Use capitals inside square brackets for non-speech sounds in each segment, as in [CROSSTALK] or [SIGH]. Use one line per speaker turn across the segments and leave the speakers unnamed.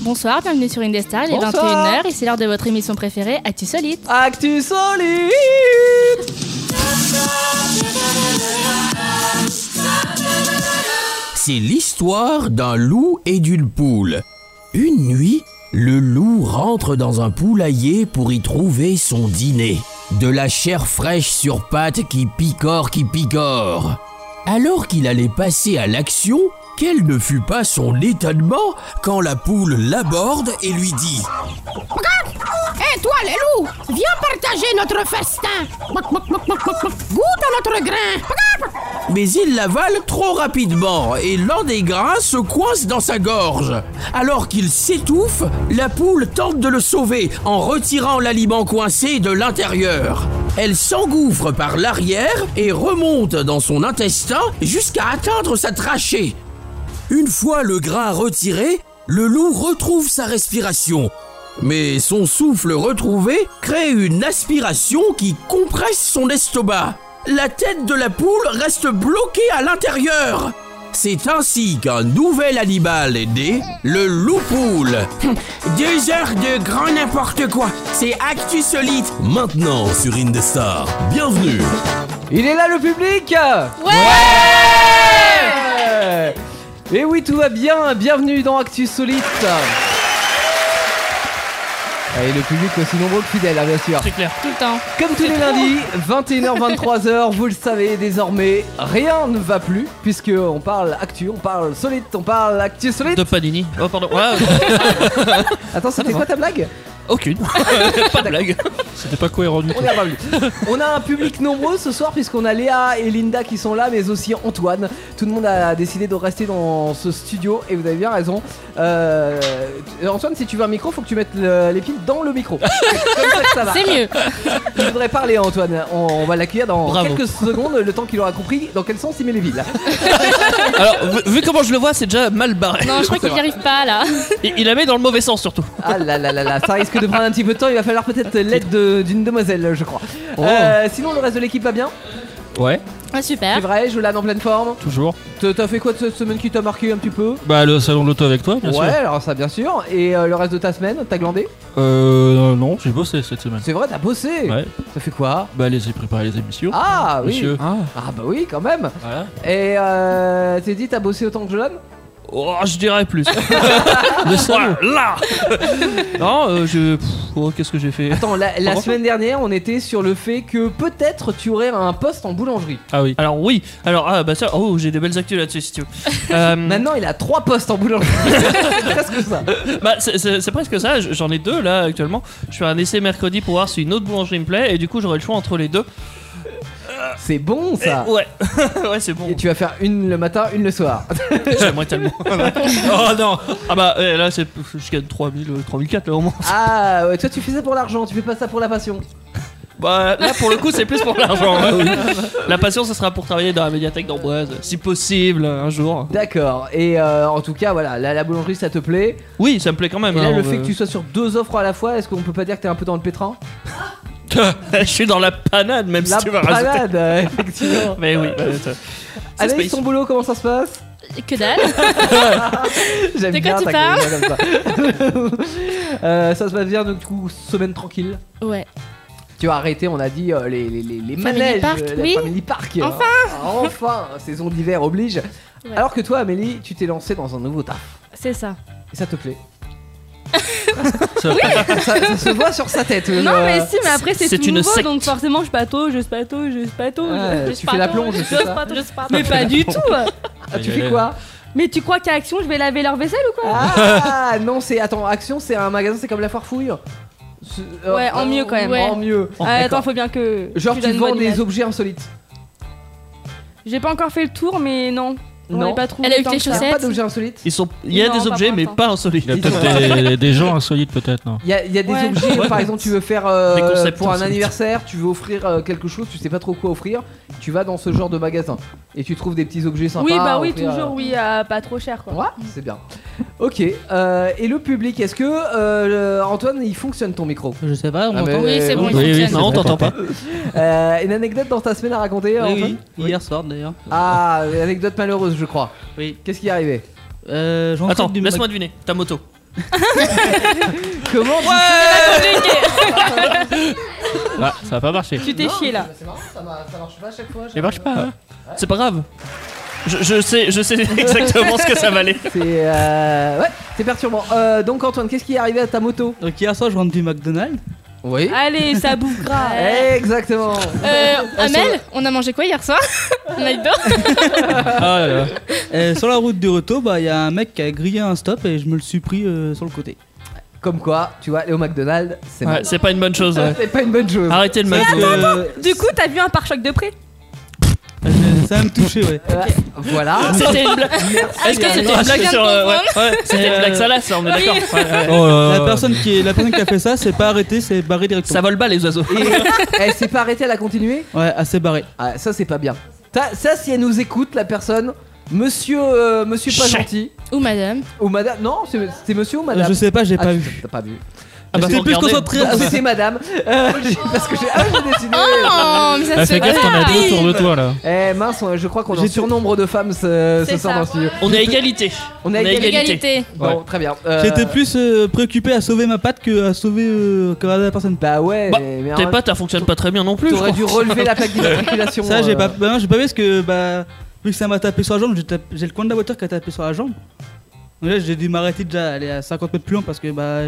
Bonsoir, bienvenue sur Indestar, il est
Bonsoir.
21h et c'est l'heure de votre émission préférée, Actu Solide.
Actu solide
C'est l'histoire d'un loup et d'une poule. Une nuit, le loup rentre dans un poulailler pour y trouver son dîner. De la chair fraîche sur pattes qui picore, qui picore. Alors qu'il allait passer à l'action, quel ne fut pas son étonnement quand la poule l'aborde et lui dit
Hé Eh, toi les loups, viens partager notre festin. Mouak, mouak, mouak, mouak, mouak. Goûte à notre grain.
Mais il l'avale trop rapidement et l'un des grains se coince dans sa gorge. Alors qu'il s'étouffe, la poule tente de le sauver en retirant l'aliment coincé de l'intérieur. Elle s'engouffre par l'arrière et remonte dans son intestin jusqu'à atteindre sa trachée. Une fois le grain retiré, le loup retrouve sa respiration. Mais son souffle retrouvé crée une aspiration qui compresse son estomac. La tête de la poule reste bloquée à l'intérieur. C'est ainsi qu'un nouvel animal est né, le [LAUGHS] loup-poule. Hum, Deux heures de grand n'importe quoi, c'est Actu Solide. Maintenant sur Indestar, bienvenue.
Il est là le public Ouais Et oui, tout va bien, bienvenue dans Actu Solide Et le public aussi nombreux que fidèle, hein, bien sûr.
Tout le temps.
Comme tous les lundis, 21h, 23h, vous le savez désormais, rien ne va plus, puisque on parle actu, on parle solide, on parle actu solide.
De Panini. Ah, Oh, pardon. Ouais,
Attends, c'était quoi
[LAUGHS]
ta blague
aucune. pas de blague. C'était pas cohérent du
On a pas vu. On a un public nombreux ce soir puisqu'on a Léa et Linda qui sont là, mais aussi Antoine. Tout le monde a décidé de rester dans ce studio et vous avez bien raison. Euh, tu- Antoine, si tu veux un micro, faut que tu mettes le- les piles dans
[LAUGHS]
le micro. Comme ça que ça va.
C'est mieux.
Je voudrais parler à Antoine. On, on va l'accueillir dans
Bravo.
quelques secondes, le temps qu'il aura compris dans quel sens il met les villes.
Alors, vu- vu comment je le vois, c'est déjà mal barré.
Non, je crois qu'il n'y arrive pas là.
Il, il la met dans le mauvais sens surtout.
Ah là là là là, ça risque de prendre un petit peu de temps. Il va falloir peut-être l'aide de- d'une demoiselle, je crois. Euh, sinon, le reste de l'équipe va bien.
Oh. Ouais,
Ah,
C'est
super.
vrai, Jolan en pleine forme.
toujours.
T'as t'as fait quoi de cette semaine qui t'a marqué un petit peu
Bah, le salon de l'auto avec toi, bien
ouais, alors ça bien sûr. Et euh, le reste de ta semaine, t'as glandé
Euh, non, j'ai bossé cette semaine.
C'est vrai, t'as bossé
Ouais.
Ça fait quoi
Bah, allez, j'ai préparé les émissions.
Ah oui
Monsieur.
Ah bah oui, quand même
Voilà.
Et euh, t'es dit, t'as bossé autant que Jolan
Oh, je dirais plus. le salon. Là Non, euh, je. pff, oh, Qu'est-ce que j'ai fait
Attends, la, la
Pardon
semaine dernière, on était sur le fait que peut-être tu aurais un poste en boulangerie.
Ah oui. Alors, oui. Alors, ah, bah, ça. Oh, j'ai des belles actus là-dessus si tu [LAUGHS] veux. Euh,
Maintenant, il a trois postes
[LAUGHS]
en boulangerie. C'est presque ça.
Bah, c'est- c'est c'est presque ça, j- j'en ai deux là actuellement. Je fais un essai mercredi pour voir si une autre boulangerie me plaît et du coup j'aurai le choix entre les deux.
C'est bon ça
Ouais, ouais, [LAUGHS] c'est bon.
Et tu vas faire une le matin, une le soir. [LAUGHS]
J'aimerais tellement. oh non Ah bah ouais, là, c'est je gagne 3000, euh, 3004 là au moins.
Ah ouais, toi tu fais ça pour l'argent, tu fais pas ça pour la passion.
Bah là pour le coup, c'est plus pour l'argent.
Ah
ouais. [LAUGHS] La passion, ce sera pour travailler dans la médiathèque d'Amboise, si possible, un jour.
D'accord. Et euh, en tout cas, voilà, la, la boulangerie ça te plaît.
Oui, ça me plaît quand même.
Et là,
hein,
le
on
fait
veut-
que tu sois sur deux offres à la fois, est-ce qu'on peut pas dire que t'es un peu dans le pétrin
[LAUGHS] je suis dans la panade, même
La
si tu vas rajouter.
balade, euh, effectivement.
Mais oui, bah, ça- ça se
Anaïs,
paye.
ton boulot, comment ça se passe
Que dalle.
[LAUGHS] J'aime
De quoi
bien
tu
ta
parles
gueule, comme ça. [LAUGHS] Euh, ça se passe bien, donc du coup, semaine tranquille.
Ouais.
Tu as arrêté, on a dit, euh, les, les, les,
Family
les manèges,
Park,
euh, la
oui.
Family Park. hein.
Enfin
Ah, Enfin, saison d'hiver oblige.
Ouais.
Alors que toi, Amélie, tu t'es lancée dans un nouveau taf.
C'est ça.
Et ça te plaît
ça-
ça, ça se voit sur sa tête.
Non,
euh,
mais si, mais après, c'est
c'est
tout
une
nouveau,
secte.
donc forcément, je patauge, je patauge, je patauge.
Ouais,
je
tu fais la
patauge,
plonge,
je
c'est ça
patauge, je patauge. Mais pas du tout.
ah, Tu fais quoi
Mais tu crois qu'à Action, je vais laver leur vaisselle ou quoi
Ah non, c'est. Attends, Action, c'est un magasin, c'est comme la foire fouille C'est- euh,
Ouais, en mieux, quand même.
En mieux.
Ah, Attends, faut bien que.
Genre,
tu
tu
donnes
vends
bonne
des
image.
objets insolites.
J'ai pas encore fait le tour, mais non. On
Non.
n'est pas trouvé
Elle a eu
tant
que les
que
Il
ça.
a pas
chaussettes.
d'objets insolites.
Ils sont... Il y a
Non,
des
pas
objets,
pour
mais
l'instant.
pas insolites.
Il y a
[LAUGHS]
peut-être des, des gens insolites, peut-être, non
Il y a, il y a des
Ouais.
objets,
Ouais.
par exemple, tu veux faire euh,
Des concepts
pour un
insolites.
anniversaire, tu veux offrir euh, quelque chose, tu sais pas trop quoi offrir, tu vas dans ce genre de magasin et tu trouves des petits objets sympas.
Oui,
à
bah oui,
offrir, euh,
toujours, oui, à pas trop cher quoi.
Ouais, c'est bien. Ok, euh, et le public, est-ce que euh, Antoine, il fonctionne ton micro
Je sais pas, on
Ah, mais-
Oui, c'est bon,
Oui,
il
oui,
fonctionne.
c'est
Non, on t'entend pas.
Euh, Une anecdote dans ta semaine à raconter, euh, Antoine
Hier soir d'ailleurs.
Ah, une anecdote malheureuse, je crois.
Oui.
Qu'est-ce qui est arrivé
Euh, j'en
Attends,
fais du
laisse-moi deviner. Ta moto.
Comment tu-
Ah, ça va pas marcher.
Tu t'es chié là.
C'est marrant, ça m'a- ça marche pas à chaque fois.
Ça marche pas.
C'est pas grave. Je, je sais, je sais [LAUGHS] exactement ce que ça valait.
[LAUGHS] C'est euh, ouais, c'est perturbant. Euh, donc Antoine, qu'est-ce qui est arrivé à ta moto
Donc hier soir, je rentre du McDonald's. Ah.
Oui.
Allez,
[LAUGHS]
ça bouffe gras.
Exactement.
Euh, Amel, on a mangé quoi
[LAUGHS]
hier soir Night Door
Ah, là, là.
Et sur la route du retour, bah, il y a un mec qui a grillé un stop et je me le suis pris euh, sur le côté.
Comme quoi, tu vois, aller au McDonald's, c'est
Ouais, c'est pas
[LAUGHS]
une bonne chose.
pas-
ouais.
c'est pas une bonne chose.
Arrêtez le mal.
Euh,
Du coup, t'as vu un pare-choc de près
euh, ça va me toucher, ouais.
Euh, Voilà.
[LAUGHS] C'était une blague. Est-ce que c'était une blague
Je viens de
sur. euh, ouais, ouais, c'était une
Euh,
blague salace, hein, on est d'accord. Ouais, ouais.
Oh là là.
La personne, qui est- la personne qui a fait ça, s'est pas arrêtée, s'est barrée
Ça
directement.
vole pas les oiseaux.
[LAUGHS] Elle s'est pas arrêtée, elle a continué
Ouais, elle s'est barrée.
Ah, ça c'est pas bien. Ça, ça, si elle nous écoute, la personne, monsieur, euh, monsieur pas
Chut.
gentil
Ou madame
ou madame. Non, c'est c'est monsieur ou madame.
Je sais pas, j'ai
Ah,
pas
tu-
vu.
T'as pas vu.
Ah bah,
J'étais
faut
plus
regarder.
concentré.
Ah, C'était madame. Euh, j'ai- parce que j'ai ah, j'ai décidé.
Oh, mais ça
Ah,
se fait
fais gaffe, t'en as deux autour de toi là.
Eh mince, on- je crois qu'on est en
J'ai-
surnombre de femmes ce, ce
C'est
soir
ça.
dans le studio.
On est à égalité.
On est à
On est à
égalité.
Égalité.
Bon, très bien. Euh,
J'étais plus euh, préoccupé à sauver ma patte que à sauver euh, que à la personne.
Bah ouais,
Bah,
mais en
Tes
même
pattes, elles fonctionnent pas très bien non plus. je
T'aurais
crois.
dû relever la
[LAUGHS]
plaque d'immatriculation.
Ça, j'ai
euh,
pas, bah, non, j'ai pas vu parce que bah, vu que ça m'a tapé sur la jambe, j'ai tapé- j'ai le coin de la voiture qui a tapé sur la jambe. Donc là, j'ai dû m'arrêter déjà, aller à 50 mètres plus loin parce que bah,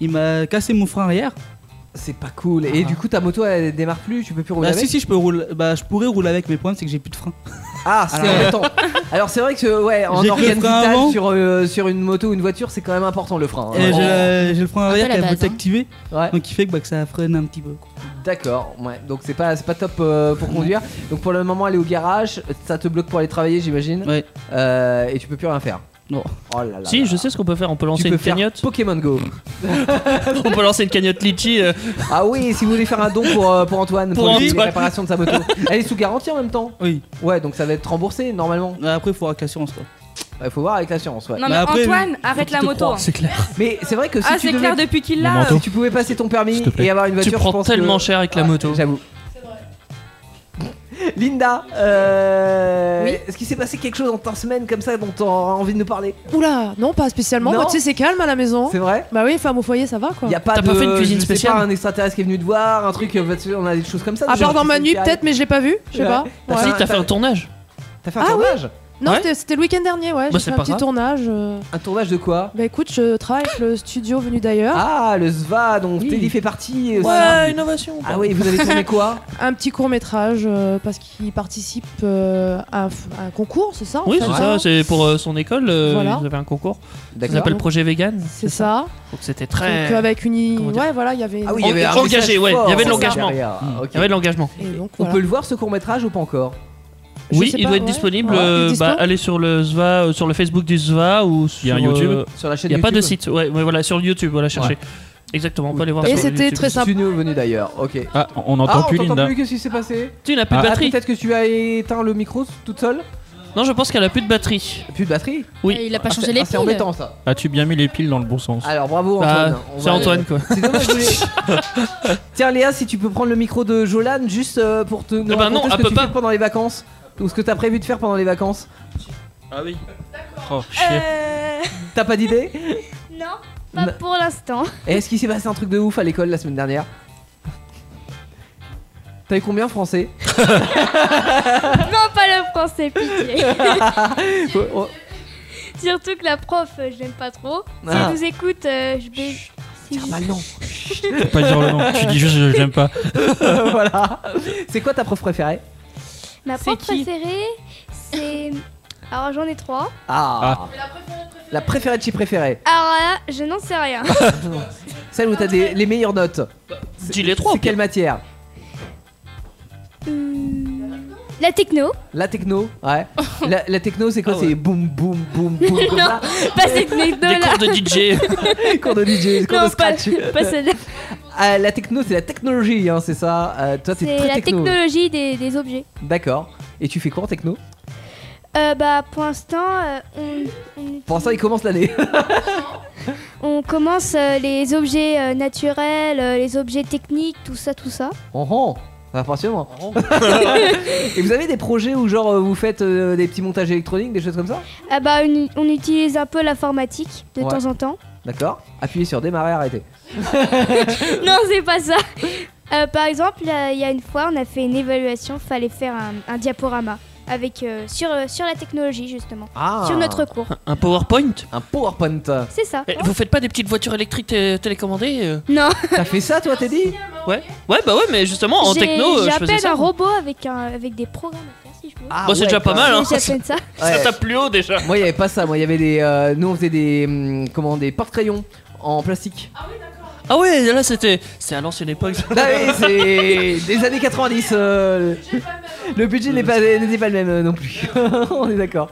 il m'a cassé mon frein arrière.
C'est pas cool. Et
Ah.
du coup, ta moto elle démarre plus, tu peux plus rouler
Bah,
avec.
si, si, je, peux rouler, bah, je pourrais rouler avec, mais le problème c'est que j'ai plus de frein.
Ah, c'est
Alors- [LAUGHS]
attends. Alors c'est vrai que ouais, en
J'ai cru
organe
le frein
vital
avant.
sur euh, sur une moto ou une voiture, c'est quand même important le frein.
Et
hein.
j'ai la- j'ai le frein arrière
peu
qui
la
a
base,
été
hein.
activé,
Ouais,
donc il fait que, bah, que ça freine un petit peu. quoi.
d'accord. Ouais, donc c'est pas c'est pas top euh, pour conduire. Donc pour le moment, aller au garage, ça te bloque pour aller travailler, j'imagine.
Ouais.
Euh, et tu peux plus rien faire.
Non.
Oh là là.
Si,
[LAUGHS]
là.
je sais ce qu'on peut faire. On peut
Tu
lancer
peux
une
faire
cagnotte.
Pokémon Go.
On peut lancer une cagnotte litchi. euh,
Ah oui, si vous voulez faire un don pour, euh, pour Antoine
Pour
lui,
Antoine.
la réparation de sa moto. Elle est sous garantie en même temps.
Oui,
Ouais, donc ça va être remboursé normalement.
Bah, après, il faudra que l'assurance quoi.
Il faut voir avec l'assurance, ouais.
Non, mais
Bah, après,
Antoine,
faut
arrête
qu'il
la
te
moto.
croie,
hein.
C'est clair.
Mais c'est vrai que si
Ah,
tu
c'est
devais-
clair depuis qu'il
Mon
l'a.
manteau.
Si Ah, tu pouvais passer ton permis
S'il te plaît.
et avoir une voiture,
tu
je
prends
pense
tellement
que...
cher avec la moto.
J'avoue. Linda, euh,
Oui
est-ce qu'il s'est passé quelque chose en ta semaine comme ça dont t'auras envie de nous parler
Oula, non, pas spécialement.
Non.
Bah, tu sais, c'est calme à la maison.
C'est vrai
Bah oui, femme au foyer, ça va quoi.
Il y a pas
T'as
de,
pas fait une cuisine
je sais
spéciale
pas, un extraterrestre qui est venu te voir, un truc, euh, on a des choses comme ça.
À
des gens
part dans
qui
ma
sont
nuit,
qui arrivent.
peut-être, mais je l'ai pas vu. Je sais
Ouais.
pas.
T'as
Ouais.
Si,
fait un-
t'as fait un tournage.
T'as fait un
Ah oui.
tournage
Non,
Ouais.
c'était- c'était le week-end dernier, ouais.
Bah,
j'ai
c'est
fait un
pas
petit
grave.
tournage. euh.
Un tournage de quoi
Bah écoute, je travaille avec le studio venu d'ailleurs.
Ah, le SVA dont
Oui.
Teddy fait partie. aussi.
innovation.
Ah oui, vous avez tourné quoi
[LAUGHS] Un petit court métrage parce qu'il participe euh, à, un f- à un concours, c'est ça en
Ah, Oui,
fait,
c'est
hein
ça, c'est pour euh, son école. euh,
Voilà.
Ils avaient un concours. Ça
D'accord.
s'appelle Projet Vegan.
C'est ça.
Donc c'était
Donc
très.
avec une.
Comment dire
Ouais, voilà, il y avait.
Ah oui,
une-
il y avait un
Engagé,
message
ouais, il y
fort
avait
de
l'engagement.
derrière. Ah,
Mm.
Ok.
Il y avait de l'engagement.
Et donc,
On
voilà.
peut le voir ce court métrage ou pas encore
Je
Oui,
sais
il
pas,
doit être
ouais.
disponible.
Ouais,
euh,
il est dispo
bah, allez sur le SVA, euh, sur le Facebook du SVA ou sur.
y a un YouTube
euh,
Sur la chaîne
Il n'y a pas de
YouTube
site, ouais, ouais, voilà, sur YouTube, voilà, cherchez. Exactement, on peut aller voir
Et
sur
c'était
YouTube.
très simple.
Studio venu d'ailleurs, ok.
Ah, on n'entend
Ah, on
plus
t'entend
Linda.
plus, qu'est-ce qui s'est passé
Tu n'as plus de
Ah,
Ah,
batterie
peut-être que tu as éteint le micro toute seule
Non, je pense qu'elle a plus de batterie.
Plus de batterie
Oui.
Il a pas
Ah,
changé
c'est-
les
ah, C'est
piles.
embêtant ça.
As-tu bien mis les piles dans le bon sens
Alors bravo Antoine.
Bah,
On
c'est
va-
Antoine, quoi.
C'est dommage. je voulais-
[LAUGHS]
Tiens Léa, si tu peux prendre le micro de Jolan juste euh, pour te nous
Ah bah
raconter
non,
ce
elle
que
peut
tu
pas.
fais pendant les vacances ou ce que t'as prévu de faire pendant les vacances. Euh,
Ah oui. Oh, chier.
Euh, [LAUGHS]
T'as pas d'idée
Non,
pas Non.
pour
[LAUGHS]
[LAUGHS]
l'instant.
Et Est-ce qu'il s'est passé un truc de ouf à l'école la semaine dernière T'as eu
[LAUGHS]
combien français [LAUGHS]
Non, pas le français,
[LAUGHS]
pitié.
Oh, oh.
Surtout que la prof,
euh,
je l'aime pas trop.
Si elle Ah.
nous écoute, je vais.
Bah
[LAUGHS]
non.
Faut pas dire le nom. Tu dis juste je je l'aime pas.
[LAUGHS] voilà. C'est quoi ta prof préférée
Ma
C'est
prof
qui
préférée, c'est. Alors j'en ai trois.
Ah. La préférée de chez préférée.
Alors là, je n'en
[LAUGHS]
sais rien.
Celle où t'as des- les meilleures notes.
Dis les trois.
C'est quelle matière
Hmm.
Hum, La techno.
La techno Ouais. La, la techno, c'est quoi
Ah
C'est boum, boum, boum,
[LAUGHS]
boum. comme ça
Pas cette techno
Des cours de DJ.
[LAUGHS] Cours de DJ, cours de
Non, pas,
scratch.
pas celle-là.
Ah, la techno, c'est la technologie, hein, c'est ça Euh, Toi, t'es
C'est
très
la
techno.
technologie des, des objets.
D'accord. Et tu fais quoi en techno
Euh, bah pour l'instant, euh, on, on-
Pour ça, il commence l'année. [LAUGHS]
on commence euh, les objets euh, naturels, euh, les objets techniques, tout ça, tout ça.
On rend. Oh, Enfin, forcément.
Oh,
[LAUGHS] Et vous avez des projets où, genre, euh, vous faites euh,
Euh,
des petits montages électroniques, des choses comme ça
Ah bah on, on utilise un peu l'informatique de
Ouais.
temps en temps.
D'accord Appuyez sur démarrer, arrêter.
[LAUGHS] non, c'est pas ça. Euh, par exemple, là, il y a une fois, on a fait une évaluation, fallait faire un, un diaporama avec euh, sur, euh, sur la technologie justement,
Ah.
sur notre cours.
Un PowerPoint
Un PowerPoint.
C'est ça.
Eh, Vous faites pas des petites voitures électriques té- télécommandées euh
Non.
T'as fait ça toi, Teddy
Ouais. Ouais, bah ouais, mais justement, en
J'ai-
techno, euh, je faisais
J'appelle
ça.
un robot avec, un, avec des programmes à faire si je veux.
Ah
Bon, c'est
ouais,
déjà pas
quand
mal,
même.
hein. [LAUGHS]
J'appelle ça.
Ça
Ouais.
tape plus haut déjà.
Moi, il y avait pas ça. Moi, il y avait des. euh, nous, on faisait des. hum, comment Des porte-crayons en plastique.
Ah ouais, là c'était. C'est à l'ancienne époque. ça.
[LAUGHS] Bah oui, c'est des années 90. euh, le budget n'est pas, n'était pas le même euh, non plus. [LAUGHS] on est d'accord.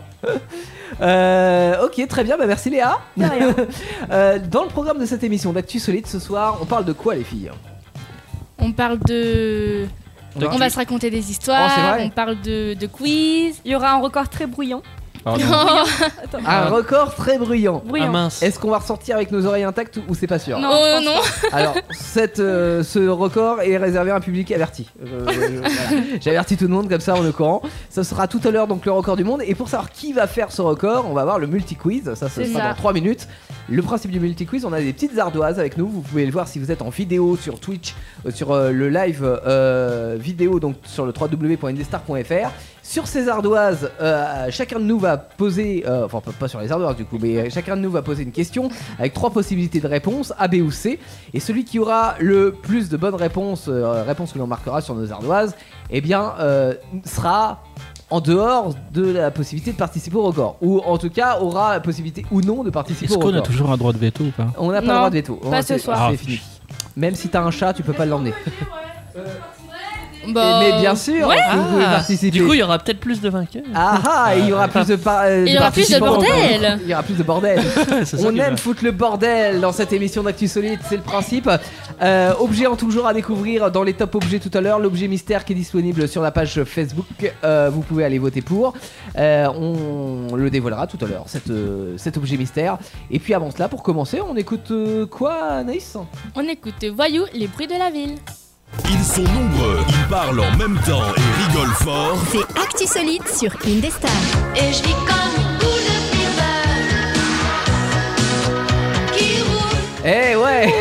Euh, ok, très bien, bah merci Léa. [LAUGHS] Euh, dans le programme de cette émission d'Actu Solide ce soir, on parle de quoi les filles
On parle de.
De
on
qui
va se raconter des
Oh, c'est
histoires,
vrai.
on parle de, de quiz. Il y aura un record très bruyant.
Oh,
[LAUGHS]
Ah,
Un record très bruyant.
Bruyant. Ah, mince.
Est-ce qu'on va ressortir avec nos oreilles intactes ou c'est pas sûr
Non, Oh, je pense non. pas.
Alors, cette, euh, ce record est réservé à un public averti. Euh, je- voilà. J'avertis tout le monde comme ça on est au courant. Ça sera tout à l'heure donc le record du monde et pour savoir qui va faire ce record, on va voir le multi quiz. Ça, ce
C'est
sera
ça.
dans 3 minutes. Le principe du multi quiz, on a des petites ardoises avec nous. Vous pouvez le voir si vous êtes en vidéo sur Twitch, euh, sur euh, le live euh, vidéo donc sur le www.indestar.fr. Sur ces ardoises, euh, chacun de nous va poser, euh, enfin pas- pas sur les ardoises du coup, mais euh, chacun de nous va poser une question avec trois possibilités de réponse, A, B ou C. Et celui qui aura le plus de bonnes réponses, euh, réponses que l'on marquera sur nos ardoises, eh bien euh, sera en dehors de la possibilité de participer au record. Ou en tout cas aura la possibilité ou non de participer
Est-ce
au
qu'on a
record.
toujours un droit de veto ou pas
On n'a pas
Non,
le droit de veto.
pas ce
C'est-
soir.
C'est
Ah,
fini. Même si t'as un chat, tu peux
[LAUGHS]
pas l'emmener.
[LAUGHS] [LAUGHS] Bah,
Mais bien sûr,
ouais.
vous pouvez participer.
Ah. Du coup, il y aura peut-être plus de vainqueurs.
Ah ah, et il y aura plus de par- euh,
Il y aura plus de
participants.
bordel.
Il y aura plus de bordel.
C'est ça
On
qui est
aime
bien.
foutre le bordel dans cette émission d'Actu Solide, c'est le principe. Euh, objet en toujours à découvrir dans les top objets tout à l'heure, l'objet mystère qui est disponible sur la page Facebook. Euh, vous pouvez aller voter pour. Euh, on le dévoilera tout à l'heure, cette, euh, cet objet mystère. Et puis avant cela, pour commencer, on écoute euh, quoi, Naïs
On écoute Voyou, les bruits de la ville.
Ils sont nombreux, ils parlent en même temps et rigolent fort.
C'est Actu Solide sur Indestar. Et je vis comme une boule de pizza qui roule.
Eh ouais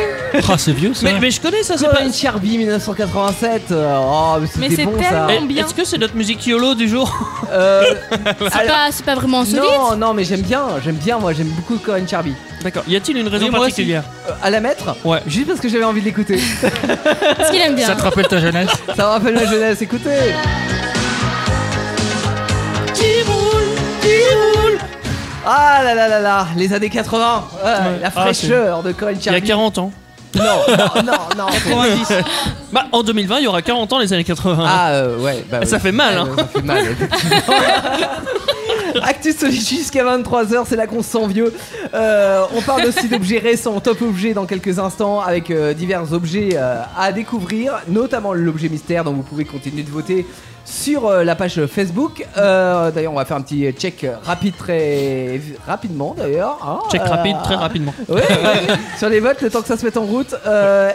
Ah, c'est vieux ça
Mais, mais je connais ça, c'est
Comme
pas.
une Charby 1987. euh, Oh, mais c'était bon ça.
Eh, Est-ce que c'est notre musique YOLO du jour
Euh, [LAUGHS]
C'est pas, c'est pas vraiment insolite.
Non, non, mais j'aime bien, j'aime bien, moi j'aime beaucoup Corinne Charby.
D'accord, y a-t-il une raison
Oui, moi aussi.
particulière
Euh, à la mettre
Ouais.
Juste parce que j'avais envie de l'écouter.
[LAUGHS] Parce qu'il aime bien.
Ça te rappelle ta jeunesse
Ça me rappelle ma jeunesse, écoutez
Qui roule, qui roule.
Ah là là là là, les années 80, euh, la
Ah, c'est-
fraîcheur de Corinne
Il y
Charby.
a 40 ans. [LAUGHS]
Non, non, non, non.
90. bah, en 2020, il y aura 40 ans les années 80.
Ah, ouais, bah.
Ça
oui.
fait mal,
Ouais,
hein.
Ça fait mal, effectivement. [LAUGHS] Actu Solide jusqu'à 23h, c'est là qu'on se sent vieux. Euh, on parle aussi d'objets récents, top objets dans quelques instants, avec euh, divers objets euh, à découvrir, notamment l'objet mystère dont vous pouvez continuer de voter sur euh, la page Facebook. Euh, d'ailleurs, on va faire un petit check euh, rapide, très rapidement d'ailleurs. hein.
Check
Euh,
rapide, très rapidement.
oui, oui. sur les votes, le temps que ça se mette en route. euh,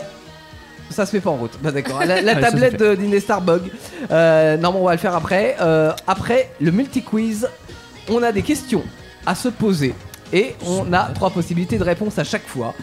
ça se met pas en route, bah d'accord. La,
[LAUGHS]
la
Ouais, ça, ça
tablette de- d'Indestar bug. Euh, non, mais on va le faire après. Euh, après, le multi-quiz, on a des questions à se poser. Et on a trois possibilités de réponse à chaque fois.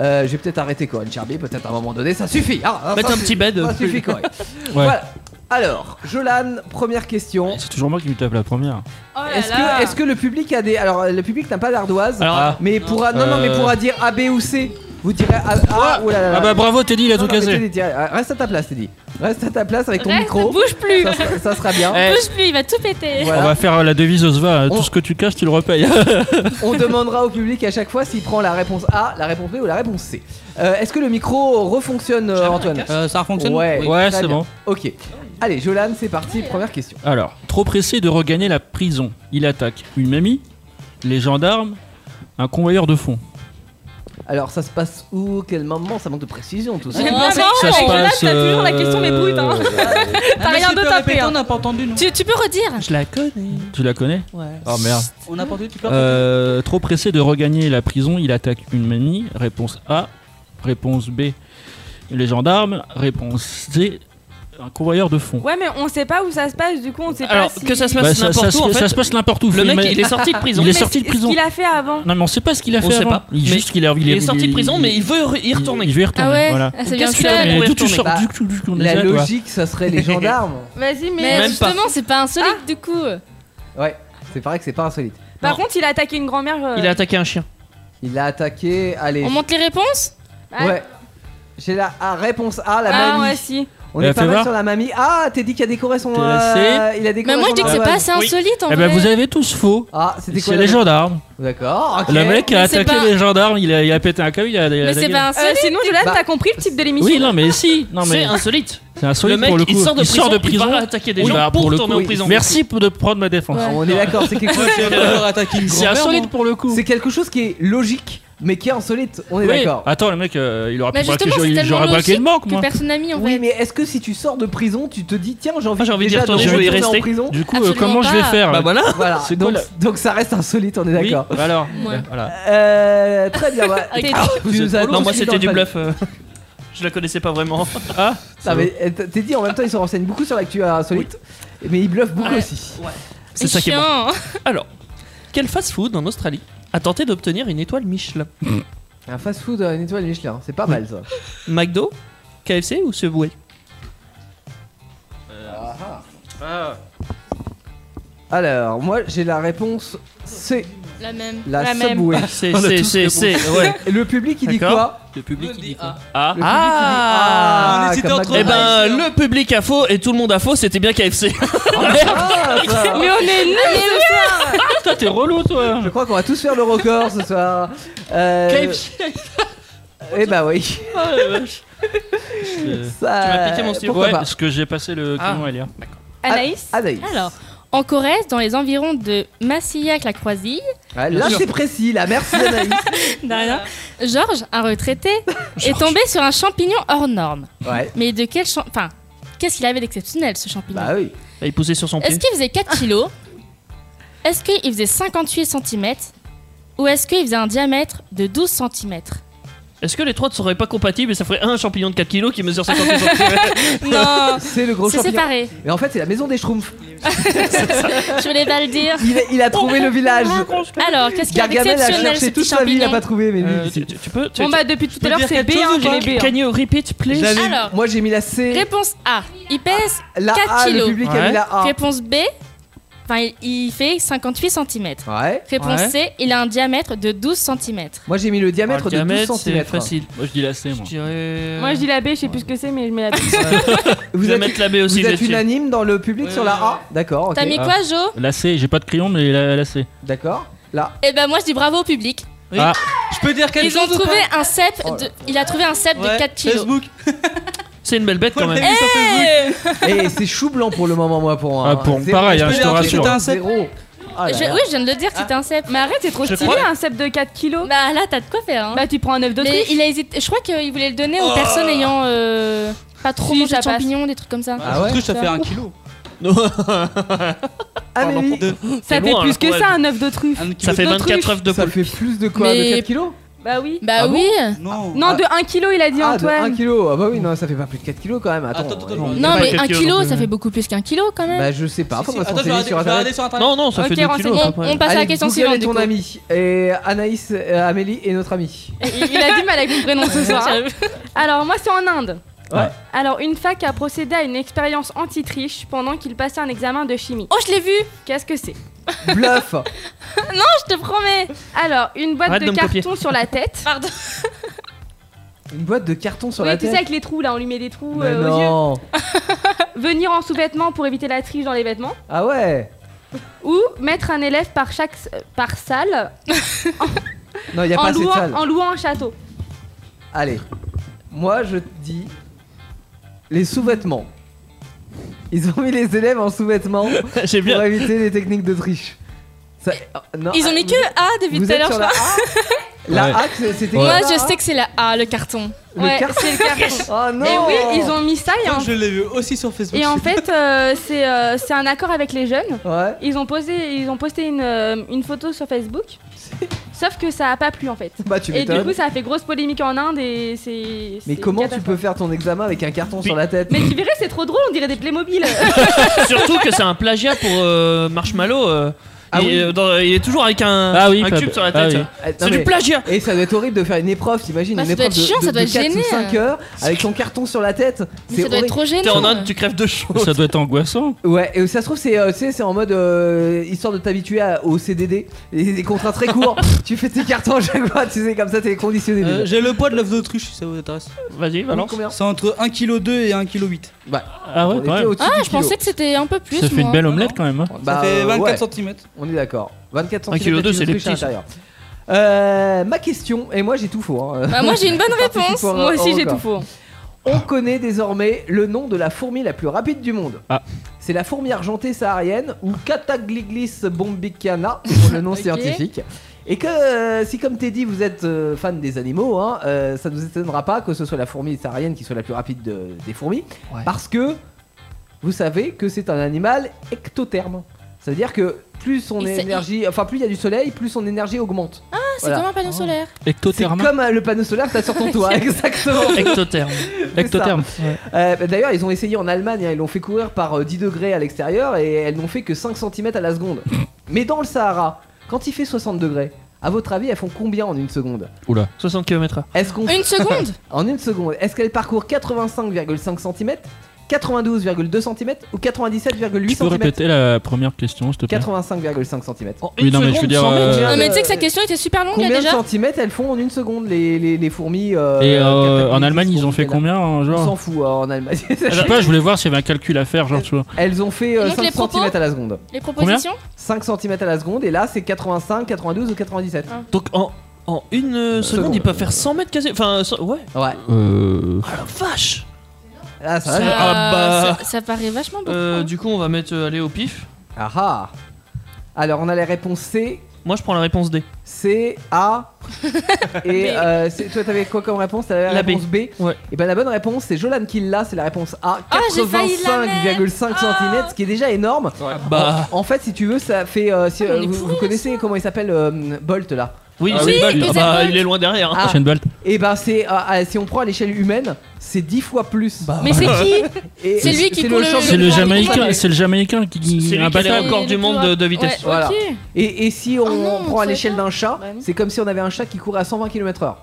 Euh, J'ai peut-être arrêté Corinne Charby, peut-être à un moment donné, ça suffit. Ah, ah,
Mettre
ça
un
su-
petit bed.
Ça suffit,
[LAUGHS]
Corinne. Voilà. Alors, Jolan, première question.
C'est toujours moi qui me tape la première.
Oh
Est-ce que, est-ce que le public a des. Alors, le public n'a pas d'ardoise,
Alors,
mais pourra. Non, non, mais
Euh.
pourra dire A, B ou C. Vous direz A. A ou là là là.
Ah bah bravo Teddy, il a
Non,
tout
non, mais
casé.
Teddy, tiens, Ah, Reste à ta place, Teddy. Reste à ta place avec ton
Reste,
micro.
bouge plus.
Ça, sera- ça sera bien.
Eh.
Bouge plus, il va tout péter.
Voilà.
On [LAUGHS] va faire euh, la devise Osva, euh,
On-
tout ce que tu caches, tu le repayes.
On demandera au public à chaque fois s'il prend la réponse A, la réponse B ou la réponse C. Euh, Est-ce que le micro refonctionne, euh, Antoine
Ça refonctionne
Ouais,
Oui. Ouais,
très
c'est
bien.
bon.
Ok. Allez, Jolan, c'est parti. Première question.
Alors, trop pressé de regagner la prison, il attaque une mamie, les gendarmes, un convoyeur de fond.
Alors, ça se passe où Quel moment Ça manque de précision, tout
Ah
ça.
Quel moment Ça se
euh,
passe, Là, t'as toujours la question, mais brute,
[LAUGHS]
euh,
hein. T'as
mais
rien
si
de
tu peux
tapé.
répéter,
hein.
on n'a pas entendu, nous.
Tu, tu peux redire
Je la connais. Tu la connais
Ouais.
Oh merde.
On n'a pas entendu, tu peux
Euh, trop pressé de regagner la prison, il attaque une mamie. Réponse A. Réponse B. Les gendarmes. Réponse C. un convoyeur de fond.
Ouais, mais on sait pas où ça se passe, du coup, on sait
Alors,
pas si...
que ça se passe
Bah, ça-
n'importe
ça
où.
se-
en fait.
ça se passe n'importe où,
Le
faut
mec,
imaginer.
il est sorti de prison.
Il est sorti de
Ce
prison.
qu'il a fait avant.
Non, mais on sait pas ce qu'il a fait.
On sait
avant.
pas.
Il,
Mais
juste qu'il a- il
il est sorti de prison, mais il veut y retourner.
Il veut y retourner.
Ah ouais,
voilà.
ah, ça vient
Qu'est-ce qu'il
seul.
a fait pour
Mais
y
d'où tu
retourner
sors du coup
Bah, La logique, ça serait
[LAUGHS]
les gendarmes.
Vas-y, mais...
Mais
Même pas.
justement, c'est pas insolite
Ah
du coup.
Ouais, c'est pareil que c'est pas insolite.
Par contre, il a attaqué une grand-mère... euh,
attaqué un chien.
Il a attaqué. Allez.
On monte les réponses
Ouais. J'ai la ah, réponse A, la
Ah
mamie.
ouais, si.
On
Elle a
est pas
fait
mal
voir.
sur la mamie. Ah, t'es dit qu'il a décoré son.
T'es la C.
euh, il a décoré
Mais moi,
son
je dis que c'est
arbalète.
pas assez insolite en
Eh ben,
vrai.
vous avez tous faux.
Ah, c'était quoi
C'est
la
les
réponse
gendarmes.
Oh,
D'accord. ok.
Le mec a
Mais c'est
attaqué
pas-
les gendarmes, il a, il a pété un câble, il a. il a
Mais
la
c'est
gueule.
pas
Euh,
insolite.
sinon, Jolane,
Bah-
t'as compris le type de l'émission
Oui, non, mais si. Non,
C'est
mais
insolite.
c'est insolite
Le mec,
pour le coup.
il sort de prison,
de
il
prison,
va attaquer des gens
va
pour
le
retourner
coup.
en prison.
Merci pour de prendre ma défense.
Ouais.
Ah, On est d'accord,
[LAUGHS]
c'est quelque chose.
Tu vas pas leur attaquer une
C'est
grand-mère,
insolite
moi.
pour le coup.
C'est quelque chose qui est logique, mais qui est insolite. On est
Oui.
d'accord.
Attends, le mec, euh, il aura
Mais
pu braquer,
justement, c'est
j'aurais-
tellement
j'aurais braqué
logique
une banque,
que
moi.
personne n'a mis en
Oui,
fait.
Eh, mais est-ce que si tu sors de prison, tu te dis tiens, j'ai envie,
Ah, j'ai envie d'y
déjà
retourner, je vais y
en
rester.
prison
Du coup, euh,
Absolument
comment je vais
pas.
faire
Bah
là
voilà.
Voilà.
C'est quoi
donc, donc ça reste insolite, on est
Oui,
d'accord.
bah
alors.
Ouais.
Voilà.
Euh, très
Ah,
[LAUGHS]
bien. bah,
T'es-
tu nous as tous
Non, moi
mis
c'était
dans
du
le
bluff. euh, [LAUGHS] Je la connaissais pas vraiment.
Ah,
Non, mais euh, t- t'es dit en même temps, ils se renseignent beaucoup sur l'actu insolite, mais ils bluffent beaucoup
Ouais.
aussi.
C'est ça qui est bon.
Chiant.
Alors, quel fast-food en Australie a tenté d'obtenir une étoile Michelin
Un fast-food, euh, une étoile Michelin, c'est pas mal ça.
[LAUGHS] McDo, KFC ou Subway
Ah,
Ah.
Alors, moi j'ai la réponse C,
La même.
la,
La même.
Subway.
C'est,
On a
c'est,
tous
c'est,
répondu.
c'est- ouais.
Et le public il dit
D'accord.
quoi
Le public, il dit quoi
Ah,
Le public, il dit, ah,
On hésitait
comme
entre-
Eh
McDo.
ben, le public a faux et tout le monde a faux, c'était bien KFC.
Ah,
[LAUGHS]
[LAUGHS]
ça.
Mais on est nuls
Ah,
ce soir
Toi, t'es relou, toi.
Je crois qu'on va tous faire le record ce soir. Euh, Eh bah oui.
Ah, la vache. Je-
Ça...
Tu m'as piqué mon stylo.
Pourquoi
Ouais,
pas
parce que j'ai passé le
Ah.
crayon à lire.
Anaïs
Ah, d'ailleurs.
Alors, en Corrèze, dans les environs de Massillac-la-Croisille,
Ouais, là c'est précis, là merci Anaïs.
[LAUGHS] Darien, Georges, un retraité, est tombé sur un champignon hors norme.
ouais.
Mais de quel champignon Enfin, qu'est-ce qu'il avait d'exceptionnel ce champignon
Bah oui.
Il poussait sur son pied.
Est-ce qu'il faisait 4 kilos Est-ce qu'il faisait 58 cm Ou est-ce qu'il faisait un diamètre de 12 cm
Est-ce que les trois ne seraient pas compatibles et ça ferait un champignon de 4 kilos qui mesure 50 cm
Non
C'est le gros
C'est
champignon. [LAUGHS]
séparé,
Mais en fait c'est la maison des Schtroumpfs.
je voulais pas le dire.
Il a, il a trouvé le village.
Alors, qu'est-ce qu'il y a
Gargamel a
d'exceptionnel ce
cherché
petit
toute sa vie, il a
champignon
pas trouvé. Mais lui, il sait.
Euh, tu, tu peux tu,
Bon bah, depuis tout à l'heure,
dire
c'est B,
quelque chose
hein,
ou
j'ai
pas
les B. hein.
Can you repeat please
J'avais-
Alors.
Moi j'ai mis la C.
Réponse A, il pèse
Ah, la
4
A, le
kilos.
public a mis
Ouais.
la A.
Réponse B, enfin, il- il fait 58 cm.
Ouais.
Réponse
Ouais.
C, il a un diamètre de 12 cm.
Moi j'ai mis le diamètre
Ah, le
de 12
diamètre, c'est
cm.
facile.
Moi, je dis la C, moi.
Je dirais.
Euh.
Moi, je dis la B, je sais plus ce que c'est, mais je mets la B.
Je
Vous
vais
êtes,
mettre la B aussi
vous êtes
là-dessus.
unanime dans le public
Ouais,
sur la
ouais,
A D'accord, ok.
T'as mis
Ah.
quoi, Jo
La C, j'ai pas de crayon, mais la, la C.
D'accord. Là.
[LAUGHS] Eh ben, moi, je dis bravo au public.
Ah,
Je peux dire quelque
Ils ont
chose ou pas
trouvé un cep
Oh là
de... Il a trouvé un cep de
Ouais,
4 kilos. Eh
Facebook.
C'est une belle bête quand
Moi,
même.
je l'ai vu sur Facebook.
Eh
Et Eh, c'est chou blanc pour le moment, moi, pour moi.
Ah,
hein.
pour-
Zéro-
pareil,
Je
hein,
peux
je te
dire un truc,
rassure.
t'as
[LAUGHS]
un sept.
Zéro. Ah là
Je-
là.
Oui, je viens de le dire que c'était un cep.
Mais arrête, c'est trop
Je
stylé,
crois-
un cep de 4 kilos.
Bah là, t'as de quoi faire. Hein.
Bah, tu prends un œuf
Mais
d'autruche.
il a hésité. Je crois qu'il voulait le donner
Oh.
aux personnes ayant euh, pas trop
Si,
mangé
ça
de
passe.
champignons, des trucs comme ça.
Ah ouais
Truc, ça fait un kilo.
Amélie,
Ça
C'est
fait
loin,
plus
alors,
que
ouais.
ça, un œuf d'autruche.
Un kilo.
Ça fait 24 œufs de
ça
poule.
fait plus de quoi
Mais-
De 4 kilos
Bah oui.
Bah
Ah bon
oui.
Non.
Non, de 1 kilo, il a dit
Ah, de
Antoine.
1 kilo. Ah bah oui, non, ça fait pas plus de 4 kilos quand même. Attends.
Attends, attends, attends.
euh,
non, mais
Pas
un
quelques
kilo,
kilos,
ça
mais-
fait beaucoup plus qu'un kilo quand même.
Bah je sais pas,
Si, si,
faudra se
Attends, je vais
renseigner
regarder-
sur
je vais regarder
internet.
sur internet.
Non, non, ça
Ok,
fait 2
renseigne-
kilos à peu
on,
près.
on passe à la
Allez,
question
Google est
suivante. du
ton
coup.
ami et Anaïs, euh, Amélie et notre amie.
Il il a du mal à comprendre [LAUGHS] ce soir.
Alors, moi, c'est en Inde.
Ouais.
Alors, une fac a procédé à une expérience anti-triche pendant qu'il passait un examen de chimie.
Oh, je l'ai vu.
Qu'est-ce
[LAUGHS]
que c'est
[LAUGHS] Bluff.
Je te promets.
Alors, une boîte
Arrête
de,
de me copier.
carton sur la tête.
[LAUGHS] Pardon.
Une boîte de carton sur
oui,
la
tu sais,
tête.
avec les trous, là, on lui met des trous
Mais
euh, aux yeux.
non.
Venir en sous-vêtements pour éviter la triche dans les vêtements.
Ah ouais.
Ou mettre un élève par, chaque, euh, par salle
Non, il y a pas
en
assez de salle.
louant, en louant un château.
Allez. Moi, je dis les sous-vêtements. Ils ont mis les élèves en sous-vêtements
[LAUGHS] J'ai
pour
bien.
éviter les techniques de triche. Ça- oh, non,
Ils ont
ah,
mis
vous-
que A depuis
Vous
tout à
êtes
l'heure, je
sur la
crois.
A La
Ouais.
A, Ah, c'est- c'était
Moi,
quoi, la
je
A
sais que c'est la A, le carton.
Le
ouais,
carton.
c'est le carton.
[LAUGHS] Oh non
Et oui, ils ont mis ça et en
Je l'ai vu aussi sur Facebook.
Et en fait, euh, c'est euh, c'est un accord avec les jeunes.
Ouais.
Ils ont posé, ils ont posté une, euh, une photo sur
[LAUGHS]
Facebook. Sauf que ça a pas plu en fait.
Bah, tu
et du
m'étonnes.
coup, ça a fait grosse polémique en Inde et c'est.
Mais
c'est
comment
une
tu
catastrophe.
peux faire ton examen avec un carton sur la tête
Mais tu verrais, c'est trop drôle. On dirait des
[LAUGHS]
Playmobil.
[LAUGHS] Surtout que c'est un plagiat pour euh, Marshmallow. euh, et, euh, dans- il est toujours avec un,
Ah oui,
un
pas-
cube sur la
ah
tête.
oui.
Ah, non,
C'est du
mais-
plagiat
Et ça doit être horrible de faire une épreuve, t'imagines
Bah,
Une
ça doit
épreuve
être
de,
chiant,
de-
ça
de
doit être
4
gêné,
ou 5
euh.
heures avec ton carton sur la tête.
Mais ça doit être trop gênant. T'es en Inde,
tu crèves de chaud.
Ça doit être angoissant.
Ouais, et ça se trouve, c'est euh, tu sais, c'est en mode euh, histoire de t'habituer à- au CDD, et des contrats
[LAUGHS]
très courts. tu fais tes cartons à chaque fois, tu sais, comme ça t'es conditionné.
Euh,
déjà.
J'ai le poids de l'œuf d'autruche si ça vous intéresse.
Vas-y,
balance. C'est entre 1,2 kg et 1,8 kg.
Bah,
Ah ouais,
on
quand
était
même.
au-dessus
Ah,
du
je
kilo.
pensais que c'était un peu plus.
Ça fait
moi.
une belle omelette quand même. hein.
Bah,
fait
euh,
24 cm.
On est d'accord. 24
Un
cm.
kilo deux, c'est les petits, ça.
Euh, ma question, et moi j'ai tout faux. hein.
Bah, moi, j'ai une
[LAUGHS]
bonne
Je participe
réponse.
pour un-
Moi aussi,
un
j'ai tout
record.
faux.
On connaît désormais le nom de la fourmi la plus rapide du monde.
Ah.
C'est la fourmi argentée saharienne ou Cataglyglis bombicana
[LAUGHS]
pour le nom scientifique. Et que euh, si comme Teddy vous êtes euh, fan des animaux, hein, euh, ça ne vous étonnera pas que ce soit la fourmi saharienne qui soit la plus rapide de- des fourmis, parce que vous savez que c'est un animal ectotherme. Ça veut dire que plus son
Et c'est-
énergie, enfin plus il y a du soleil, plus son énergie augmente. Ah,
C'est comme un panneau solaire.
Ah. Ectotherme.
comme euh, le panneau solaire que t'as sur
[LAUGHS]
ton toit, exactement.
Ectotherme.
[LAUGHS] C'est
Ectotherme.
ça. Euh, bah, D'ailleurs, ils ont essayé en Allemagne, hein, ils l'ont fait courir par euh, 10 degrés à l'extérieur et elles n'ont fait que 5 cm à
[LAUGHS]
la seconde. Mais dans le Sahara, quand il fait 60 degrés, à votre avis, elles font combien en une seconde
Oula.
60 km/h.
Est-ce qu'on [LAUGHS]
Une seconde
En une seconde. Est-ce qu'elles parcourent 85,5 cm 92,2 cm ou 97,8
Tu peux
cm
répéter la première question, s'il te plaît
85,5 cm.
Oui, non, mais je veux dire. euh,
Non, mais tu sais que sa question était super longue là
Combien de
déjà.
centimètres elles font en une seconde les, les, les fourmis euh,
Et euh, en
catapultes,
Allemagne, ils ont fait
là.
combien hein,
On s'en
genre
fout euh, en Allemagne.
Je
Ah,
sais
bah,
pas, je voulais voir s'il y avait un calcul à faire, genre tu vois.
Elles ont fait euh,
Et donc,
5
les propos
cm à la seconde.
Les propositions
5 cm à la seconde et là c'est 85, 92 ou 97.
Ah.
Donc en, en une euh, seconde,
seconde.
ils peuvent faire 100 mètres quasi. Enfin, so- ouais.
Ouais.
Euh.
Ah la vache
Ah, ça va,
Ça-
j'ai-
Ah, bah.
ça, ça paraît vachement hein. beaucoup.
Euh, du coup, on va mettre euh, aller au pif.
Ah ah. Alors on a les réponses C,
Moi, je prends la réponse D.
C,
[LAUGHS]
A et euh, c'est- toi t'avais quoi comme réponse T'avais la,
La
réponse B.
Ouais.
Et ben la bonne réponse c'est Jolan Killa, c'est la réponse A.
Ah, j'ai failli la Ah.
85,5 cm, ce qui est déjà énorme.
bah.
En, en fait si tu veux ça fait... euh, si,
Ah, mais on est
vous, vous
pourris,
connaissez comment il s'appelle euh, Bolt là
Oui,
Ah
c'est
oui,
une balle.
et
Ah
c'est
bah,
Bolt.
il est loin derrière. hein.
Ah.
Usain Bolt.
Et ben c'est ah, ah, si on prend à l'échelle humaine, c'est 10 fois plus.
Mais c'est qui
[LAUGHS] Et-
C'est lui qui
c'est
court
le
le-
champion
C'est le
du monde.
Jamaïcain, Bah. c'est le Jamaïcain qui- qui
C'est
est
lui qui a le
imbattable.
record du monde de, de vitesse.
Ouais.
Voilà.
Ok.
Et, et si on
non,
prend
on
à
savait
l'échelle
pas.
d'un chat,
Bah oui.
c'est comme si on avait un chat qui courait à 120 km/h.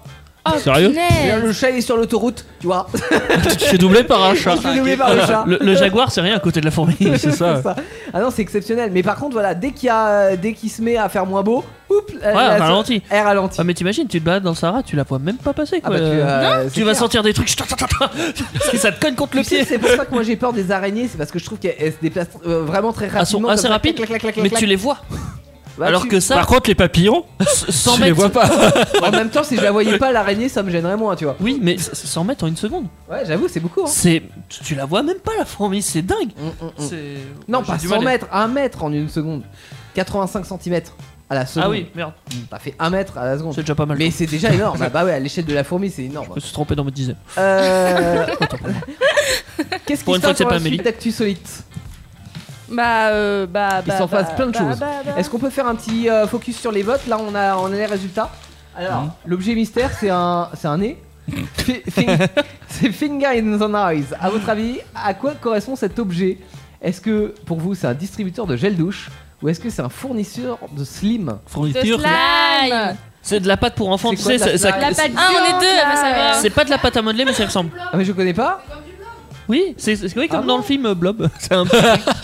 Oh,
Sérieux
punaise.
Eh Le chat il est sur l'autoroute, tu vois.
[LAUGHS] Tu te fais doubler par
[LAUGHS]
un chat.
Il se fait doubler par le chat.
Le, le jaguar, c'est rien à côté de la fourmi.
C'est ça.
[LAUGHS] C'est ça. Ah non, c'est exceptionnel. Mais par contre, voilà, dès qu'il y a, dès qu'il se met à faire moins beau, oups, elle,
Ouais,
elle-
on ralentit.
Euh, elle ralentit.
Ah, mais t'imagines, tu te balades dans le Sahara, tu la vois même pas passer
Ah
quoi.
bah, tu, euh,
tu
c'est
vas
clair. Mm.
sentir des trucs. Parce que ça te cogne [LAUGHS] contre le
Tu sais,
pied.
c'est pour ça que moi j'ai peur des araignées, c'est parce que je trouve qu'elles se déplacent euh, vraiment très rapidement.
Elles sont
comme
assez
ça,
rapides,
clac, clac, clac, clac,
mais
clac.
tu les vois.
Bah,
Alors
tu-
que ça,
Par contre, les papillons,
100
je les
mètres.
vois pas.
[LAUGHS] En même temps, si je la voyais pas, l'araignée, ça me gênerait moins, tu vois.
Oui, mais c- 100 mètres en une seconde.
Ouais, j'avoue, c'est beaucoup. hein.
C'est, tu- tu la vois même pas la fourmi, c'est dingue.
Mm, mm, mm.
C'est-
Non,
Ouais, j'ai
pas
du
100
mal à-
mètres, 1 mètre en une seconde. 85 cm à la seconde. Mm,
Ah oui, merde,
T'as fait 1 mètre à la seconde.
c'est déjà pas mal.
Mais c'est déjà énorme. bah, bah ouais, à l'échelle de la fourmi, c'est énorme.
Je me suis trompé dans ma dizaine.
Euh... Qu'est-ce qui
Pour
se
une fois que
passe
c'est
dans
pas
la suite
Amélie.
d'Actu Solite
bah, euh, bah, bah.
Il s'en
bah,
passe plein de
bah,
choses.
bah, bah.
Est-ce qu'on peut faire un petit euh, focus sur les votes Là, on a, on a les résultats. Alors,
Mhm.
l'objet mystère, c'est un, c'est
[LAUGHS]
un nez. Fi- fi- c'est finger in the nose. À votre avis, à quoi correspond cet objet Est-ce que pour vous, c'est un distributeur de gel douche ou est-ce que c'est un fournisseur de slim
De
Fourniture.
slime
C'est de la pâte pour enfants,
C'est
tu
quoi
sais.
de la
ça- ça-
slime
La pâte
Ah, on est
blanche,
deux,
là,
bah, ça va.
ouais.
C'est pas de la pâte à modeler, mais ça ressemble.
Ah mais je connais pas.
Oui, c'est c'est- oui, comme
Ah
dans le film euh, Blob. [LAUGHS] C'est un petit-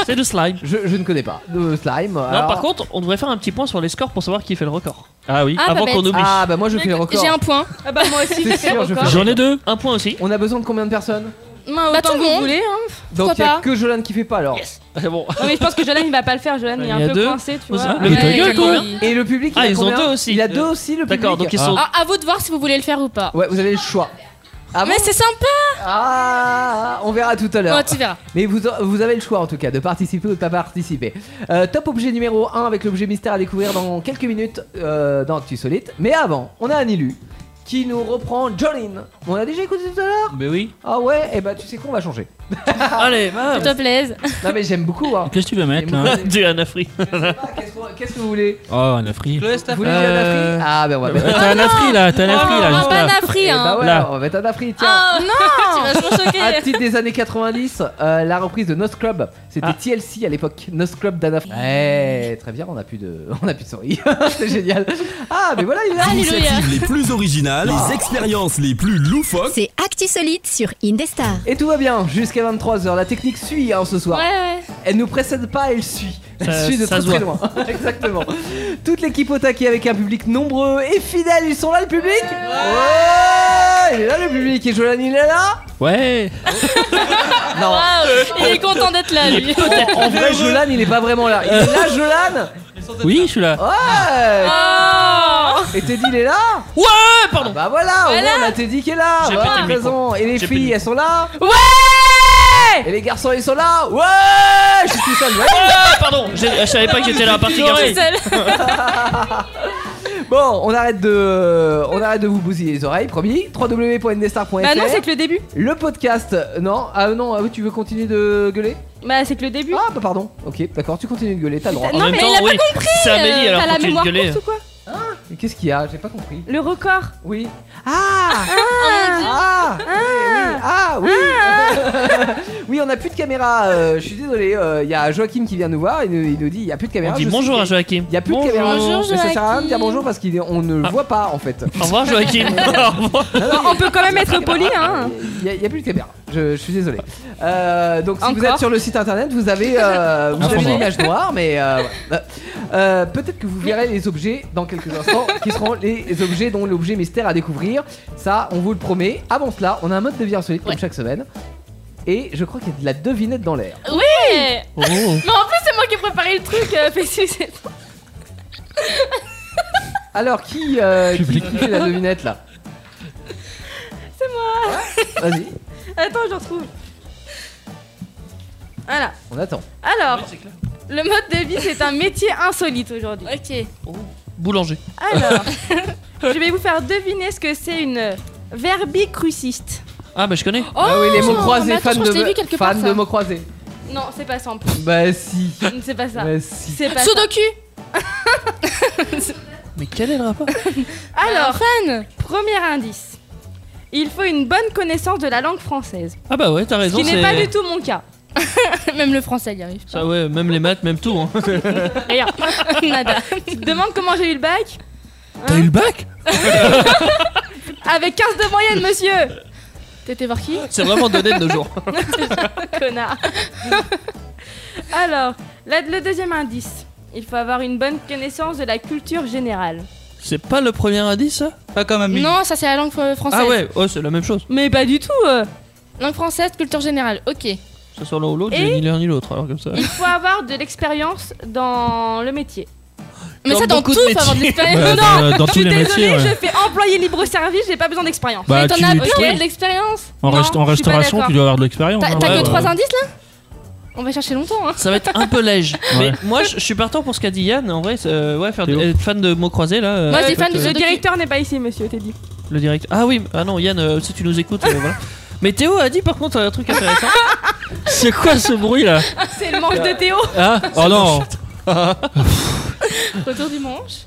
c'est du slime.
Je, je ne connais pas. De slime.
Non, par contre, on devrait faire un petit point sur les scores pour savoir qui fait le record.
Ah oui.
Ah,
Avant
pas
qu'on
bête.
oublie.
Ah bah moi je fais le record.
J'ai un point.
Ah bah moi aussi,
C'est
j'ai
sûr,
fait
je
record.
fais-
J'en ai deux.
Un point aussi.
On a besoin de combien de personnes
Moi,
Bah,
autant
tout le
que vous
monde.
voulez. Hein.
Donc
Pourquoi
il y a
pas
que Jolan qui fait pas alors.
Ah, Bon.
Non mais je pense que Jolan il va pas le faire, Jolan il
Il
est
y
un
a
peu
deux.
coincé, tu
Vous-
vois.
Mais ta gueule, toi.
oui.
Et le public il
Ah,
a
ils ont
combien
deux aussi.
Il a
Euh,
deux aussi le public.
Ah.
D'accord, donc ils sont.
Ah, à vous de voir si vous voulez le faire ou pas.
Ouais, vous avez le choix.
Mais c'est sympa
Ah, on verra tout à l'heure.
Ouais, tu verras.
Mais vous, vous avez le choix en tout cas de participer ou de pas participer. Euh, top objet numéro 1 avec l'objet mystère à découvrir dans quelques minutes euh, dans Actu Solite. Mais avant, on a un élu qui nous reprend Jolene. On a déjà écouté tout à l'heure
Mais oui.
Ah ouais, et bah tu sais quoi, on va changer.
Allez,
S'il te plaise.
Non mais j'aime beaucoup. Hein.
Qu'est-ce que tu veux
Ah
mettre là
[LAUGHS] Du Anafri.
Qu'est-ce que vous voulez
Oh, un afri.
Vous voulez du
Euh,
Anafri Ah ben ouais. bah-
T'as un afri là, t'as Ah, un hein. afri là, juste là.
Eh
hein.
bah ouais,
Là.
on va mettre un Afri, tiens.
Oh
[LAUGHS]
non Tu vas trop choquer.
À titre des années 90, euh, la reprise de Nose Club, c'était TLC à l'époque, Nose Club d'Anna. Ouais, très bien, on a plus de, [LAUGHS] on a plus de souris, c'est génial. Ah, mais voilà, il est là. Ah.
Les initiatives les plus originales, les expériences les plus loufoques.
C'est Actisolite sur Indestar.
Et tout va bien jusqu'à 23h. La technique suit hein, ce soir. Elle nous précède pas, elle suit. Elle
Ça-
suit de
ça
très
se
très
voit.
loin. [LAUGHS] Exactement. Toute l'équipe au taquet avec un public nombreux et fidèle. Ils sont là, le public Ouais, Il est là, le public. Et Jolan, il est là
Ouais.
Non.
Waouh, Il est content d'être là, lui.
En- En vrai, Jolan, il est pas vraiment là. Ah, Il est là,
Euh.
Jolan
Oui, je suis là.
Ouais
Oh.
Et Teddy, il est là
Ouais, pardon
Bah voilà, au
Voilà.
moins, on a Teddy qui est là
J'ai
voilà,
pété le
présent.
micro.
Et les
J'ai pété
filles,
le
elles sont là
Ouais
Et les garçons, ils sont là Ouais Je suis tout seul, ouais.
Ah, pardon, j'ai- je savais pas que j'étais là, partie
Je
garçon.
suis seule.
Bon, on arrête de, on arrête de vous bousiller les oreilles, promis. www.ndstar.fr.
Bah non, c'est que le début.
Le podcast, euh, non, ah non, ah oui, tu veux continuer de gueuler
Bah c'est que le début.
Ah bah pardon, ok, d'accord, tu continues de gueuler, t'as le droit.
Putain, non, mais il a pas compris.
C'est
euh,
Amélie, alors
T'as la
continue de
mémoire
gueuler.
courte ou quoi
Mais Qu'est-ce qu'il y a J'ai pas compris.
Le record.
Oui. Ah Ah Ah oui
Ah.
[LAUGHS] Oui, on a plus de caméra, euh, je suis désolé, il y a Joachim qui vient nous voir, il nous, il nous dit il y a plus de caméra.
On dit
je
bonjour
sais-
à Joachim.
Il y a plus de
Bonjour.
caméra.
Bonjour,
Mais ça sert à rien de dire
Joachim.
bonjour parce qu'on ne le voit pas en fait.
Au
[LAUGHS]
revoir,
[LAUGHS]
Joachim. Au revoir.
On peut quand même être poli, hein.
Il n'y a, plus de caméra. Je, je suis désolé. Euh, donc si vous
Encore
êtes sur le site internet, vous avez, euh, vous
Un
avez
fond
une
noir.
image noire, mais euh, voilà. Euh, peut-être que vous verrez les objets dans quelques instants, qui seront les objets dont l'objet mystère à découvrir. Ça, on vous le promet. Avant cela, on a un mode de vie insolite comme chaque semaine. Et je crois qu'il y a de la devinette dans l'air.
Ouais
Oh.
Mais en plus, c'est moi qui ai préparé le truc, euh, parce que c'est-
Alors, qui, euh, qui, qui fait la devinette là
c'est moi.
Vas-y,
Attends, je retrouve. Voilà.
on attend.
Alors, le mode de vie, c'est un métier insolite aujourd'hui.
Ok.
Boulanger.
Alors, je vais vous faire deviner ce que c'est une verbicruciste.
Ah, bah je connais. Oh,
ah oui, les mots
mais
croisés,
attends,
fan
je crois que je l'ai vu
de,
quelque
fan
part,
de
ça.
mots croisés.
Non, c'est pas ça en plus.
Bah si.
C'est pas ça.
Bah si.
C'est pas ça.
Sudoku
Mais quel est le rapport
Alors,
Ah, Fan
premier indice. Il faut une bonne connaissance de la langue française.
Ah, bah ouais, t'as
Ce
raison.
qui n'est
c'est-
pas du tout mon cas.
[LAUGHS] Même le français, il y arrive.
Ça, ouais, même les maths, même tout. hein.
[LAUGHS]
Rien. Nada. Tu te demandes comment j'ai eu le bac
[LAUGHS] T'as eu le bac
Avec 15 de moyenne, monsieur
T'étais voir qui
C'est vraiment donné de nos jours.
[LAUGHS] Connard. Alors, là, le deuxième indice. Il faut avoir une bonne connaissance de la culture générale.
[LAUGHS] C'est pas le premier indice, ça
Pas comme Amélie.
Non, ça c'est la langue fr- française.
Ah ouais, ouais, c'est la même chose.
Mais pas du tout euh.
Langue française, culture générale. Ok.
Ça sort l'un ou l'autre,
Et-
j'ai ni l'un ni l'autre, alors comme ça. [LAUGHS]
Il faut avoir de l'expérience dans le métier.
Mais
Dans
ça, dans
beaucoup
tout,
de
faut avoir de
métiers.
l'expérience.
[LAUGHS] Ouais,
non,
dans, dans
je
tous
suis
les métiers.
désolée,
ouais.
je fais employé libre-service, j'ai pas besoin d'expérience.
Bah,
mais t'en
tu-
as
tu-
besoin
oui.
de l'expérience.
En,
Non,
rest- en
je suis pas
restauration,
d'accord.
tu dois avoir de l'expérience.
T'as
hein,
t'as
ouais,
que
ouais.
trois indices là On va chercher longtemps. Hein.
Ça va être
[LAUGHS]
un peu léger.
Ouais.
Mais moi, je je suis partant pour ce qu'a dit Yann. En vrai, c'est, euh, ouais, faire de-
Théo.
être fan de mots croisés là. euh,
Moi,
ça
j'ai
peut
fan
être,
de-
euh,
Le directeur n'est pas ici, monsieur, t'es dit.
le direct. Ah oui, ah non, Yann, euh, si tu nous écoutes,
[LAUGHS]
euh, voilà. Mais Théo a dit par contre un truc intéressant. Euh,
C'est quoi ce bruit là
C'est le manche de Théo.
[LAUGHS]
Ah Oh non
Retour du manche.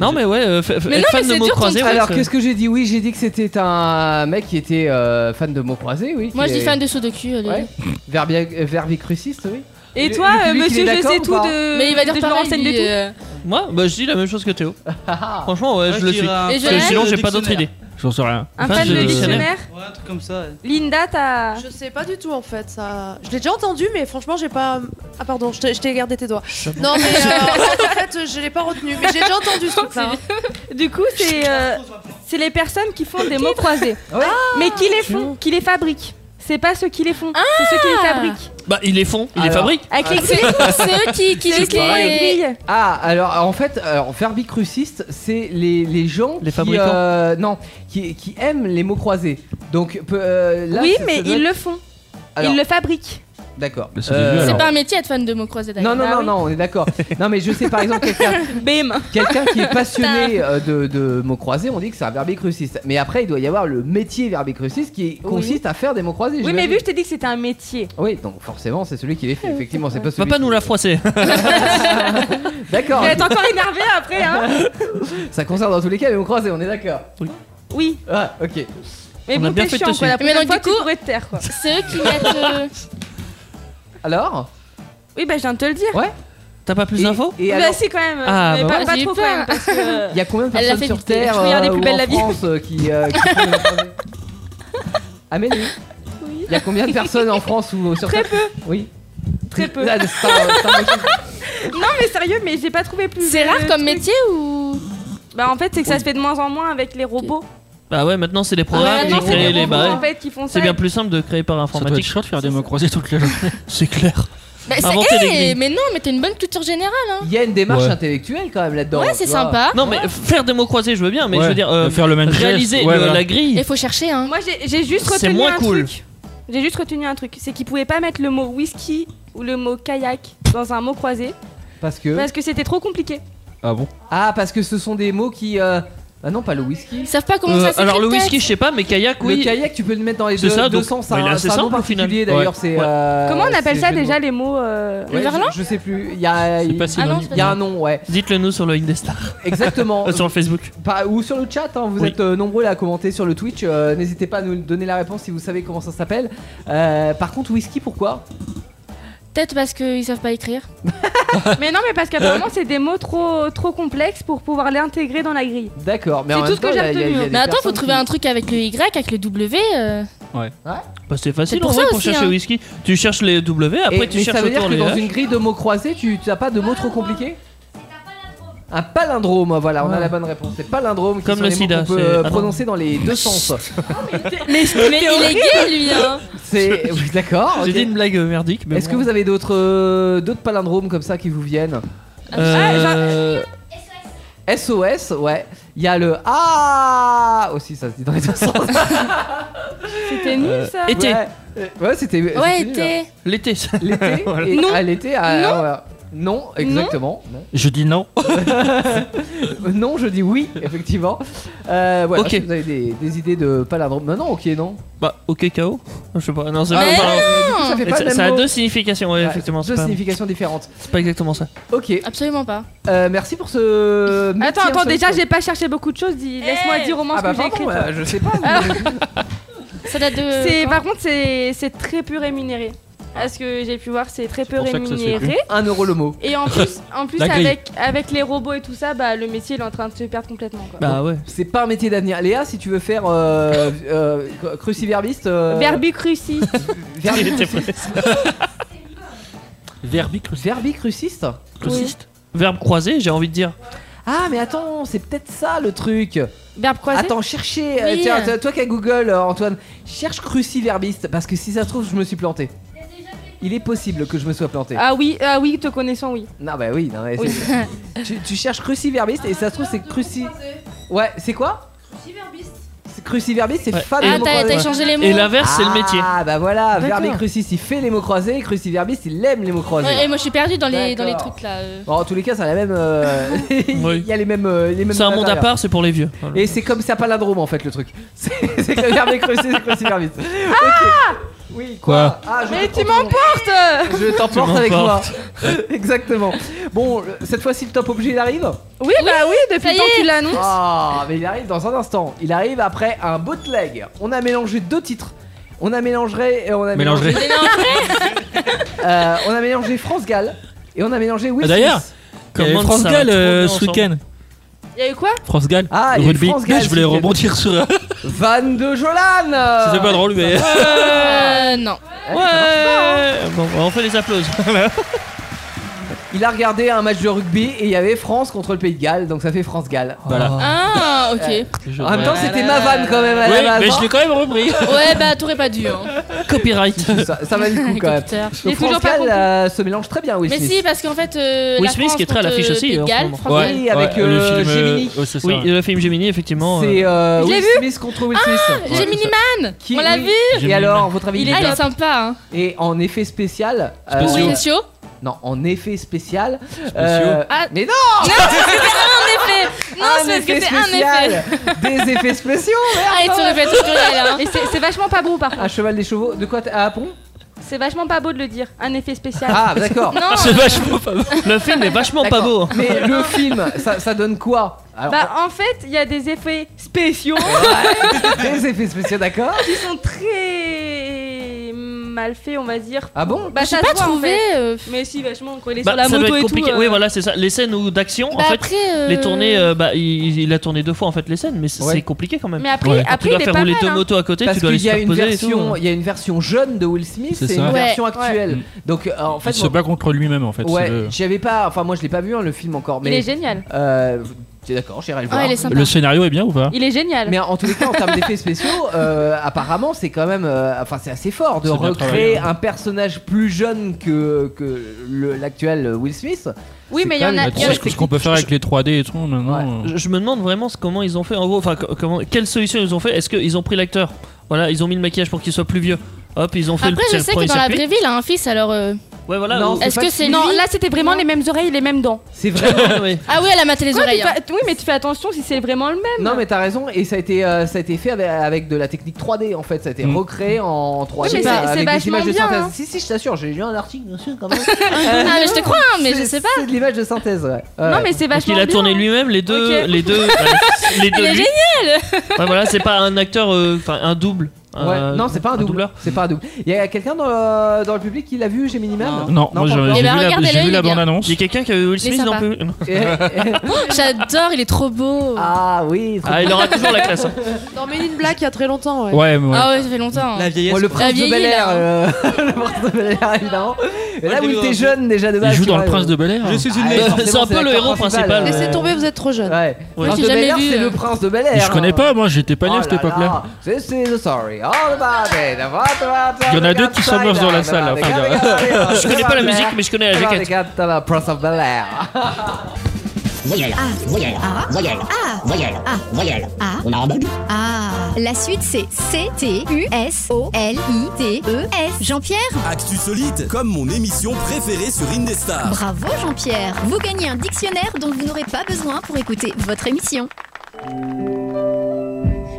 non, mais ouais, euh, fa- fa-
Mais
être
non, mais
fan de
c'est
mots
dur ton
croisés.
truc.
ouais,
Alors,
ça-
qu'est-ce que j'ai dit Oui, j'ai dit que c'était un mec qui était euh, fan de mots croisés, oui.
Moi, je
qui
dis
est-
fan de Sudoku. allez.
Ouais. [LAUGHS] Verbia- euh, verbicruciste, oui.
[LAUGHS]
Et
Le-
toi,
le
euh,
public, il est
monsieur, je
d'accord
sais
ou
tout
pas
de.
Mais il va dire
de
pareil.
Laurent Seine de
lui,
tout.
euh,
Moi, bah, je dis la même chose que Théo.
Ah.
Franchement, ouais,
Ouais,
je le
je
suis.
dirais un
Parce
fan
que sinon,
de
j'ai pas d'autre idée.
dictionnaire.
J'en sais rien.
Un
Enfin,
fan
je-
de dictionnaire.
Ouais, un truc comme ça. ouais.
Linda, t'as.
Je sais pas du tout en fait ça. Je l'ai déjà entendu mais franchement j'ai pas. Ah pardon, je t'ai- je t'ai gardé tes doigts. Non mais euh, en fait je l'ai pas retenu mais j'ai déjà
[LAUGHS]
entendu ce truc là.
hein.
Du coup, c'est euh, c'est les personnes qui font des mots croisés,
[LAUGHS] Ouais. Ah.
mais qui les font, qui les fabriquent. C'est pas ceux qui les font,
Ah.
c'est ceux qui les fabriquent.
Bah, ils les font, ils les
Alors-
fabriquent.
Avec les grilles, Ah,
[LAUGHS]
Ah,
[LAUGHS] c'est eux qui, qui
C'est
les
pareil.
grilles.
Ah, alors en fait, alors, verbicruciste, c'est les, les gens les qui,
fabricants.
euh, non, qui, qui aiment les mots croisés. Donc, peu- euh, là,
oui,
ça-
mais
ça doit
ils
être-
le font.
Alors-
Ils le fabriquent. Ah
D'accord.
des vieux,
C'est
alors.
pas Bah un métier être fan de mots croisés
Non,
d'ailleurs.
non, non, non, on est d'accord. non, mais je sais par exemple quelqu'un [LAUGHS]
Bim
quelqu'un qui est
[LAUGHS]
passionné euh, de, de mots croisés, on dit que c'est un verbicruciste. Mais après, il doit y avoir le métier verbicruciste qui consiste à faire des mots croisés.
Oui, mais
j'imagine.
vu, que je t'ai dit que c'était un métier.
Oui, donc forcément, c'est celui qui
[LAUGHS]
les fait. Effectivement, c'est pas
Va
celui.
pas nous la froisser.
[LAUGHS] D'accord.
Tu vas être encore énervé après, hein
[LAUGHS] Ça concerne dans tous les cas les mots croisés, on est d'accord.
Oui.
Ah, ok.
Mais
On a
bon,
bien
t'es
fait de
chiant,
te
quoi. La
suivre.
Mais
première
donc,
fois,
du
tu
coup-
pourrais te taire, quoi.
C'est eux qui mettent. euh,
Alors
[LAUGHS] Oui, bah, je viens de te le dire.
Ouais.
T'as pas plus d'infos
Et
bah,
alors,
si, quand même.
Ah,
mais
bah
pas,
ouais.
pas
J'ai
trop,
eu
quand
peur.
même. Parce que...
[LAUGHS] il y a combien de
Elle l'a
personnes
fait
sur
vite, je
Terre
regardais
euh,
plus
ou
belle
en
la vie.
France euh, qui, euh, qui font des mots
[LAUGHS]
croisés Amélie Il y a combien de personnes en France ou sur
Très
Terre Oui.
Très peu.
Là, c'est pas-
[LAUGHS]
c'est pas moi qui-
Non, mais sérieux, mais j'ai pas trouvé plus.
C'est
de
rare comme
trucs.
métier ou.
Bah, en fait, c'est que ça se fait de moins en moins avec les robots.
Bah ouais, maintenant c'est des
Ah,
programmes
maintenant,
qui
c'est
créent
des
les
robots,
barres.
en fait, qui font ça.
C'est bien plus simple de créer par
Ça doit être
informatique.
chiant de faire des mots croisés toute
[LAUGHS]
la journée.
C'est clair.
Bah, c'est-
Inventer des
Eh,
grilles.
mais non, mais t'as une bonne culture générale. Hein.
Il y a une démarche
Ouais.
intellectuelle quand même là-dedans.
Ouais, c'est
tu vois.
sympa.
Non mais faire des mots croisés, je veux bien, mais
Ouais,
je veux dire euh,
faire le même geste,
réaliser
ouais,
le-
voilà.
la grille.
Il faut chercher. Hein.
Moi, j'ai j'ai juste
C'est
retenu
moins
un
cool.
truc. J'ai juste retenu un truc. C'est qu'ils pouvaient pas mettre le mot whisky ou le mot kayak dans un mot croisé
Parce que.
parce que c'était trop compliqué.
Ah bon
Ah, parce que ce sont des mots qui. euh, Ah non, pas le whisky.
Ils savent pas comment
Euh,
ça s'écrit.
alors le
peut-être.
whisky, je sais pas, mais kayak, oui.
Le kayak, tu peux le mettre dans les
C'est
deux,
ça,
deux
donc-
sens. C'est
mais il est
un,
assez
c'est un nom
simple, au final.
particulier d'ailleurs.
Ouais.
c'est,
Ouais.
euh,
Comment on appelle
c'est
ça
jeu de
déjà
mots.
les mots euh,
Ouais,
Le
je-
verlan
je, sais plus. Il y a,
C'est pas
Ah non,
synonyme.
c'est pas
il y a un nom, ouais.
Dites-le nous sur le Indestar.
Exactement.
Euh, [LAUGHS] sur le Facebook.
Par- ou sur le chat, hein, vous
Oui.
êtes euh, nombreux là, à commenter sur le Twitch. euh, N'hésitez pas à nous donner la réponse si vous savez comment ça s'appelle. Euh, par contre, whisky, pourquoi
Peut-être parce qu'ils savent pas écrire.
[LAUGHS] Mais non, mais parce qu'apparemment c'est des mots trop trop complexes pour pouvoir l'intégrer dans la grille.
D'accord, mais
C'est
en
tout
même
ce que
temps,
j'ai
il y a- il y a- il y
retenu.
a
hein.
des
Mais attends, faut
personnes
trouver
qui-
un truc avec le Y, avec le W. euh,
Ouais.
Bah c'est
C'est
facile
pour
en
ça
vrai pour
aussi,
chercher
hein.
whisky. Tu cherches les W, après
Et-
tu
mais
cherches
ça veut dire
autour
que
les E.
dans
H.
une grille de mots croisés, tu n'as pas de mots trop compliqués un palindrome, voilà, on a la bonne réponse. C'est palindrome qui
Comme
sont
le
les mots
sida,
qu'on peut
c'est-
euh,
ah non.
prononcer dans les deux sens.
Mais,
Mais il est gay lui. Hein.
C'est oui, d'accord.
J'ai
ok.
dit une blague euh, merdique. mais
Est-ce que
bon.
vous avez d'autres euh, d'autres palindromes comme ça qui vous viennent
Ah,
Euh,
SOS, ouais. Il y a le ah aussi, ça se dit dans les
[LAUGHS]
deux sens.
C'était nul ça.
Été.
Ouais, Euh, ouais, c'était.
Ouais,
c'était nul, hein.
été.
L'été.
L'été.
[LAUGHS] Voilà.
et-
Non.
ah, l'été. ah,
Non.
voilà. non, exactement. Non.
Je dis non.
Euh, [LAUGHS] Non, je dis oui, effectivement. Euh, voilà,
Ok.
si vous avez des, des idées de palindrome. Non, non, ok, non.
Bah ok KO. Je sais pas. Ah Non c'est
Mais
pas
non.
parlant.
Euh, Du coup, ça fait
Et
pas le
Ça
même
ça a
mot.
deux significations, ouais,
Ouais,
effectivement.
Bah, Deux
C'est pas-
significations différentes.
c'est pas exactement ça.
Ok,
Absolument pas.
euh, merci pour ce. métier
Attends, attends,
insolite.
déjà j'ai pas cherché beaucoup de choses.
Eh.
dis- Laisse-moi dire au moins
Ah
ce
bah
que j'ai
pardon,
écrit.
bah,
toi.
je sais pas.
Ça date de.
C'est
quand
par contre c'est c'est très peu rémunéré. À ce que j'ai pu voir, c'est très peu
pour ça que ça se fait
rémunéré.
Un euro le mot.
Et en
[LAUGHS]
plus, en plus
La grille.
avec, avec les robots et tout ça, bah, le métier il est en train de se perdre complètement. Quoi.
Bah ouais.
C'est pas un métier d'avenir. Léa, si tu veux faire euh, euh, cru- cruciverbiste. euh,
Verbicruciste.
verbi-
Il était
[LAUGHS]
presque.
Verbicruciste.
verbicruciste
Cruciste. Verbe croisé, j'ai envie de dire.
Ah, mais attends, c'est peut-être ça le truc.
Verbe croisé.
Attends, cherchez. euh,
Oui.
tiens, toi- toi qui as Google, euh, Antoine, cherche cruciverbiste parce que si ça se trouve, je me suis planté. Il est possible que je me sois planté.
Ah oui, ah oui, te connaissant, oui.
Non, bah oui, non, mais
Oui.
c'est- [LAUGHS] tu, tu cherches cruciverbiste et ça se trouve, c'est cruci. Ouais, c'est quoi C'est Cruciverbiste, c'est
Ouais.
fan de
Ah,
mots
t'as
croisés.
t'as échangé les mots.
Et l'inverse, c'est le métier.
Ah, bah voilà,
D'accord.
verbicruciste, il fait les mots croisés, cruciverbiste, il aime les mots croisés.
Ouais, et moi je suis perdue dans les, dans les
D'accord.
trucs là. euh.
Bon, en tous les cas, ça a la même. euh,
[LAUGHS] Oui.
Il y a les mêmes. euh, les mêmes
C'est un monde à
matériaux.
part, c'est pour les vieux. Voilà.
Et c'est comme ça palindrome en fait le truc. [LAUGHS] C'est c'est que verbe écrusé, c'est cruciverbiste. Ok. Ah Oui, quoi, Ah, je
Mais
comprends
tu
ton-
m'emportes
Je t'emporte
Tu
avec moi.
m'emportes.
[LAUGHS] Exactement. Bon, le- cette fois-ci, le top objet il arrive.
Oui, bah oui, depuis
ça
le
y
temps
est.
que tu l'annonces.
Ah, mais il arrive dans un instant. Il arrive après un bootleg. On a mélangé deux titres. On a mélangé. et On a
Mélangerai.
mélangé. [LAUGHS] euh, on a mélangé France Gall. Et on a mélangé Will
Ah, d'ailleurs,
Smith.
Il y avait
Comment
France
ça va
Gall
trop
euh,
bien
ce
ensemble.
week-end.
Il y a eu quoi
France Gall.
Ah,
le
il y a eu
rugby.
France Gall
je voulais
ce week-end.
rebondir sur. C'était
Van de Jolan
pas drôle, mais.
Euh, non.
hein.
Ouais. Bon, bah, on fait les applaudissements.
Il a regardé un match de rugby et il y avait France contre le Pays de Galles, donc ça fait France-Galles.
Voilà.
Ah, ok.
Ouais. En même temps, c'était ma vanne quand même à
Oui,
la base,
mais je
hein.
l'ai quand même
Eh.
repris.
Ouais, bah, t'aurais pas dû. hein.
[LAUGHS] Copyright.
ça, ça m'a mis le
[LAUGHS]
coup quand même.
Hélicoptère.
Donc,
J'ai toujours
France
pas
Galles
compris.
euh, se mélange très bien, Will
Mais
Smith.
si, parce qu'en fait. euh,
Will
la
Smith qui
France
est très à l'affiche
contre,
aussi, hein,
euh,
en ce
Galles,
moment.
France-
Oui, avec
Ouais, le
euh,
film, euh,
Gemini.
ouais, c'est ça. Oui, le film Gemini, effectivement.
C'est euh,
Je l'ai
Will
vu.
Smith contre Will Smith.
Ah, j'ai Miniman
Qui-
On l'a
oui.
vu
Et alors, votre avis
Il est,
est
ah, il est
top.
sympa, hein.
Et en effet spécial.
Spéciaux.
euh,
Spéciaux
Non, en effet spécial. euh,
Ah.
Mais non
Non, c'était un effet
[LAUGHS]
Non,
Un
c'est parce
effet
que c'est un
spécial
effet Ah,
Des effets spéciaux
[LAUGHS]
merde.
Allez, tu répètes tout là.
Et
[LAUGHS]
c'est c'est vachement pas beau par
Un
contre.
cheval des chevaux. De quoi t'as- Ah, pardon
C'est vachement pas beau de le dire. Un effet spécial.
Ah, d'accord.
Non,
C'est vachement pas beau. Le film est vachement pas beau.
D'accord. Mais le film, ça, ça donne quoi Alors,
bah en fait, il y a des effets spéciaux
Des effets spéciaux, d'accord
[LAUGHS] qui sont très mal faits, on va dire.
Ah bon
Bah
J'ai
ça
pas
se voit, en
trouvé,
fait.
euh,
Mais si vachement quand il est
Bah,
sur la
ça
moto
doit être
et
compliqué.
tout. euh,
Oui, voilà, c'est ça. Les scènes où- d'action, en
Bah,
fait,
après, euh,
les tournées, euh, bah, il, il a tourné deux fois en fait les scènes, mais c'est c'est compliqué quand même.
Mais après-
Quand
après,
tu dois
il est
faire
pas
rouler
mal,
deux
hein.
motos à côté,
Parce
tu dois
qu'il
les
y a une
superposer et tout. hein.
version, il y a une version jeune de Will Smith,
C'est
c'est
ça.
une
Ouais.
version
Mm.
actuelle. Donc euh, en fait,
il se
moi-
bat contre lui-même en fait.
ouais,
c'est le-
j'avais pas, enfin moi je l'ai pas vu hein, le film encore, mais
Il est génial.
Euh, vous- t'es d'accord, j'irai le
Ah,
voir.
il est sympa.
Le scénario est bien ou
Ah.
pas
Il est génial.
Mais en tous les cas, en termes d'effets spéciaux, euh, apparemment, c'est quand même, euh, enfin, c'est assez fort de
C'est bien
recréer
travaillé, hein.
un personnage plus jeune que, que le- l'actuel Will Smith.
Oui,
C'est
mais il
quand
y en
même-
a-
Bah, tu sais ce
[LAUGHS]
qu'on peut faire avec les 3D et tout maintenant. euh,
Je je me demande vraiment ce- comment ils ont fait en gros, enfin co- comment, quelle solution ils ont fait. Est-ce qu'ils ont pris l'acteur Voilà, ils ont mis le maquillage pour qu'il soit plus vieux. Hop, ils ont fait le
Après,
c'est
je
le
sais que
premier
dans la
circuit.
vraie vie, il a un fils, alors. euh,
Ouais, voilà.
Non,
ou-
Est-ce que c'est
Non,
lui
là c'était vraiment les mêmes oreilles, les mêmes dents.
C'est vraiment. oui.
Ah oui, elle a maté les
Quoi,
oreilles.
tu
hein.
fais- Oui, mais tu fais attention si c'est vraiment le même.
Non mais t'as raison et ça a été euh, ça a été fait avec, avec de la technique 3D en fait ça a été recréé en 3D
Oui, mais c'est-
avec
c'est
des
vachement
images de
bien,
synthèse.
hein.
Si si je t'assure j'ai lu un article bien sûr quand
[LAUGHS]
même.
[LAUGHS] Ah, mais je te crois, hein, mais je
C'est-
sais pas.
C'est de l'image de synthèse ouais.
Non,
Ouais.
mais c'est
Donc
vachement
il a tourné
bien.
lui-même les deux,
Ok. [LAUGHS]
les deux, les deux.
Il est
lui.
génial
Ouais, voilà, c'est pas un acteur, euh, enfin un double. un-
Ouais, non, c'est pas Euh, un double.
doubleur.
C'est pas un double. Il y a quelqu'un dans le, dans le public qui l'a vu chez Miniman
Non, moi j'ai
pas
Eh
encore.
j'ai
ben,
vu la,
regardez-le,
j'ai vu
il
la
est bien.
bande-annonce.
Il y a quelqu'un qui a vu Will
Il est
Smith
sympa.
non plus. Non.
[LAUGHS]
[LAUGHS]
J'adore, il est trop beau.
Ah oui.
Ah, il aura toujours
[LAUGHS]
la classe. hein.
Dans Men in Black, il y a très longtemps, ouais.
Ouais, mais ouais.
Ah ouais, ça fait longtemps.
La vieillesse.
Bon, le
quoi.
prince de
vieilli,
Bel Air,
là.
euh, le prince de Bel Air évidemment. Et là
j'ai
où il
vu
était
dans-
jeune déjà de base.
il joue
tu
dans
vois,
le Prince de Bel Air.
Je suis une
Ah,
légende.
forcément,
C'est un peu le
l'acteur
héros
principal,
principal.
ouais.
Laissez tomber, vous êtes trop jeune.
Ouais.
Ouais.
Prince
J'ai
de Bel
jamais
Air,
vu,
c'est
euh.
le prince de Bel
Et
Air.
je connais pas, moi j'étais pas né à
Oh
cette époque-là.
This is the story. All about it.
Il y en a deux qui sont morts dans la salle, là. Enfin, euh, [LAUGHS]
Je connais pas la musique, mais je connais la jaquette.
Prince of Bel Air.
Voyelle A, voyelle A, voyelle A, voyelle A, voyelle A. On a un bug Ah La suite c'est C, T, U, S, O, L, I, T, E, S. Jean-Pierre
Actu solide, comme mon émission préférée sur Indestar.
Bravo Jean-Pierre Vous gagnez un dictionnaire dont vous n'aurez pas besoin pour écouter votre émission.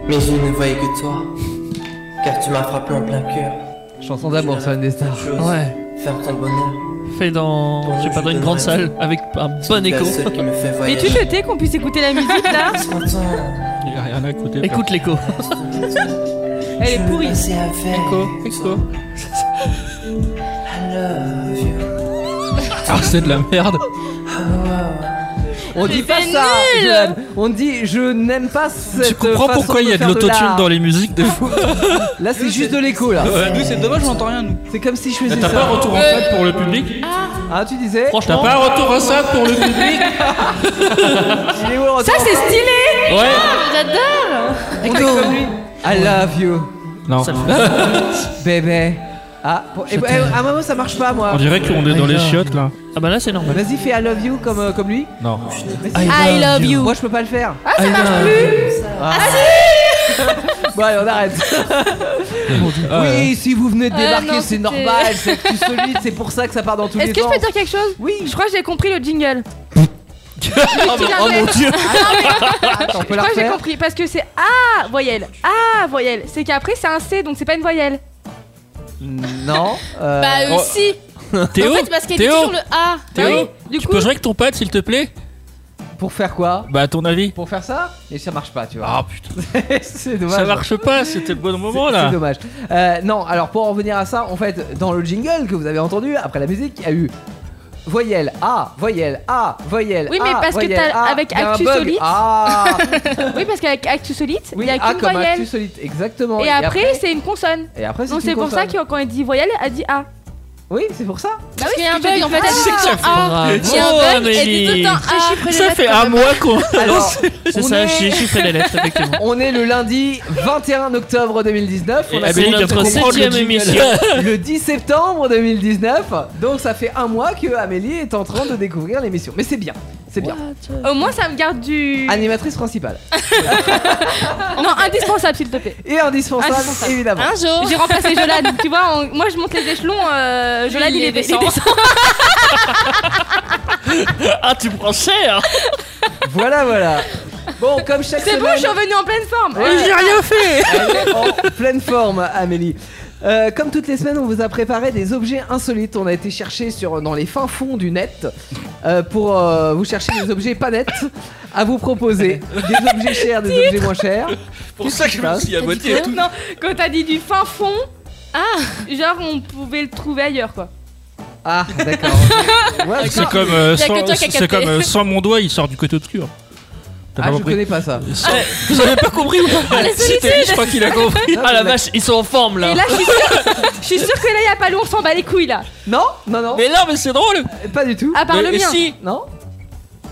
Mais je ne voyais que toi, car tu m'as frappé en plein cœur.
Chanson d'amour sur une des stars.
Ouais.
Faire ton bonheur.
Fait dans, je sais pas, dans une grande salle avec un bon écho.
La seule qui me fait
Mais
voyager.
tu te tais qu'on puisse écouter la musique
[LAUGHS]
là
Il y a rien à écouter.
Écoute l'écho.
Elle est pourrie.
Écho, écho. Ah, c'est de la merde.
Ah.
On dit pas
C'était
ça.
nul.
Johan. On dit je n'aime pas cette.
Tu comprends
façon
pourquoi il y a de
faire
l'autotune
l'art.
dans les musiques des fois
Là [LAUGHS] c'est juste de l'écho là.
Nous, c'est dommage, on n'entend rien, nous.
C'est comme si je
Là,
faisais
T'as pas
ça. Euh,
un retour en salle pour le public
Ah tu disais.
T'as
Franchement,
pas un retour en salle pour le public
[LAUGHS] Il est où le retour
Ça c'est stylé Ah,
Ouais
J'adore
On est comme lui. I love you,
Non,
[LAUGHS] bébé. Ah, pour- eh, eh, à un moment ça marche pas moi.
on dirait qu'on est dans les chiottes là.
ah bah là c'est normal.
Vas-y fais I love you comme euh, comme lui.
Non.
I
I love you.
Moi je peux pas le faire.
Ah ça marche plus Ah,
[LAUGHS] Bon allez on arrête. Oui si vous venez de
Euh,
débarquer
non,
c'est
c'était- [LAUGHS]
normal, c'est plus solide, c'est pour ça que ça part dans tous les
Est-ce que je
sens.
peux dire quelque chose
Oui.
Je crois que j'ai compris le
[LAUGHS]
jingle.
Oh, mais- oh mon dieu
Attends, on
Ah Je
peut la
crois que j'ai
refaire.
compris parce que c'est A voyelle. A voyelle. C'est qu'après c'est un C donc c'est pas une voyelle.
Non. euh,
Bah euh,
Oh.
[LAUGHS]
si
Théo
En fait, parce qu'elle dit
Théo
toujours le A.
Théo
Bah oui, du
Tu
coup,
peux jouer avec ton pote s'il te plaît
Pour faire quoi
Bah à ton avis
Pour faire ça Et ça marche pas tu vois.
Ah putain,
[LAUGHS] c'est dommage.
ça marche pas, c'était le bon moment
C'est
là.
dommage. Euh, non, alors pour en revenir à ça, en fait, dans le jingle que vous avez entendu, après la musique, il y a eu voyelle A, voyelle A, voyelle
Oui, mais
A,
parce que
voyelle
t'as-
A,
avec
il y a un
Actu
bug.
Solide-
Ah
Oui parce qu'avec Actu Solide, [LAUGHS] il
Oui,
y a
A
qu'une
comme actu
voyelle.
solide, exactement.
Et après c'est une consonne.
Et après,
Donc c'est pour ça que quand elle dit voyelle, elle dit A. Bah
Oui, c'est pour ça.
Parce qu'il y a un bug en fait.
Ah,
elle dit
c'est
tout
que
le temps
ça fait
A. Il y a un bug, elle dit
Ah,
bravo.
Amélie.
tout le temps
ah,
A.
Ça fait un mois qu'on.
Alors,
c'est
on
ça,
est-
j'ai chiffré les lettres, effectivement.
[LAUGHS] On est le lundi 21 octobre 2019.
Et
on a
Amélie vient
commencé
de
à comprendre
septième
le jingle
émission.
[LAUGHS] Le 10 septembre 2019. Donc ça fait un mois que Amélie est en train de découvrir l'émission. Mais c'est bien, c'est bien.
Au moins, ça me garde du.
Animatrice principale.
Non, indispensable, s'il te plaît.
Ah. Et indispensable, évidemment.
Un jour.
J'ai remplacé
[LAUGHS]
Jolane, tu vois. on- Moi, je monte les échelons. Euh, Jolane, il,
Il
est
les descend.
descend.
[LAUGHS]
[LAUGHS]
Ah, tu prends cher
Voilà, voilà. Bon, comme chaque
C'est bon,
semaine-
je suis revenue en pleine forme.
Ouais.
Euh,
Elle est en pleine forme, Amélie. Euh, comme toutes les semaines, on vous a préparé des objets insolites. On a été chercher sur, dans les fins fonds du net euh, pour euh, vous chercher des objets pas nets à vous proposer. Des objets chers, des objets moins chers.
Pour ça que je me suis abonné et tout.
Non, quand t'as dit du fin fond, ah, genre on pouvait le trouver ailleurs quoi.
Ah,
[LAUGHS]
d'accord.
Ouais,
C'est
non,
comme, euh,
Ah, y a que
sans,
toi qui as
c'est
capté.
comme, euh, sans mon doigt, il sort du couteau de cure. T'as
Ah, je
compris
connais pas ça.
Sans- Vous avez pas compris
[LAUGHS]
ou pas
Les
Si, t'as dit,
solitudes.
je crois qu'il a compris.
Ah la vache, ils sont en forme là.
Et là, je suis sûre, je suis sûre que là, il y a pas long, on s'en bat les couilles là.
Non, non, non.
Mais non, mais c'est drôle.
Ah,
Pas du tout.
À part le mien.
Non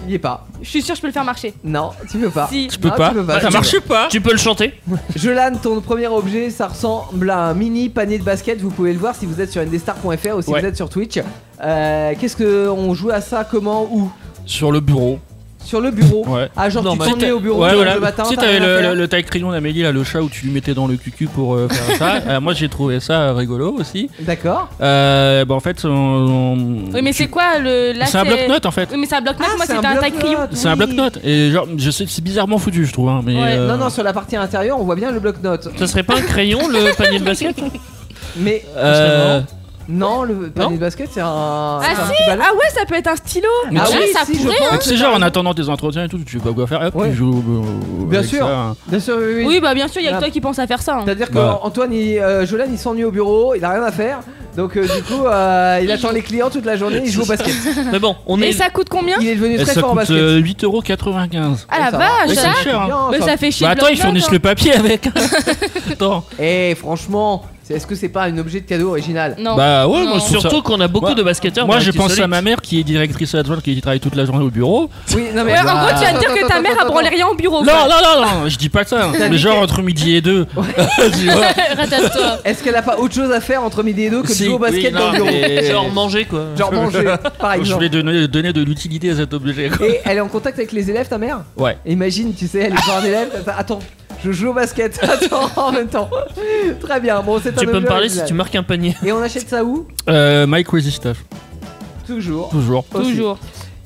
Il y est pas.
Je suis sûre que je peux le faire marcher.
Non, tu peux pas.
Si. Tu
peux
Non,
pas.
Tu peux
Bah, ça
tu
marche
peux
pas. Tu peux le chanter.
[LAUGHS] Jolan, ton premier objet, ça ressemble à un mini panier de basket. Vous pouvez le voir si vous êtes sur ndstar.fr ou si
Ouais.
vous êtes sur Twitch. Euh, Qu'est-ce que on joue à ça Comment Où
Sur le bureau.
Sur le bureau.
Ouais.
Ah, genre, tu
si
t'en mets
t'as-
au bureau
ouais,
le
voilà.
matin,
Si
t'as
t'avais
rien à
le,
faire.
le, le taille crayon d'Amélie, là, le chat où tu lui mettais dans le cucu pour euh, faire
[LAUGHS]
ça. Euh, moi, j'ai trouvé ça euh, rigolo aussi.
D'accord.
Euh, bah, en fait, on- on-
Oui, mais c'est quoi le. là,
C'est un bloc-notes, en fait.
Oui, mais c'est un bloc-notes,
Ah,
moi
c'est
c'était un
un
taille crayon.
bloc-notes.
c'est un
oui.
bloc-notes. Et genre, je sais, c'est bizarrement foutu, je trouve. hein, mais,
Ouais.
euh,
Non, non, sur la partie intérieure, on voit bien le bloc-notes.
Ce serait pas un crayon
[LAUGHS]
le panier de basket
Mais.
Euh,
Non, le panier de basket, c'est un. c'est un
Ah
petit
si
ballon.
Ah ouais, ça peut être un stylo
Mais
Ah
tu-
oui,
ça
si, je
pourrait, hein.
pense.
mais tu sais, genre, en attendant tes entretiens et tout, tu sais pas quoi faire. Hop, tu joues. euh,
Bien
avec
sûr.
ça, hein.
Bien sûr, oui, oui.
Oui, bah bien sûr, il y a
Ah.
que toi qui pense à faire ça. hein.
C'est-à-dire que
Bah.
Antoine, il, euh, Jolan, il s'ennuie au bureau, il a rien à faire. Donc, euh, du coup, euh, il attend les clients toute la journée, il joue au basket.
[LAUGHS]
Mais bon, on
Et
est.
ça coûte combien
Il est devenu
Et
très
ça
fort en
coûte
basket.
euh, 8,95€.
Euh,
Ah la
ça va.
vache
Oui,
ça
c'est cher, hein.
Bien,
Mais
ça.
ça fait chier
Bah
le
attends, ils
bloc-notes,
fournissent
hein.
le papier avec. attends.
Eh, franchement, c'est- est-ce que c'est pas un objet de cadeau original
Non.
Bah ouais, moi, je trouve
Surtout
ça-
qu'on a beaucoup
Moi-
de basketteurs.
Moi,
dans
je
l'actu
pense
solide.
à ma mère qui est directrice adjointe, qui travaille toute la journée au bureau. bah,
Oui, non, mais.
Ouais, en gros, tu vas te dire que ta
Attends,
mère a
attends,
branlé rien au bureau.
Non, non, non,
[LAUGHS]
non, je dis pas ça.
[LAUGHS]
Mais
T'as dit
genre
que-
entre midi et deux. [LAUGHS] tu
[LAUGHS]
vois.
Rattache-toi.
Est-ce qu'elle a pas autre chose à faire entre midi et deux que de
Si,
jouer au basket
oui,
dans le
non,
bureau
mais-
Genre manger quoi.
Genre
[LAUGHS]
manger, par
Je
exemple.
voulais donner, donner de l'utilité à cet objet. quoi.
Et elle est en contact avec les élèves, ta mère
Ouais.
Imagine, tu sais, elle est pas un élève. elle fait, Attends, je joue au basket. [LAUGHS] Attends, en même temps. Très bien. Bon, c'est un
Tu peux me
objet
parler si
original.
tu marques un panier.
[LAUGHS] Et on achète ça où
Euh, Mike Crazy Stuff.
Toujours.
Toujours.
Aussi.
Toujours.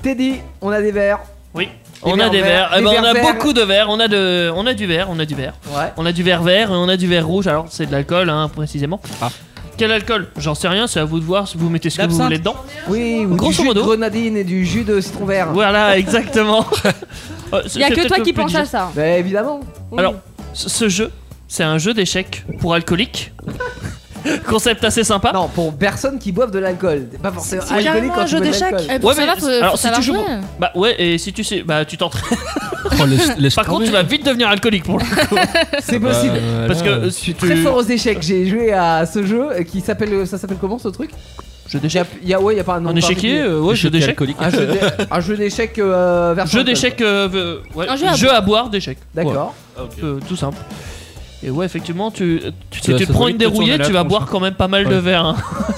Teddy, on a des verres.
Oui.
Des
On a
verres
des
verts,
verres. Eh
des
ben, on
verres
a
verts.
beaucoup de verres. On a de, on a du verre, on a du verre.
Ouais.
On a du verre vert et on a du verre rouge. Alors c'est de l'alcool, hein, précisément.
Ah.
Quel alcool J'en sais rien. C'est à vous de voir si vous mettez ce que vous
L'absinthe.
voulez dedans.
Oui, ou
Grosso
du jus de
modo.
grenadine et du jus de citron vert.
Voilà, [LAUGHS] exactement. Euh, c'est-
Il y a
c'est
que
peut-être
toi
le
qui
plus
penses à
digeste.
ça.
Bah, évidemment.
Oui.
Alors, ce ce jeu, c'est un jeu d'échecs pour
[LAUGHS]
alcooliques. Concept assez sympa.
Non, pour personne qui boive de l'alcool. Pas forcément
C'est
alcoolique
carrément
quand
un
tu
jeu
bois de
d'échecs.
l'alcool.
ben,
Eh, pour
mais-
savoir, faut-
alors
faut
si tu
savoir
joues, bon-
jouer.
bah ouais, et si tu sais, bah tu t'entraînes.
[LAUGHS] Oh, laisse- laisse
Par contre,
tomber.
tu vas vite devenir alcoolique pour le coup.
[LAUGHS] C'est possible.
Euh,
Parce que
là,
euh, si tu.
Très fort aux échecs. J'ai joué à ce jeu qui s'appelle. euh, Ça s'appelle comment ce truc
Jeu d'échecs.
Il y a, ouais, il y a pas un nom.
Un échiquier,
particulier.
euh, ouais, jeu d'échecs.
alcoolique.
Un jeu
[LAUGHS]
d'é- Un jeu d'échecs euh, version
Jeu
alcool.
d'échecs. euh, euh, ouais,
Un jeu
jeu,
à
à boire d'échecs.
D'accord.
Ouais, un peu tout simple. Et ouais, effectivement, tu, tu,
Ça-
si tu
ça
te prends
doit
une
vite te tourner
dérouillée,
la
tu vas
tronche,
boire
hein.
quand même pas mal de
Ouais.
verre. hein.
[LAUGHS]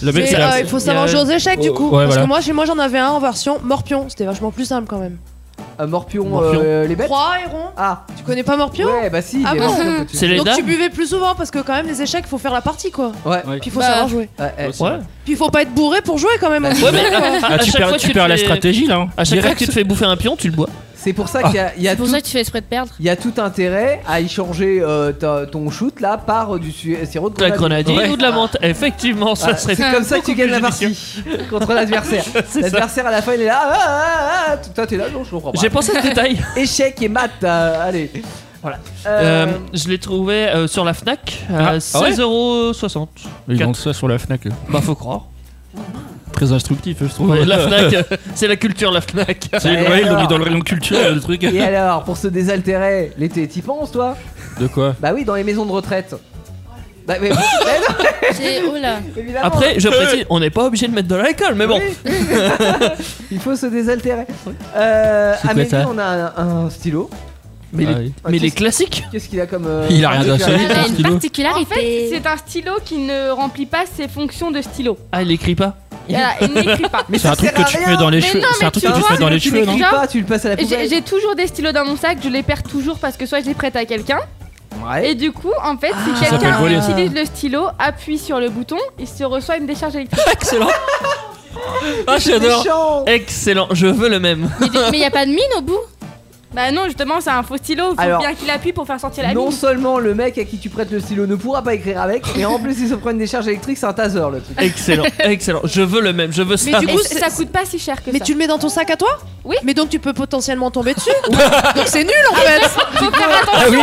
Le mec,
Mais,
c'est
euh,
la-
il faut savoir jouer aux échecs du
Oh,
coup.
ouais,
parce
voilà.
que moi, chez moi, j'en avais un en version morpion. C'était vachement plus simple quand même.
Un morpion,
Morpion.
euh, les bêtes.
Croix et rond.
Ah,
Tu connais pas morpion
ouais, bah si.
Ah
il y a
bon [LAUGHS]
marqué un peu dessus.
C'est les
Donc tu
dames.
buvais plus souvent parce que quand même les échecs, faut faire la partie quoi.
Ouais.
Ouais.
Puis faut
Bah.
savoir jouer.
Ouais, ouais.
Ouais.
Puis faut pas être bourré pour jouer quand même. hein.
[LAUGHS] Ouais, mais à, à
Ah, tu
chaque
perds,
fois
tu
que
perds
te
la
fais-
stratégie là. hein.
À chaque fois
Direct.
que tu te fais bouffer un pion, tu le bois.
C'est pour ça qu'il y a, il y a
C'est pour
tout-
ça que tu fais exprès de perdre.
il y a tout intérêt à échanger euh, ta- ton shoot là par euh, du su- sirop de
De la grenadine
Ouais.
ou de la menthe. Effectivement, ça
Ah,
serait.
c'est comme ça que tu gagnes la partie
[LAUGHS]
contre l'adversaire.
ça.
l'adversaire à la fin il est là. Ah, ah, ah, ah. Toi t'es là, non, je comprends pas.
J'ai pensé à ce détail.
[LAUGHS] Échec et maths. euh, allez.
Voilà. Euh,
Euh,
je l'ai trouvé euh, sur la Fnac à
Ah, ah ouais
16,60€.
Ils
Quatre.
vendent ça sur la Fnac. euh.
Bah faut croire.
Très instructif, je trouve.
Ouais,
[LAUGHS]
la Fnac, euh, c'est la culture la Fnac.
C'est
Euh, Et
ouais, ils l'ont
alors
mis dans le rayon culture, le truc.
Et alors, pour se désaltérer, l'été, t'y penses toi
De quoi
Bah oui, dans les maisons de retraite. Bah, mais- [LAUGHS]
J'ai- Oula.
[LAUGHS] Après, je précise, on n'est pas obligé de mettre de l'alcool, mais bon.
[LAUGHS] Il faut se désaltérer. Euh,
C'est quoi
Amélie,
ça
on a un, un stylo.
Mais les- mais les
classiques Qu'est-ce qu'il a comme. euh,
Il a rien
truc, là
d'insolite, hein,
Elle a
Un
une
stylo.
particularité. En fait, c'est un stylo qui ne remplit pas ses fonctions de stylo.
Ah, il écrit pas
Voilà, il n'écrit pas.
Mais C'est ça un truc sert que à tu te mets dans les rien. cheveux-
Mais non,
c'est un
mais
truc
tu
que tu te
vois,
mets dans les
tu
cheveux, non
l'écris pas,
Ah, tu le passes à la
J'ai
poubelle.
j'ai toujours des stylos dans mon sac, je les perds toujours parce que soit je les prête à quelqu'un. Et du coup, en fait, si
Ça s'appelle
quelqu'un
voler, ça.
utilise le stylo, appuie sur le bouton, il se reçoit une décharge
[LAUGHS]
électrique.
Excellent Ah,
C'est méchant.
j'adore Excellent, je veux le même.
Mais il a pas de mine au bout Bah non, justement, c'est un faux stylo, faut
Alors,
bien qu'il appuie pour faire sortir la
Non
mine.
seulement le mec à qui tu prêtes le stylo ne pourra pas écrire avec, mais en plus il se prend une décharge électrique, c'est un taser le truc.
Excellent, excellent. Je veux le même, je veux ça.
Et ça coûte pas si cher que
Mais
ça.
tu le mets dans ton sac à toi
Oui.
Mais donc tu peux potentiellement tomber dessus. [LAUGHS] donc c'est nul en
Ah,
[LAUGHS]
fait.
faut- faut faire
Ah oui,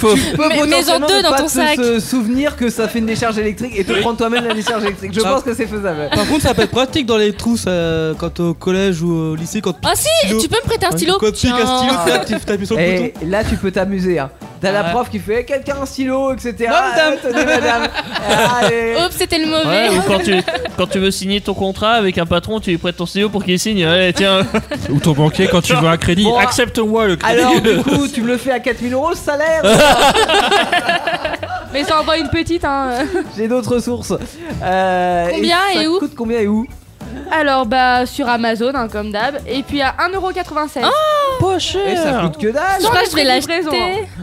faut...
Tu
Mais-
peux
mais en
potentiellement
deux
ne
dans
pas
ton
te
sac.
se souvenir que ça fait une décharge électrique et te
Oui.
prendre toi-même la décharge électrique. Je
Ah.
pense que c'est faisable.
Par contre, ça peut être pratique dans les trousses euh, quand au collège ou au lycée. Quand
Ah si, tu peux me prêter un
Ouais.
stylo
Quand tu piques un stylo, t'appuies- t'appuies sur le
Et
bouton.
Eh, là, tu peux t'amuser. hein. T'as la
Ouais.
prof qui fait Eh, quelqu'un un stylo, etc.
Non, madame.
Euh, tenez, madame. Allez.
Oups, c'était le mauvais.
Ouais, ou quand tu, quand tu veux signer ton contrat avec un patron, tu lui prêtes ton stylo pour qu'il signe. Allez,
[LAUGHS]
tiens.
Ou ton banquier quand tu veux un crédit.
Bon,
Accepte-moi le crédit.
Alors, du coup, tu me le fais à 4000 euros le salaire
[LAUGHS] Mais ça envoie une petite, hein.
J'ai d'autres sources. Euh,
Combien
ça
et où
coûte combien et où
Alors, bah, sur Amazon, hein, comme d'hab. Et puis à 1,96€. Oh
Pas
Et ça coûte que dalle
Je crois que je vais
l'acheter.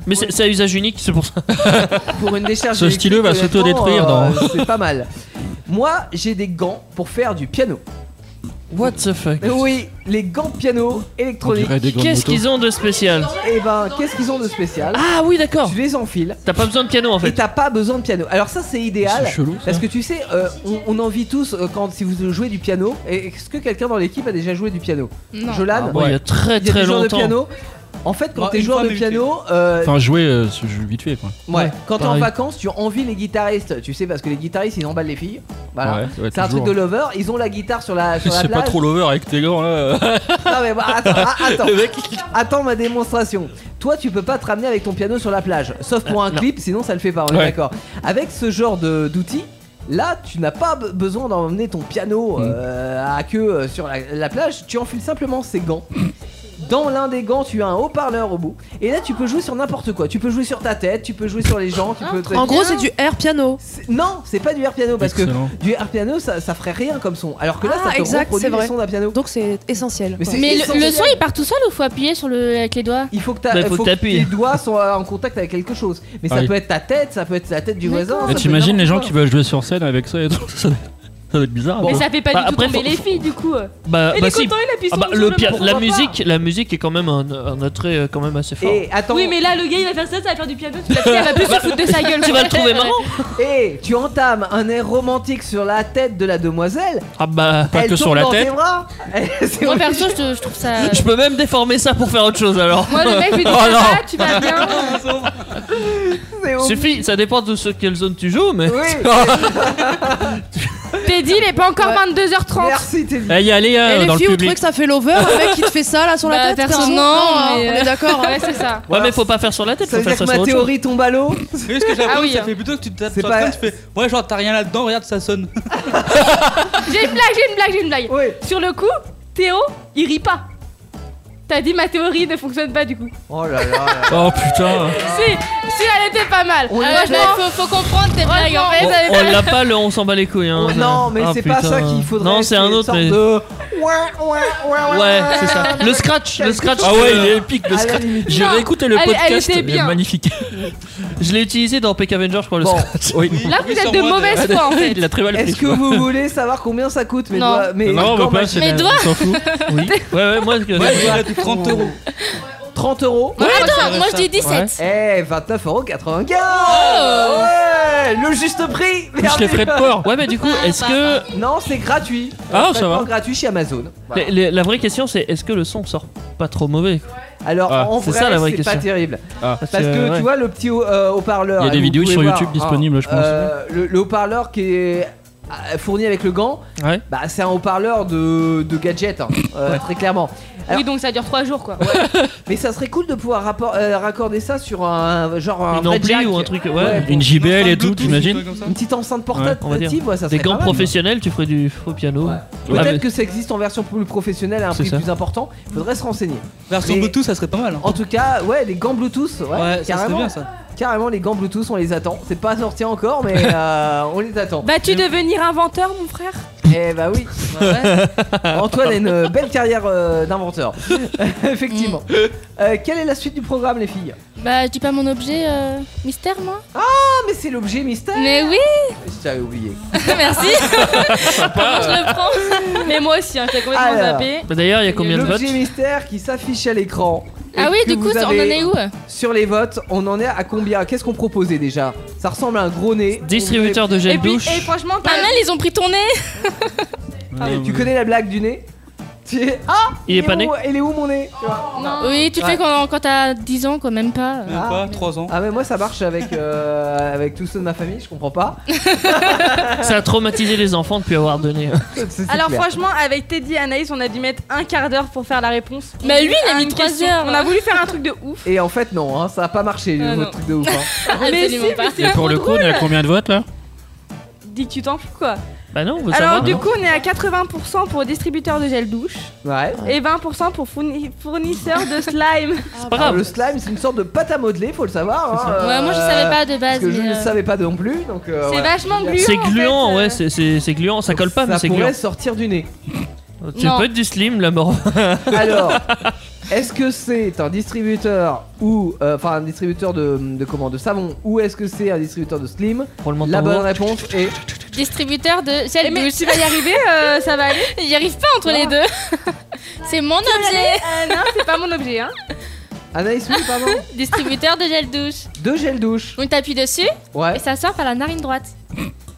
Mais c'est c'est à usage unique, c'est pour ça.
[LAUGHS] Pour une décharge
Ce stylo va
électrique,
s'autodétruire
honnêtement,
dans-
euh, C'est pas mal. Moi, j'ai des gants pour faire du piano.
What the fuck
Oui, les gants piano électroniques.
Qu'est-ce qu'ils ont de spécial
Eh ben, qu'est-ce qu'ils ont de spécial
Ah oui, d'accord.
Tu les enfiles.
T'as pas besoin de piano en fait.
Et t'as pas besoin de piano. Alors ça c'est idéal.
C'est chelou, ça.
Parce que tu sais, euh, on, on en vit tous euh, quand si vous jouez du piano. Et Est-ce que quelqu'un dans l'équipe a déjà joué du piano
Non.
Jolan
Ah, moi, il y a très,
des
très
joueurs
longtemps.
De piano. En fait, quand
Bah,
t'es
une
joueur
fois,
de
mais
piano, euh,
[LAUGHS] Enfin, jouer euh, ce jeu vite fait, quoi.
Ouais, quand t'es en
pareil.
vacances, tu envies les guitaristes, tu sais, parce que les guitaristes ils emballent les filles. Voilà.
Ouais, ouais,
c'est un truc
toujours.
de lover, ils ont la guitare sur
[LAUGHS]
la, sur la
C'est
plage.
pas trop l'over avec tes gants [LAUGHS] là.
Non mais bah, attends, ah, attends. Attends ma démonstration. Toi, tu peux pas te ramener avec ton piano sur la plage, sauf pour un clip, sinon ça le fait pas, on est
Ouais.
d'accord. Avec ce genre de- d'outils, là, tu n'as pas be- besoin d'emmener ton piano euh, à queue euh, sur la, la plage, tu enfiles simplement ses gants. Dans l'un des gants, tu as un haut-parleur au bout. Et là, tu peux jouer sur n'importe quoi. Tu peux jouer sur ta tête, tu peux jouer sur les gens, tu peux.
En gros, c'est du air piano.
Non, c'est pas du air piano parce
Excellent.
que du air piano ça, ça ferait rien comme son. Alors que là,
Ah,
ça te
exact,
reproduit
c'est
le
vrai.
son d'un piano.
Donc c'est essentiel.
Mais
quoi.
c'est
Mais le, le
essentiel.
son il part tout seul ou faut appuyer sur le avec les doigts
Il faut que, t'as- euh,
Bah,
faut
faut que
que
t'appuies.
tes doigts soient en contact avec quelque chose. Mais ça
Ah oui.
peut être ta tête, ça peut être la tête du voisin. ça
Mais
peut
t'imagines
être
les gens
n'importe
qui veulent jouer sur scène avec ça et tout. Ça doit ça doit être bizarre.
Mais
quoi.
ça fait pas
Bah,
du tout
après,
tomber
faut-
les filles, du coup.
Bah,
Et
bah
les
si.
cotons, il appuie
Ah
sur
bah,
le
le
bouton,
pia-
mais pourquoi
la
pas
musique, la musique est quand même un, un attrait euh, quand même assez fort.
Et attends.
Oui, mais là, le gars, il va faire ça, ça va faire du piano. La fille, elle va plus se foutre de sa gueule.
[LAUGHS] Tu vas le trouver marrant.
[LAUGHS] quoi. Et Eh, tu entames un air romantique sur la tête de la demoiselle.
Ah bah
elle tombe dans tes bras. C'est
Moi
obligé.
perso je, te- je trouve ça.
Je peux même déformer ça pour faire autre chose alors.
Moi, le mec, je lui dis,
[LAUGHS] Oh
ça va,
non.
tu vas
[LAUGHS]
bien
C'est obligé.
[LAUGHS] Suffit, ça dépend de ce, quelle zone tu joues, [LAUGHS] mais.
T'es dit, il est pas encore 22h30.
Merci, t'es
Eh, y a
Et
Léa euh,
les
dans
filles,
le
vous trouvez
public.
que ça fait l'over, un mec qui te fait ça là sur
Bah,
la tête
perso,
quoi.
non,
hein,
mais,
on
euh,
est d'accord. hein.
ouais, c'est ça.
Ouais, mais faut pas faire sur la tête,
Ça
faut
veut
faire
dire que
ça sur
ma
autre chose.
théorie tombe à l'eau.
Mais ce que j'ai
Ah oui,
appris, ça
hein.
fait plutôt que tu te tapes
C'est
sur
pas-
la tête, tu fais Ouais, genre t'as rien là-dedans, regarde, ça sonne.
J'ai une blague, j'ai une blague, j'ai une blague. Sur le coup, Théo, il rit pas. T'as dit ma théorie ne fonctionne pas du coup.
Oh là là. là.
Oh putain.
Si, si elle était pas mal.
On
Ah,
Franchement,
ouais, faut, faut comprendre tes blagues en
On,
fait.
hein. on l'a pas, le on s'en bat les couilles. Hein,
Eh ben, Oh,
ça.
non, mais
Ah,
c'est pas
putain.
ça qu'il faudrait.
Non, c'est un
une
autre.
sorte
mais-
de-
Ouais, c'est
[LAUGHS]
ça. Le scratch, le scratch.
Ah ouais,
euh,
il est épique le
à la
scratch.
limite.
J'ai
Non,
réécouté le
elle- elle
podcast. il
était
est
bien. [LAUGHS]
magnifique.
Je l'ai utilisé dans PK Avenger, je crois, le
Bon.
scratch.
Là, vous êtes de mauvaise
[LAUGHS]
foi en
[LAUGHS]
fait.
Il l'a très mal pris.
Est-ce que vous voulez savoir combien ça coûte mes
Non.
doigts mes
Non, on
gants
veut pas,
magiques
c'est la-
doigts.
on s'en
[LAUGHS]
fout.
Oui. [LAUGHS] Ouais, ouais, moi, je-
Ouais, il a 30 euros.
30 euros
Ouais, attends, moi je dis 17.
Eh, 29,95 euros
Oh.
Ouais Le juste prix
Plus les frais de port. Ouais, mais du coup,
Ah, bah,
est-ce que.
Non, c'est gratuit.
Ah,
Frais
ça
de
va.
port gratuit chez Amazon. Voilà.
Les- les- la vraie question, c'est est-ce que le son sort pas trop mauvais quoi
Alors,
Ah,
en
c'est
vrai,
ça, la vraie
c'est pas
question.
terrible.
Ah.
Parce que
ouais.
tu vois, le petit haut- euh, haut-parleur.
Il y a des
hein, vous
vidéos
pouvez
sur
voir,
YouTube
hein,
disponibles, je pense.
euh, le le haut-parleur qui est euh, fourni avec le gant,
Ouais.
bah, c'est un haut-parleur de, de gadget, hein, euh, très clairement.
Oui, donc ça dure 3 jours quoi.
Mais ça serait cool de pouvoir rappor- euh, raccorder ça sur un genre un
Une
vrai
ampli
jack.
ou un truc, ouais.
pour-
Une JBL et tout, t'imagines
Une petite enceinte portable
on va dire.
petite, ouais, ça
Des
serait
gants
pas mal. hein.
professionnels, tu ferais du faux piano.
Peut-être
Ah, mais-
que ça existe en version plus professionnelle à un
C'est
prix
ça.
plus important. Faudrait se renseigner.
Version
Mais-
Bluetooth, ça serait pas mal. hein.
En tout cas, ouais, les gants Bluetooth, ouais,
Ouais, ça
carrément.
serait bien, ça.
Carrément, les gants Bluetooth, on les attend. C'est pas sorti encore,
[LAUGHS]
mais euh, on les attend.
Vas-tu devenir inventeur, mon frère
Eh bah oui. [LAUGHS] Antoine a une belle carrière euh, d'inventeur. [LAUGHS] Effectivement. Euh, quelle est la suite du programme, les filles
Bah, je dis pas mon objet euh, mystère, moi
Ah, mais c'est l'objet mystère
Mais oui
J'avais oublié.
Merci
Ah.
Je le prends. Mais moi aussi, hein, j'ai complètement
Alors.
zappé.
Bah, D'ailleurs, il y a combien de votes
L'objet mystère qui s'affiche à l'écran.
Ah
Et
oui,
que
du coup,
vous
on en
avez
est où
Sur les votes, on en est à combien Qu'est-ce qu'on proposait déjà Ça ressemble à un gros nez.
Distributeur de gel Et puis- douche. et
franchement,
pas mal, ils ont pris ton nez
Ah,
tu connais la blague du nez Tu es- Ah
Il est pas né
où- Il est où mon nez Tu vois
Oui, tu le
Ouais.
fais quand, quand t'as 10 ans, quoi, même pas.
Ah.
Pas 3 ans.
Ah mais moi ça marche avec euh, [LAUGHS] avec tous ceux de ma famille, je
[LAUGHS]
comprends pas.
Ça a traumatisé les enfants depuis avoir donné. hein.
Alors franchement, avec Teddy et Anaïs, on a dû mettre un quart d'heure pour faire la réponse.
Mais Bah, lui, il a
Ah,
À
mis
une
trois
question.
heures.
On a voulu faire un truc de ouf.
Et en fait non, hein, ça a pas marché
Ah,
votre
non.
truc de ouf. hein.
[LAUGHS] Mais si,
Absolument
mais
Ah, pas.
c'est
Et pour le
trop
coup, on a
drôle.
combien de votes là
Dis que tu t'en fous quoi.
Bah non, on veut
Alors
savoir.
du
non
coup, on est à 80% pour distributeur de gel douche
Ouais.
et 20% pour fourni- fournisseur de slime.
Ah, le slime, c'est une sorte de pâte à modeler, faut le savoir. hein,
ça. Ouais, moi, je savais pas de base,
Parce que je
mais,
ne
euh,
savais pas non plus, donc. euh,
C'est
voilà.
vachement gluant.
C'est
en fait,
gluant,
euh.
ouais, c'est- c'est c'est gluant. Ça colle pas, mais
Ça
c'est
pourrait
gluant.
sortir du nez.
Tu
Non.
peux être du slim, la
[LAUGHS]
mort.
Alors, est-ce que c'est un distributeur ou euh, enfin un distributeur de, de comment de savon ou est-ce que c'est un distributeur de slim
Roulement de
La bonne
tambour.
réponse est
Distributeur de gel
Eh, mais
douche.
tu vas y arriver, euh, ça va
[LAUGHS]
aller
J'y arrive pas entre les deux. [LAUGHS] C'est mon
Tu vas y
objet.
aller Euh, non, c'est pas mon objet. Hein.
Anaïs, oui, pardon.
[LAUGHS]
Distributeur de gel douche.
Deux gel douche.
On t'appuie dessus
Ouais.
et ça sort par la narine droite.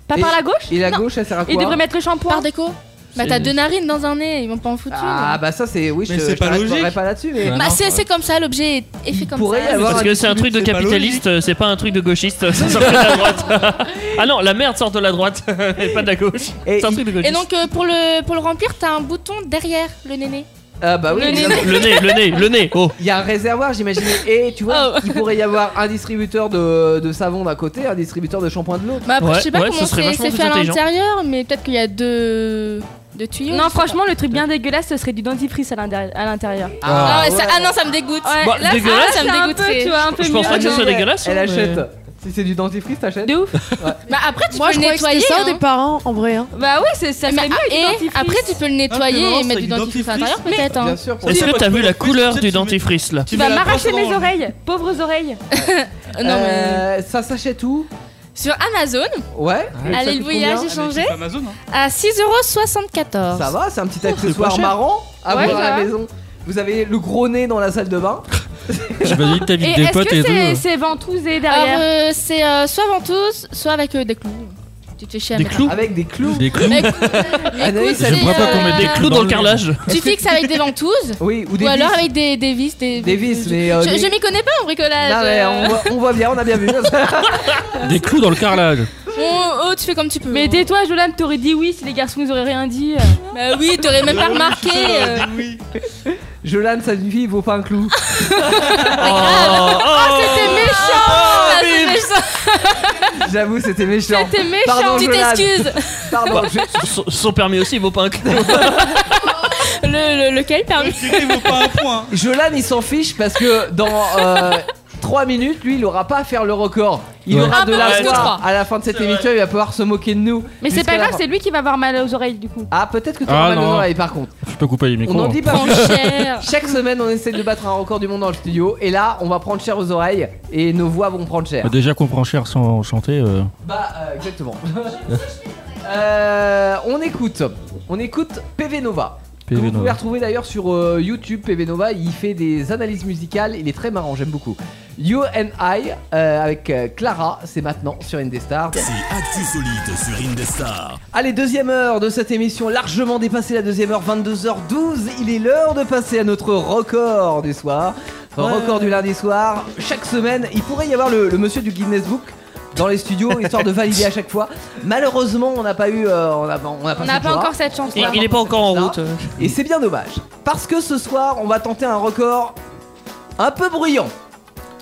Pas
Et-
par la gauche
Et la
Non.
gauche, elle sert à quoi
Il devrait mettre le shampoing.
Par déco. Bah
C'est-
t'as deux narines dans un nez, ils m'ont pas en foutu.
Ah bah ça c'est oui,
Mais
je,
c'est
je
pas
t'arrêterai
logique.
pas là-dessus mais
Bah c'est c'est comme ça, l'objet est- est fait comme
pourrait y
ça.
avoir
Parce que c'est un truc de
C'est pas
capitaliste, euh, c'est pas un truc de gauchiste. [LAUGHS] Ça sort de la droite. ah non, la merde sort de la droite, [LAUGHS] et pas de la gauche. C'est un truc de gauchiste.
Et donc euh, pour le pour le remplir, t'as un bouton derrière le néné.
Ah bah oui,
Le nez.
évidemment.
Le nez, le nez, le nez. Oh.
Il y a un réservoir, j'imagine. Et tu vois,
Oh.
il pourrait y avoir un distributeur de, de savon d'un côté, un distributeur de shampoing de l'autre.
Bah après, je sais pas comment c'est c'est fait à l'intérieur, mais peut-être qu'il y a deux deux tuyaux.
Non, franchement, le truc bien dégueulasse, ce serait du dentifrice à l'intérieur- à l'intérieur.
Ah,
Ah,
ouais, ça- ah non, ça me dégoûte.
Ouais,
Bah,
là,
dégueulasse.
ça, ça me dégoûterait. Tu vois, un peu
Je pense
mieux.
pas que ce soit
Elle-
dégueulasse.
Elle
hein,
achète.
mais-
Si c'est du dentifrice,
[LAUGHS]
t'achètes
De ouf.
Bah après, tu
Moi,
peux
je
le
croyais que
nettoyer.
c'était ça
hein.
des parents, en vrai. hein.
Bah ouais, c'est- ça
Mais
serait mieux
ah,
avec du
et
dentifrice.
après, tu peux le nettoyer
non,
et
c'est
mettre du
du
dentifrice à l'intérieur,
Mais-
peut-être. hein.
Bien sûr.
Est-ce que t'as vu la couleur
tu
du
mets-
dentifrice là
Tu vas m'arracher mes oreilles, pauvres
[LAUGHS]
oreilles.
Non, mais-
Euh, ça s'achète où
Sur Amazon,
Ouais. Ça coûte
allez, le voyage
combien
est changé à 6,74€.
hein Ça va, Oh, c'est un petit
pas
accessoire
cher.
marrant à
Ouais,
avoir à
ça
la
va.
maison. Vous avez le gros nez dans la salle de bain.
J'imagine que
Et
t'invites des
est-ce
potes
que
et tout.
c'est
euh.
c'est ventousé
Alors,
derrière
euh, c'est euh, soit ventouse, soit avec euh, des clous. Tu te fais chier à
Des
mettre
clous
Avec des clous.
Des clous
Ah,
un- Écoute,
Anaïs,
c'est,
J'aimerais pas qu'on
euh,
mette des
Clou dans le carrelage.
Tu fixes avec
[LAUGHS]
des ventouses
Oui, ou des
ou alors
vis.
avec des, des vis. Des,
Des vis, mais. euh,
je
des-
je m'y connais pas en
Ah,
bricolage.
Non, mais
euh.
on voit, on voit bien, on a bien vu.
[LAUGHS] Des clous dans le carrelage.
Oh, oh, tu fais comme tu peux.
Mais tais-toi, Jolan, t'aurais dit oui si les garçons ils auraient rien dit. euh.
Bah oui, t'aurais même pas remarqué. euh.
Jolane, sa vie, il vaut pas un clou.
Oh, c'était méchant Ah, c'est méchant.
[LAUGHS] J'avoue, c'était méchant.
C'était méchant.
Pardon,
tu
Jolan.
t'excuses.
Ah bah. [LAUGHS]
Pardon,
[LAUGHS]
je-
Son- Son permis aussi, il vaut [LAUGHS] pas un clou.
Le, le- lequel, pardon
vaut pas un point.
[LAUGHS] Jolan il s'en fiche parce que dans 3 minutes, lui, il aura pas à faire le record. Il
Ouais.
aura
Ah,
de
bah,
la
parce que
voix.
trois.
À la fin de cette émission, il va pouvoir se moquer de nous.
Mais c'est
jusqu'à
pas
la
grave,
fin.
c'est lui qui va avoir mal aux oreilles du coup.
Ah, peut-être que tu
Ah,
auras mal aux
non.
oreilles par contre.
Je peux couper les
On
micros. hein.
n'en dit pas
Prends
plus.
cher.
[LAUGHS] Chaque semaine, on essaie de battre un record du monde dans le studio. Et là, on va prendre cher aux oreilles. Et nos voix vont prendre cher.
Bah, Déjà qu'on prend cher sans chanter. euh,
Bah, euh, exactement. [LAUGHS] Euh, on écoute. On écoute PV Nova.
PV
Que vous
Nova.
pouvez retrouver d'ailleurs sur euh, YouTube PV Nova, il fait des analyses musicales, il est très marrant, j'aime beaucoup. You and I euh, avec euh, Clara, c'est maintenant sur Indestar.
C'est Actu Solide sur Indestar.
Allez, deuxième heure de cette émission, largement dépassée la deuxième heure, 22h12. Il est l'heure de passer à notre record du soir. Enfin,
Ouais.
Record du lundi soir. Chaque semaine, il pourrait y avoir le, le monsieur du Guinness Book dans les studios, histoire de valider à chaque fois. Malheureusement, on n'a pas eu. euh, on n'a pas, on n'a pas
On
fait
n'a
le
pas
droit.
encore cette chance.
Il il est pas encore en route.
Et c'est bien dommage. Parce que ce soir, on va tenter un record un peu bruyant.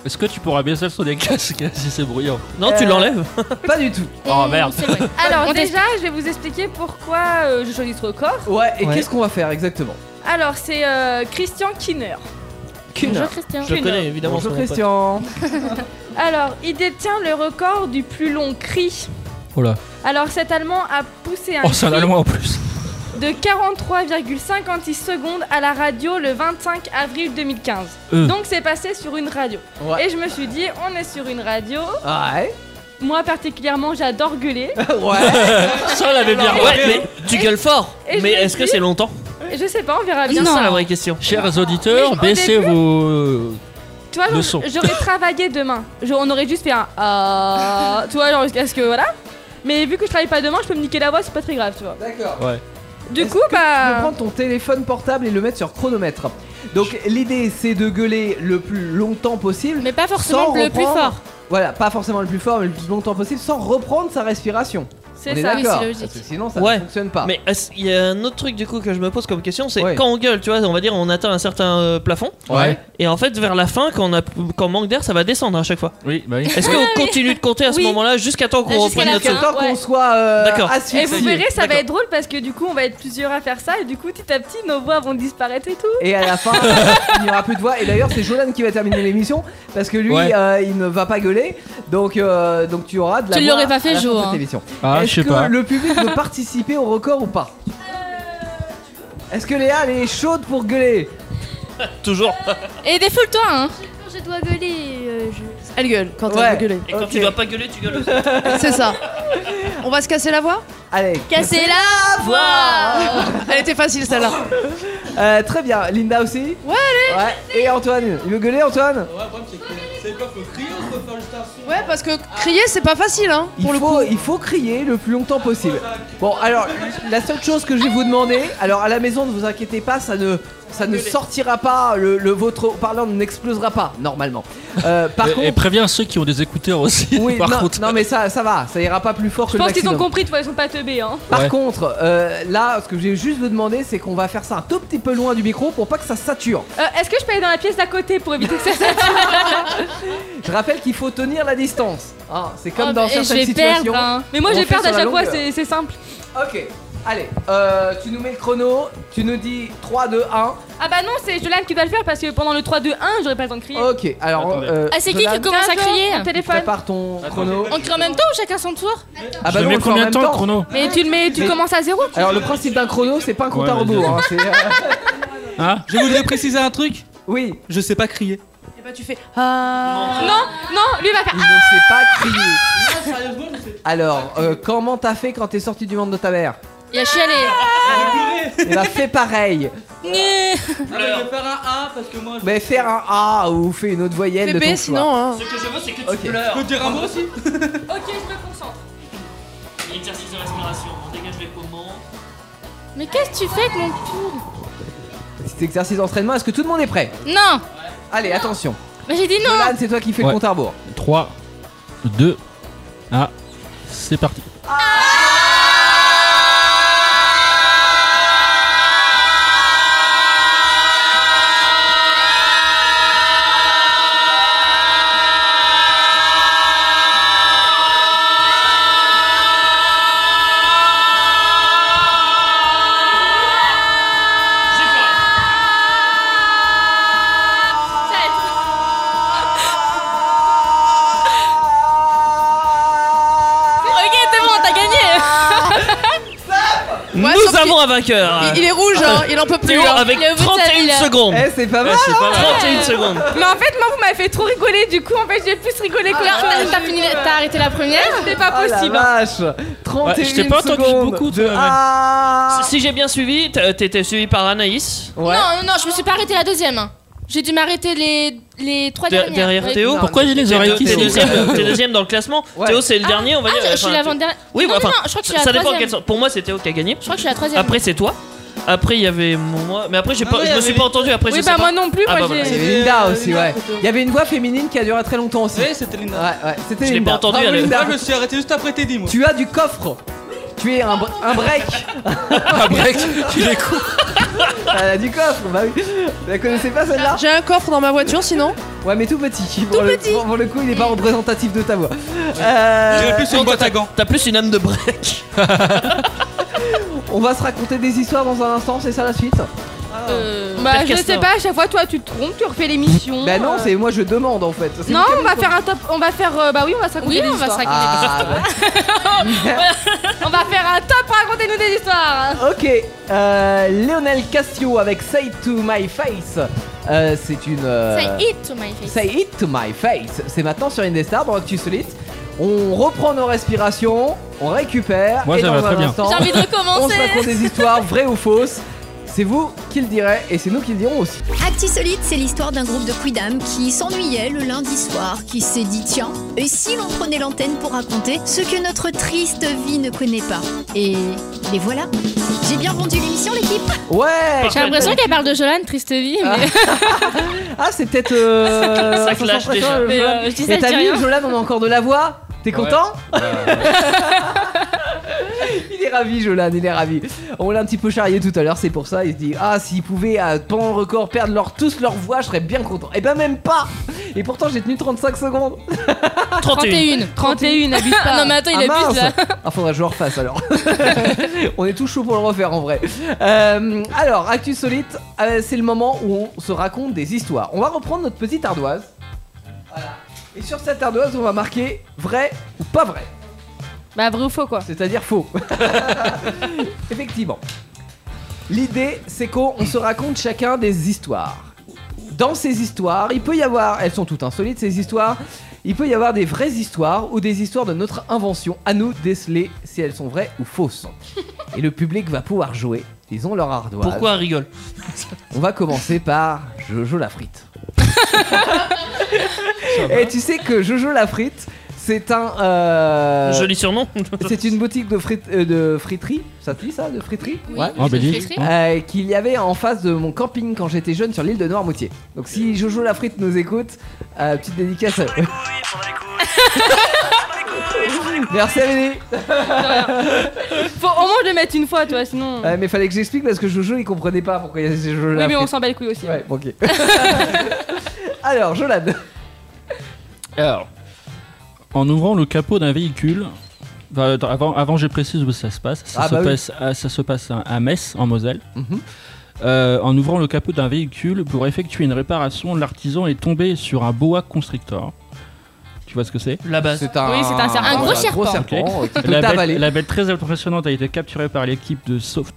Est-ce que tu pourras bien seul sur des casques [LAUGHS] si c'est bruyant Non, tu
Euh,
l'enlèves
Pas du tout.
Oh merde
[LAUGHS]
Alors
On
déjà, je vais vous expliquer pourquoi euh, j'ai choisi ce record.
Ouais, et
Ouais.
qu'est-ce qu'on va faire exactement
Alors, c'est euh, Christian Kinner.
Kuhner.
Bonjour, Christian.
Je le
Kuhner.
connais, évidemment, Bonjour, c'est mon Christian.
[LAUGHS] Alors, il détient le record du plus long cri.
Oh là
Alors, cet Allemand a poussé un
Oh, c'est un
cri
allemand en plus
de 43,56 secondes à la radio le 25 avril 2015.
Euh.
Donc, c'est passé sur une radio.
Ouais.
Et je me suis dit, on est sur une radio.
Ouais.
Moi, particulièrement, j'adore
[LAUGHS]
gueuler.
Ça, on l'avait bien
Et-
Ouais, mais tu gueules fort.
et je
Mais
me
est-ce que
dis-
c'est longtemps
Je sais pas, on verra
C'est
bien.
ça Ah, la vraie question.
Chers auditeurs,
Mais au
baissez
début-
vos...
Tu vois,
Le
genre,
son.
[LAUGHS]
j'aurais travaillé demain. Je- on aurait juste fait un. Ah tu vois, genre, jusqu'à ce que. Voilà. Mais vu que je travaille pas demain, je peux me niquer la voix, c'est pas très grave, tu vois.
D'accord.
Ouais.
Du coup,
Tu peux
bah.
prendre ton téléphone portable et le mettre sur chronomètre. Donc l'idée c'est de gueuler le plus longtemps possible. Mais pas
forcément le plus fort.
Voilà, pas forcément le plus fort, mais le plus longtemps possible sans reprendre sa respiration.
C'est
On est
ça, oui,
d'accord.
c'est logique.
Parce que Sinon ça
Ouais.
ne fonctionne pas.
Mais est-ce- il y a un autre truc du coup que je me pose comme question, c'est quand on gueule, tu vois, on va dire on atteint un certain euh, plafond.
Ouais.
Et en fait, vers la fin, quand on, a, quand on manque d'air, ça va descendre à chaque fois.
Oui, bah oui.
Est-ce qu'on continue de compter à ce
Oui.
moment-là jusqu'à temps qu'on
Jusqu'à
reprenne
la
notre
fin, Jusqu'à temps qu'on ouais. soit,
euh,
D'accord.
Et vous verrez, ça va être drôle parce que du coup, on va être plusieurs à faire ça et du coup, petit à petit, nos voix vont disparaître et tout.
Et à la fin, il n'y aura plus de voix. Et d'ailleurs, c'est Jolan qui va terminer l'émission parce que lui,
Ouais.
euh, il ne va pas gueuler. Donc, euh, donc tu auras de la
Tu
voix
l'aurais pas
à
fait,
la fin
Jo,
de
hein.
cette émission.
Ah, je
Est-ce
sais
que
pas.
le public veut participer au record ou pas Est-ce que Léa, elle est chaude pour gueuler
Toujours.
Et défoule-toi, hein
Quand je dois gueuler, euh, je...
Elle gueule quand
Ouais.
elle veut gueuler.
Et quand tu dois pas gueuler, tu gueules aussi.
C'est ça. On va se casser la voix
Allez.
Casser la voix Ah. Elle était facile celle-là.
Euh, très bien, Linda aussi
Ouais, allez
Ouais. Et Antoine, il veut gueuler Antoine
C'est quoi, faut crier ou faut faire juste un son
Ouais, parce que crier c'est pas facile hein
il faut, il faut crier le plus longtemps possible. Bon, alors, la seule chose que je vais vous demander, alors à la maison, ne vous inquiétez pas, ça ne, ça ne sortira pas, le, le- votre parlant n'explosera pas, normalement. Euh, par
Et
contre,
préviens ceux qui ont des écouteurs aussi,
oui,
[LAUGHS] par
non,
contre.
non, mais ça, ça va, ça ira pas plus fort
Je
que le
pense qu'ils ont
maximum.
compris, tu vois, ils sont pas teubés, hein.
Par contre, euh, là, ce que j'ai juste vous demander, c'est qu'on va faire ça un tout petit peu loin du micro pour pas que ça sature.
Euh, Est-ce que je peux aller dans la pièce d'à côté pour éviter que [LAUGHS] ça se
Je rappelle qu'il faut tenir la distance. hein. c'est comme
Oh,
dans
bah, et je
certaines
vais
situations.
perdre, hein. Mais moi,
on
je vais
fait
perdre à
sur la
chaque fois,
longueur.
c'est c'est simple.
Ok, allez, euh, tu nous mets le chrono, tu nous dis 3, 2, 1.
Ah bah non, c'est Jolan qui doit le faire parce que pendant le 3, 2, 1, j'aurais pas le temps de crier.
Ok, alors. euh,
Ah, c'est qui qui
Jolan,
commence à
Attends,
crier
mon téléphone.
Mon téléphone.
Prépare ton chrono.
On crie en même temps ou chacun son tour
Ah
Je mets
on le fait en
combien de
même
temps, le chrono
Mais tu le mets, tu
Mais-
commences à zéro.
Alors, le principe d'un chrono, c'est pas un compte à
Ouais,
rebours.
vas-y.
hein, c'est, euh,
Je voudrais préciser un truc.
Oui.
Je sais pas crier.
Et bah tu fais ah.
Non, non, lui va faire. ah,
Il ne sait pas crier.
Sérieusement, je sais.
Alors, euh, comment t'as fait quand t'es sorti du ventre de ta mère
Il a chialé.
Ah,
Il [LAUGHS] a fait pareil.
Je vais faire un A parce que moi.
Mais faire un A ou faire une autre voyelle de ton choix.
hein.
Ce que je veux, c'est que tu
Ok.
pleures.
Je peux dire un mot aussi
Ok, je me concentre.
Exercice de respiration. On dégage les poumons.
Mais qu'est-ce que tu fais avec mon cul
Petit exercice d'entraînement, est-ce que tout le monde est prêt
Non
Allez, attention.
Mais j'ai dit non
Jolan, c'est toi qui fais
Ouais.
le compte à rebours.
3, 2, 1, c'est parti.
Ok, c'est bon, t'as gagné
Ouais, sauf
Nous avons un vainqueur.
[LAUGHS] Il, il est rouge hein, il en peut plus.
Théo
hein.
avec
Il est au bout de sa
31
vie, là.
secondes.
Eh, c'est pas
Ah,
Ouais,
mal.
c'est pas
hein.
mal. 31 secondes.
Ah, Mais en fait, moi, vous m'avez fait trop rigoler, du coup, en fait, j'ai plus rigolé
Ah,
que
Alors, t'as- t'as fini- t'as arrêté la première
C'était pas
Oh la
possible. hein.
vache 31
Ouais, je t'ai pas entendu
secondes
beaucoup,
de
toi, ouais.
Ah
Si j'ai bien suivi, t'as- t'étais suivi par Anaïs.
Ouais.
Non, non, non, je me suis pas arrêté la
hein.
deuxième. J'ai dû m'arrêter les, les trois
De-
dernières.
derrière
Ouais.
Théo.
Non,
Pourquoi il les
T'es
oreilles qui
t'es
sont
deuxième, t'es deuxième dans le classement. Théo, c'est le dernier, on va
Ah,
dire.
je- je suis
enfin,
l'avant-dernière.
Oui,
non,
bah,
non,
enfin,
non, je crois que je suis
ça
la
dépend
troisième.
quel sens. Pour moi, c'était Théo qui a gagné.
Je crois que je suis la troisième.
Après, c'est toi. Après, il y avait moi. Mais après, j'ai
Ah
pas,
ouais,
je me
mais-
suis pas entendu. Après,
Oui,
je sais
bah,
pas.
moi non plus,
Ah,
moi,
bah,
j'ai-
voilà.
Il y avait Linda
Euh,
aussi,
Linda
ouais.
plutôt.
Il y avait une voix féminine qui a duré très longtemps aussi.
Oui, c'était Linda.
Ouais, ouais, c'était
Je l'ai
Linda.
pas entendu,
Bravo,
elle est-
Linda.
Moi, je me suis arrêté juste après Teddy, moi.
Tu as du coffre. Tu es un, br- un break. [LAUGHS]
Ah, break, tu les coupes.
Elle a du coffre, bah oui. Vous la connaissez pas celle-là
J'ai un coffre dans ma voiture sinon.
Ouais, mais tout petit. Tout petit. Le, pour, pour le coup, il est pas représentatif de ta voix.
J'irais
Euh...
plus sur une boîte à gants. T'as plus une âme de break.
On va se raconter des histoires dans un instant, c'est ça la suite
Bah,
Père
je sais
Castor.
pas, à chaque fois, toi, tu te trompes, tu refais l'émission.
Bah non,
euh.
c'est moi je demande en fait. C'est
Non,
vous qui
on va
avez-
faire un top. On va faire. euh, bah oui, on va se raconter
Oui,
des
on va se
histoires.
Ah, ouais.
[LAUGHS] on va faire un top pour raconter-nous des histoires.
Ok, euh, Lionel Castillo avec Say It to My Face. Euh, c'est une. euh,
Say it to my face.
Say It to My Face. C'est maintenant sur Indestar dans Actu Solite. On reprend nos respirations, on récupère.
Moi,
et
ça
dans
va
un
très bien.
instant,
J'ai envie de
On
recommencer.
se raconte des histoires vraies ou fausses. C'est vous qui le direz et c'est nous qui le dirons aussi.
Actisolite, c'est l'histoire d'un groupe de quidam qui s'ennuyait le lundi soir, qui s'est dit tiens, et si l'on prenait l'antenne pour raconter ce que notre triste vie ne connaît pas Et les voilà. J'ai bien vendu l'émission, l'équipe
Ouais
J'ai l'impression qu'elle parle de Jolan, triste vie, mais.
[LAUGHS] Ah, c'est peut-être.
[LAUGHS]
euh,
Ça clash
sent très
déjà.
fort, le
Mais,
Jolan.
euh, je dis ça,
Mais
je
t'as
dis
vu,
rien.
Jolan, on a encore de la voix T'es content [LAUGHS] Il est ravi, Jolan, il est ravi. On l'a un petit peu charrié tout à l'heure, c'est pour ça. Il se dit Ah, s'ils pouvaient, euh, pendant le record, perdre leur, tous leur voix, je serais bien content. Et ben, même pas Et pourtant, j'ai tenu 35 secondes.
31.
31, abuse pas.
non, mais attends, il
ah,
abuse là.
mince. Ah, faudrait que je le refasse alors. [LAUGHS] on est tout chaud pour le refaire en vrai. Euh, alors, Actu Solite, euh, c'est le moment où on se raconte des histoires. On va reprendre notre petite ardoise. Voilà. Et sur cette ardoise, on va marquer vrai ou pas vrai.
Bah, vrai ou faux quoi
C'est-à-dire faux. [LAUGHS] Effectivement. L'idée, c'est qu'on on se raconte chacun des histoires. Dans ces histoires, il peut y avoir, elles sont toutes insolites ces histoires, il peut y avoir des vraies histoires ou des histoires de notre invention. À nous déceler si elles sont vraies ou fausses. Et le public va pouvoir jouer. Ils ont leur ardoise.
Pourquoi elle rigole
On va commencer par Jojo la frite. Et tu sais que Jojo la frite, c'est un. euh,
Joli surnom.
[LAUGHS] c'est une boutique de, frites- euh, de friterie, ça se dit ça, de friterie
Oui, Ah, bah dis. friterie.
Euh, Qu'il y avait en face de mon camping quand j'étais jeune sur l'île de Noirmoutier. Donc si Jojo la frite nous écoute, euh, petite dédicace. à- [LAUGHS] Merci Amélie.
[LAUGHS] Faut au moins le mettre une fois, toi, sinon.
Euh, mais fallait que j'explique parce que Jojo il comprenait pas pourquoi il y avait ces Jojo
oui,
la
mais on
frite.
s'en bat les couilles aussi.
Ouais, bon, ok. [LAUGHS] Alors, Jolade.
Alors, en ouvrant le capot d'un véhicule, enfin, attends, avant, avant je précise où ça se passe. Ça,
Ah,
se,
bah oui. Mhm.
passe à, ça se passe à- à Metz, en Moselle. Euh, en ouvrant le capot d'un véhicule pour effectuer une réparation, l'artisan est tombé sur un boa constrictor. Tu vois ce que c'est
La base.
C'est un- Oui, c'est un serpent. Un gros serpent.
Ok.
[LAUGHS] qui peut
La,
t'avaler.
bête, la bête très impressionnante a été capturée par l'équipe de sauve-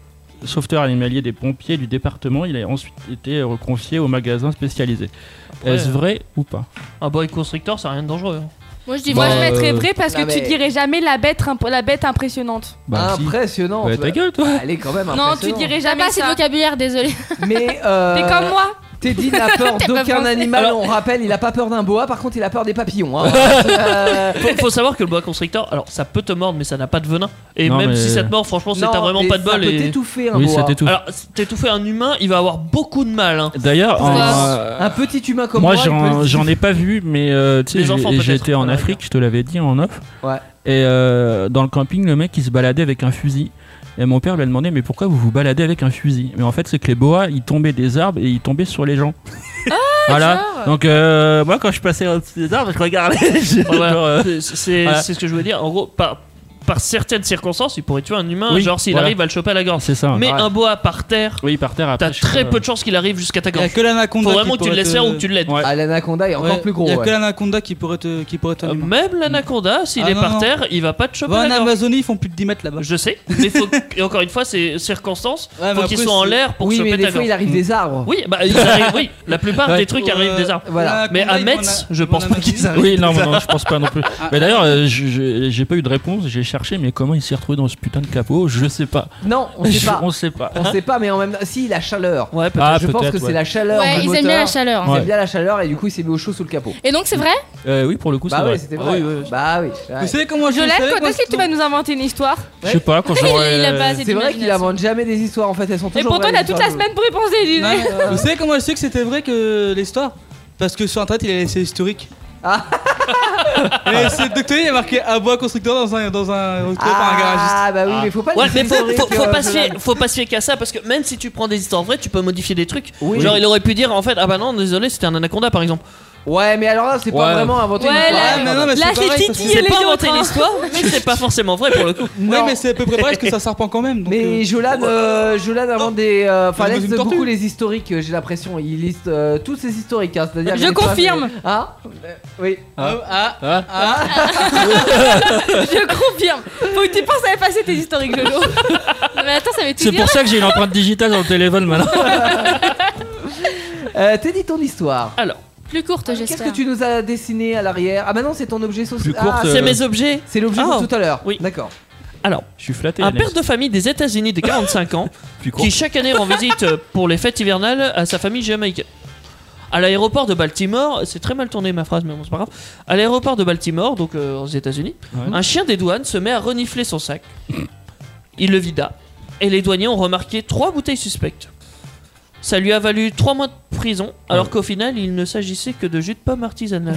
sauveteurs animaliers des pompiers du département. Il a ensuite été reconfié au magasin spécialisé.
Après,
Est-ce
euh,
vrai ou pas
Un boy constrictor, c'est rien de dangereux. hein.
Moi, je dis
Bah,
Moi, je mettrais
euh,
vrai parce que
non,
tu
mais-
dirais jamais la bête, imp- la bête impressionnante.
Bah, si.
impressionnant.
Bah,
tu
ta
vois.
gueule, toi.
Elle est quand même
Non, tu
impressionnante.
dirais jamais
pas assez de
ça.
vocabulaire,
[LAUGHS]
désolé.
[LAUGHS] Mais euh,
T'es comme moi.
Teddy n'a peur
T'es pas
d'aucun
français.
animal,
Alors-
on rappelle, il a pas peur d'un boa, par contre il a peur des papillons.
[LAUGHS]
hein. Euh,
faut, faut savoir que le boa constrictor, alors ça peut te mordre, mais ça n'a pas de venin. Et
Non,
même
mais-
si ça te mord, franchement, c'est
Non,
t'as vraiment
mais
pas de
ça
bol.
peut
et-
t'étouffer, un Oui, ça boa. t'étouffe.
Alors, si t'étouffer un humain, il va avoir beaucoup de mal. hein.
D'ailleurs, en-
un petit humain comme
moi,
moi. il peut
j'en,
le-
j'en ai pas vu, mais
[LAUGHS]
euh, tu sais,
Les
j'ai-
enfants, peut-être.
j'étais en Afrique, je te l'avais dit en off.
Ouais.
Et euh, dans le camping, le mec il se baladait avec un fusil. Et mon père lui a demandé Mais pourquoi vous vous baladez avec un fusil Mais en fait, c'est que les boas ils tombaient des arbres et ils tombaient sur les gens. [LAUGHS]
Ah,
voilà. Donc, euh, moi quand je passais au-dessus des arbres, je regardais. [LAUGHS] je-
Ouais, ouais.
genre, euh,
C'est- C'est
voilà.
c'est ce que je voulais dire. En gros, par, par certaines circonstances, il pourrait tuer un humain.
Oui,
genre, s'il
voilà.
arrive à le choper à la gorge.
C'est ça.
Mais
Ouais.
un boa par terre,
Oui, par terre après.
t'as très peu de chances qu'il arrive jusqu'à ta gorge.
que l'anaconda
Faut
qui
vraiment que tu le
pourrait
laisses
te-
faire ou que tu l'aides.
Ouais.
Ah, l'anaconda est encore plus gros.
Il y a
ouais.
que l'anaconda qui pourrait te, qui pourrait te.
Euh, Même l'anaconda, s'il
Ah,
est
non,
par
non.
terre, il va pas te choper
Va
la
en
gorge.
Amazonie, ils font plus de 10 mètres là-bas.
Je sais, mais faut et encore une fois, c'est circonstances.
Ouais, mais
faut qu'ils
après,
soient en
c'est-
l'air pour
oui,
se
mais
péter
des
la
fois
gorge.
il arrive des arbres.
Oui, bah, ils arrivent- oui, la plupart
Ouais.
des trucs arrivent des arbres.
Voilà.
Ah, Mais à
Anaconda, ils
Metz,
vont en-
je
ils
pense
vont en
pas qu'ils arrivent.
Oui, non,
des
non,
arbres.
je pense pas non plus.
Ah.
Mais d'ailleurs, euh, je- je- j'ai pas eu de réponse, j'ai cherché, mais comment il s'est retrouvé dans ce putain de capot Je sais pas.
[LAUGHS] Non, on sait
Je-
pas.
On sait pas.
On sait pas, mais en même temps, si la chaleur.
Ouais,
peut-être. Ah,
je pense
peut-être,
que
ouais.
c'est la chaleur.
Ouais,
du
ils aiment
moteur.
bien la chaleur, hein.
Ils
Ouais.
aiment bien la chaleur et du coup il s'est mis au chaud sous le capot.
Et donc, c'est vrai
Euh, oui, pour le coup, c'est
bah
vrai.
oui, c'était vrai. Bah oui. c'est vrai.
Vous savez comment je le
Jolène,
savais,
quand
moi,
est-ce que tu vas nous inventer une histoire
Je sais
[LAUGHS]
pas, quand euh, j'aurais.
Il a pas assez
C'est vrai qu'il
d'imagination.
invente jamais des histoires en fait, elles sont
Et
toujours.
pourtant,
vraies,
il a
les
toute la
histoires de-
semaine pour y penser, dis
Non,
donc.
Euh.
[LAUGHS] mais Vous savez comment je sais que c'était vrai que l'histoire Parce que sur internet il a laissé historique.
Ah.
Mais c'est docteur, il y a marqué à bois constructeur dans un dans un dans un garagiste.
Ah bah oui, mais faut pas
Ouais, mais
laisser
faut,
le
faut,
historique,
faut
euh,
pas se fier,
Jolan.
faut pas se fier qu'à ça parce que même si tu prends des histoires vraies, tu peux modifier des trucs.
Oui.
Genre, il aurait pu dire en fait, ah bah non, désolé, c'était un anaconda par exemple.
Ouais, mais alors là, c'est pas vraiment inventé
Ouais, là,
là
c'est pas inventé
hein.
l'histoire, mais c'est pas forcément vrai pour le coup.
Ouais, mais c'est à peu près pareil parce que ça serpent quand même. donc,
Mais
euh,
Jolan, euh, Jolan invente des. euh, Enfin,
Il
laisse
nous une tortue.
beaucoup les historiques, euh, j'ai l'impression. Il liste euh, tous ses historiques. hein, c'est-à-dire
Je
les femmes,
confirme.
les- Ah Oui.
Ah
Ah
[LAUGHS] Je confirme. Faut que tu penses à effacer tes historiques, Jojo. Non, mais attends, ça m'est
C'est pour ça
[LAUGHS]
que j'ai une empreinte digitale [LAUGHS] dans le téléphone maintenant.
Euh, T'es dit ton histoire.
Alors.
Plus courte, j'espère.
Ah, Qu'est-ce que tu nous as dessiné à l'arrière Ah bah non, c'est ton objet social. Ah,
Plus courte, C'est euh, mes objets.
C'est l'objet
Ah.
de tout à l'heure.
Oui.
D'accord.
Alors,
je suis flatté.
Un
Alex.
père de famille des États-Unis de 45 ans
[LAUGHS] Plus court.
qui chaque année rend visite euh, pour les fêtes hivernales à sa famille jamaïcaine. À l'aéroport de Baltimore, c'est très mal tourné ma phrase, mais bon, c'est pas grave. À l'aéroport de Baltimore, donc euh, aux États-Unis,
Ouais.
un chien des douanes se met à renifler
[LAUGHS]
son sac. Il le vida et les douaniers ont remarqué trois bouteilles suspectes. Ça lui a valu trois mois de prison, alors qu'au final, il ne s'agissait que de jus de pomme artisanal.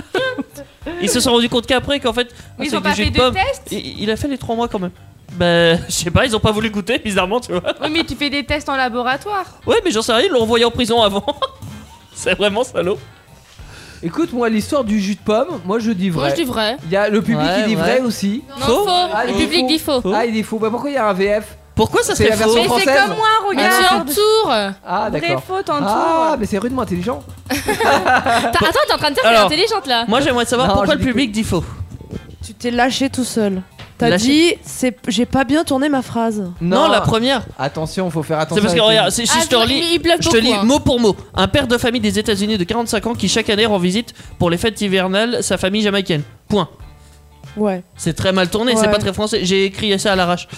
[LAUGHS] Ils se sont rendus compte qu'après, qu'en fait,
Mais ils
c'est
ont
du
pas
jus
fait
de
de
pomme.
test
Il, il a fait les trois mois quand même. Bah, [LAUGHS] je sais pas, ils ont pas voulu goûter, bizarrement, tu vois.
Oui, mais tu fais des tests en laboratoire.
Ouais, mais j'en sais rien, ils l'ont envoyé en prison avant. [LAUGHS] c'est vraiment salaud.
Écoute, moi, l'histoire du jus de pomme, moi je dis vrai.
Moi, je dis vrai.
Il y a le public
Ouais,
qui dit
ouais.
vrai aussi.
Non, Faux. faux.
Ah,
Le
il
public dit faux.
Ah, il dit faux. Bah pourquoi il y a un VF
Pourquoi ça
C'est
serait
la version
faux
française.
Mais tu entoures.
Ah, d'accord.
faux, t'entoures.
Ah, mais c'est rudement intelligent.
T'as- Attends, t'es en train de faire
Alors,
t'es intelligente là.
Moi, j'aimerais savoir
Non,
pourquoi
je
le public dit faux.
Tu t'es lâché tout seul. T'as
Lâché.
dit, c'est- j'ai pas bien tourné ma phrase.
Non, la première.
Attention, faut faire
C'est
attention.
parce que
avec les-
regarde, si
Ah,
si je
Ah,
te relis, je te
hein.
lis mot pour mot. Un père de famille des États-Unis de 45 ans qui chaque année rend visite pour les fêtes hivernales sa famille jamaïcaine. Point.
Ouais.
C'est très mal tourné, c'est
Ouais.
pas très français. J'ai écrit ça à l'arrache.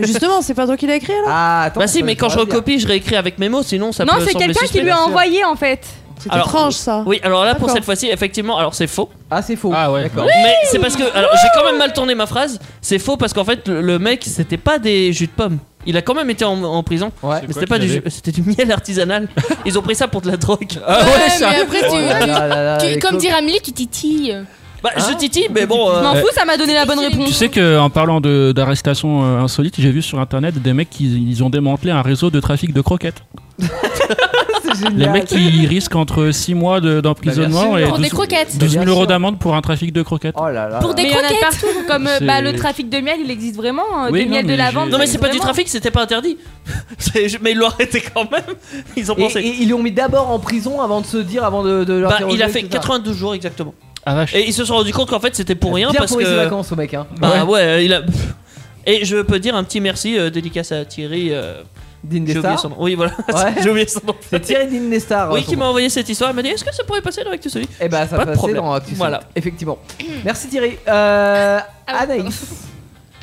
Justement, c'est pas toi qui l'as écrit alors
Ah,
[LAUGHS]
attends.
bah si,
ça,
mais
ça
quand je
va bien.
recopie, je réécris avec mes mots, sinon ça
non,
peut
c'est
sembler
quelqu'un qui
suspect.
lui a envoyé en fait.
C'est
Alors- euh,
étrange ça.
Oui, alors là pour
D'accord.
cette fois-ci, effectivement, alors c'est faux.
Ah, c'est faux.
Ah ouais.
D'accord.
Mais c'est parce que alors j'ai quand même mal tourné ma phrase. C'est faux parce qu'en fait le, le mec c'était pas des jus de pomme. Il a quand même été en, en prison.
C'est
Mais
quoi
c'était pas
qu'il
du
y
jus-
avait
c'était du miel artisanal. Ils ont pris ça pour de la drogue.
Ah ouais, Ouais, ça- mais après, tu- Oh là là
là
Tu- comme dire Amélie, tu titilles.
Bah je titille mais bon. euh,
M'en
Euh,
fous, ça m'a donné la bonne réponse.
Tu sais que en parlant de- d'arrestations euh, insolites, j'ai vu sur internet des mecs qui ils ont démantelé un réseau de trafic de croquettes.
Oh
Les mecs qui risquent entre 6 mois de- d'emprisonnement
Bah, bien
et
sûr. Pour des
12, 12
croquettes. Bien
000
sûr.
euros d'amende pour un trafic de croquettes.
Oh là là.
Pour des croquettes partout, comme euh,
Ah. C'est-
bah, le trafic de miel, il existe vraiment. euh,
Oui,
des
non,
miels de
mais
lavande.
Non mais c'est pas du trafic, c'était pas interdit. [LAUGHS] C'est- je- mais ils l'ont arrêté quand même. [LAUGHS] Ils ont
Et,
pensé.
et ils l'ont mis d'abord en prison avant de se dire, avant de, de leur
Bah,
dire
il
aux
a
gens,
fait
etc.
92 jours exactement.
Ah vache.
Et ils se sont rendu compte qu'en fait c'était pour rien
Bien
parce
pour
que.
ses vacances, au mec. Hein.
Bah ouais, euh, il a. [LAUGHS] Et je peux dire un petit merci euh, dédicace à Thierry. euh,
Digne des
J'ai oublié
stars.
son nom. Oui, voilà. [LAUGHS]
Ouais.
J'ai oublié son nom.
C'est Thierry Digne des stars.
Oui,
euh,
qui
son
m'a envoyé cette histoire. Elle m'a dit Est-ce que ça pourrait passer dans Actu Solide
Eh bah ça
Pas de
passait
problème.
dans Actu
Voilà.
Solide,
[CLEARS THROAT]
Effectivement. Merci Thierry. Euh,
Ah,
Anaïs.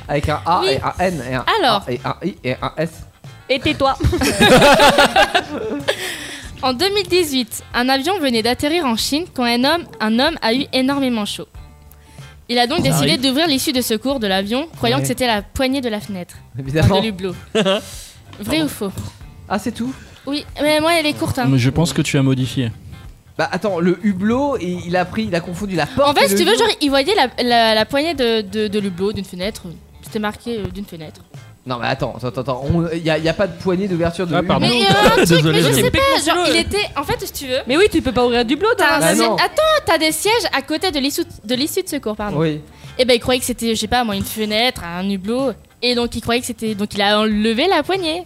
Avec un A
Oui.
et un N et un
Alors.
A et un I et un S.
Et tais-toi.
En 2018, un avion venait d'atterrir en Chine quand un homme, un homme a eu énormément chaud. Il a donc
Ça
décidé
arrive.
d'ouvrir l'issue de secours de l'avion, croyant
Ouais.
que c'était la poignée de la fenêtre.
Évidemment.
Enfin, de
[LAUGHS]
l'hublot. Vrai ou faux
Ah c'est tout
Oui, mais moi elle est courte. hein.
Mais je pense que tu as modifié.
Bah attends, le hublot, il il a pris, il a confondu la porte.
En
et
fait, si
le
tu veux,
hublot.
genre, il voyait la, la- la poignée de, de, de l'hublot d'une fenêtre. C'était marqué euh, d'une fenêtre.
Non mais attends, attends, attends, on- il y, a- il y a pas de poignée d'ouverture de.
Ah, pardon. [LAUGHS]
Mais il y
hublot.
a un truc,
Désolé,
mais je
j'ai-
sais pas,
Techniquement,
genre,
c'est
il
le-
était. En fait, si tu veux.
Mais oui, tu peux pas ouvrir du blot, hein.
t'as un
t'as un
siège-
Bah non.
Attends, t'as des sièges à côté de l'issue de, l'issue de secours, pardon.
Oui.
Et ben, il croyait que c'était, je sais pas, moi, une fenêtre, un hublot. Et donc, il croyait que c'était. Donc, il a enlevé la poignée.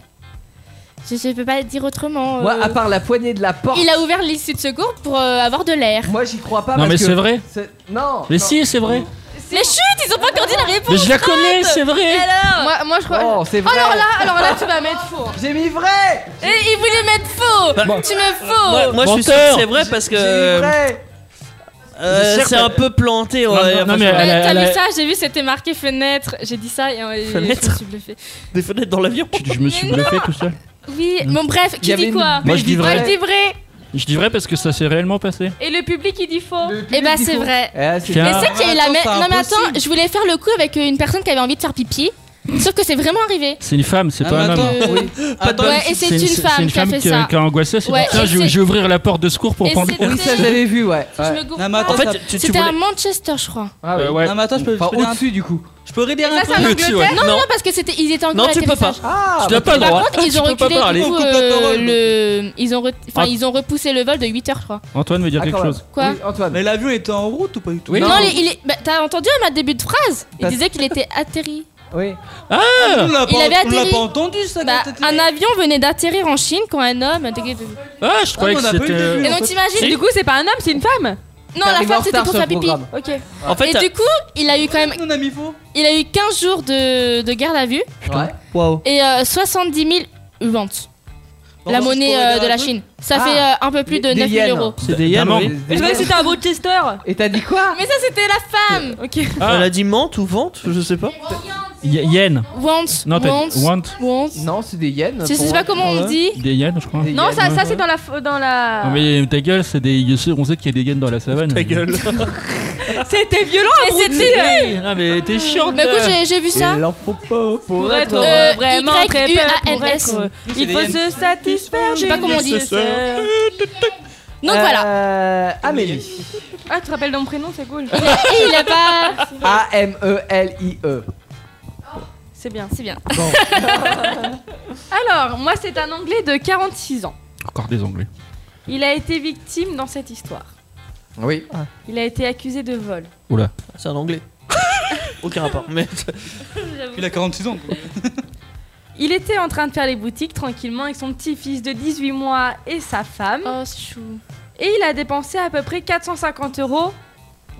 Je, je peux pas dire autrement.
Moi,
euh,
à part la poignée de la porte.
Il a ouvert l'issue de secours pour euh, avoir de l'air.
Moi, j'y crois pas.
Non,
Ah, parce
mais
que
c'est vrai.
Non.
Mais
non.
si, c'est vrai.
Mais chut, ils ont pas encore dit la réponse.
Mais je la connais,
arrête
c'est vrai.
Alors moi, moi, je crois.
Oh, c'est vrai.
Alors là, alors là, tu vas mettre faux.
J'ai mis vrai.
Et il voulait mettre faux.
Bah,
Tu me Euh, faux.
Moi, moi, je suis sûr
Menteur.
que c'est vrai parce que.
J'ai mis vrai.
euh,
Je suis sûr
c'est
que-
un peu planté. Ouais,
Non, non,
enfin,
non,
je-
mais elle a-
T'as
elle a-
vu ça J'ai vu, c'était marqué fenêtre. J'ai dit ça et, euh, et je me
Fenêtre
suis bluffée.
Des fenêtres dans l'avion.
Je me suis
Mais
bluffé tout seul.
Oui, bon bref,
y
qui
avait
dit
une
quoi
Moi, je dis vrai.
Moi je dis vrai.
Je dis vrai parce que ça s'est réellement passé.
Et le public il dit faux. Eh ben
dit
c'est
faux.
vrai.
Eh, c'est
Mais
Tiens.
c'est qu'il y a eu la
Attends,
même.
c'est
Non mais
impossible.
euh, attends, je voulais faire le coup avec une personne qui avait envie de faire pipi.
Sauf que c'est vraiment arrivé.
C'est une femme, c'est pas un homme.
Attends, Ah, ouais, et c'est une femme
une
qui a
femme
fait
qui
ça.
a, qui a angoissé. C'est
Ouais,
dit, tiens,
et
je,
c'est-
je vais ouvrir la porte de secours pour
Et
prendre.
c'était- Oui, ça, je l'avais
vu, ouais.
Je me gourre pas.
attends, En fait,
tu- tu
c'était
voulais-
à Manchester, je crois.
Ah ouais, ouais.
Non, mais attends, je peux.
Euh, Enfin,
je peux dire un-
au-dessus, du coup.
Je peux redire
Ça,
un
c'est
truc
en Angleterre Non, non, parce que c'était, ils étaient encore
Non,
à
tu peux
l'atterrissage.
pas. Ah, bah Tu
Par
n'as pas le droit.
contre, ils ont
Tu peux pas
reculé
parler.
du coup,
On coupe la
euh,
parole.
le- ils ont, re- enfin,
Ah.
Ant-
ils ont repoussé le vol de 8 heures, je crois.
Antoine veut dire quelque chose.
Quoi
Ah, Antoine.
Mais l'avion était en route ou pas du tout
Non, les- il est- bah, t'as entendu à ma début de phrase Il
Parce-
disait qu'il était atterri.
Oui.
Ah
On l'a
Il
pas-
avait
on l'a
atterri.
pas entendu ça
Bah,
quand t'étais-
Un avion venait d'atterrir en Chine quand un homme.
Ah, je
croyais Ah, mais que on a pas eu de c'était- début,
Et
en
donc
fait.
t'imagines.
Si.
Du coup, c'est pas un homme, c'est une femme Non,
T'es
la
arrivé en
femme c'était
retard
pour
sur
faire
le
pipi.
programme.
Ok.
En fait,
Et
t'as-
du coup, il a eu quand même. Il a eu 15 jours de de garde à vue.
Ouais. Waouh.
et euh, 70 000 ventes.
Bon,
la
bon,
monnaie
je peux
euh,
regarder
de la
un peu
Chine. Ça
Ah.
fait euh, un peu plus de
Des
9 000
yens.
euros.
C'est des yens,
D'amende.
oui.
Je croyais que c'était un Rochester.
Et t'as dit quoi Euh.
Mais ça, c'était la femme. Ok.
Ah.
Elle a dit mente ou vente, je sais pas.
Yen.
Want.
Non, t'as
want.
dit want.
Non, c'est des yens.
Je sais
pour-
pas comment on
Ouais.
dit.
Des yens, je crois.
Non, ça, ça
Ouais.
c'est dans la. f- Dans
Non,
la...
mais ta gueule, c'est des. je sais- On sait qu'il y a des yens dans la savane. Ta [LAUGHS] gueule.
C'était violent,
Mais
abruti.
c'était
Ah, mais t'es chiante.
Mais écoute, j'ai- j'ai vu ça.
Il en faut pas pour
Pour être
être.
Euh,
vraiment
Y,
très
U,
peur,
A, N,
pour
S.
être, euh,
Oui, c'est
Il
des
faut
N.
se satisfaire.
Je sais pas
du
comment on dit.
nécessaire.
Donc
Euh,
voilà. euh, Amélie.
Ah, tu te rappelles de mon prénom, c'est cool.
Et il a
[LAUGHS]
pas.
E A-M-E-L-I-E.
C'est bien.
C'est bien.
[LAUGHS] Alors, moi, c'est un Anglais de 46 ans.
Encore des Anglais.
Il a été victime dans cette histoire.
Oui.
Il a été accusé de vol.
Oula.
C'est un
[LAUGHS]
anglais. Aucun rapport, mais.
Il a 46 ans.
Il était en train de faire les boutiques tranquillement avec son petit-fils de 18 mois et sa femme.
Oh, c'est chou.
Et il a dépensé à peu près 450 euros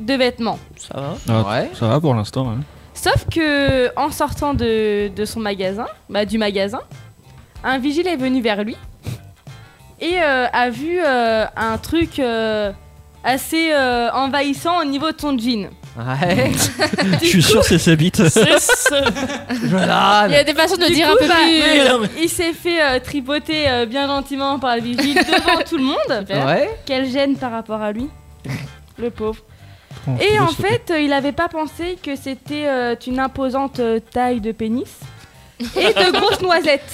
de vêtements.
Ça va.
ouais. Ah, Ça va pour l'instant. hein.
Sauf que en sortant de, de son magasin, bah, du magasin, un vigile est venu vers lui et euh, a vu euh, un truc euh, assez euh, envahissant au niveau de son jean. [LAUGHS]
Ouais.
Du
Je suis
coup-
sûr que c'est sa bite.
C'est ça.
Voilà.
Il y a des façons de
Du
dire
coup,
un peu
bah,
plus.
euh, Il s'est fait euh, tripoter euh, bien gentiment par
[LAUGHS]
le vigile devant tout le monde.
Ouais.
Quelle gêne par rapport à lui. Le pauvre.
Oh,
Et en
s'il te plaît.
fait, euh, il n'avait pas pensé que c'était euh, une imposante euh, taille de pénis
[LAUGHS]
et de grosses noisettes.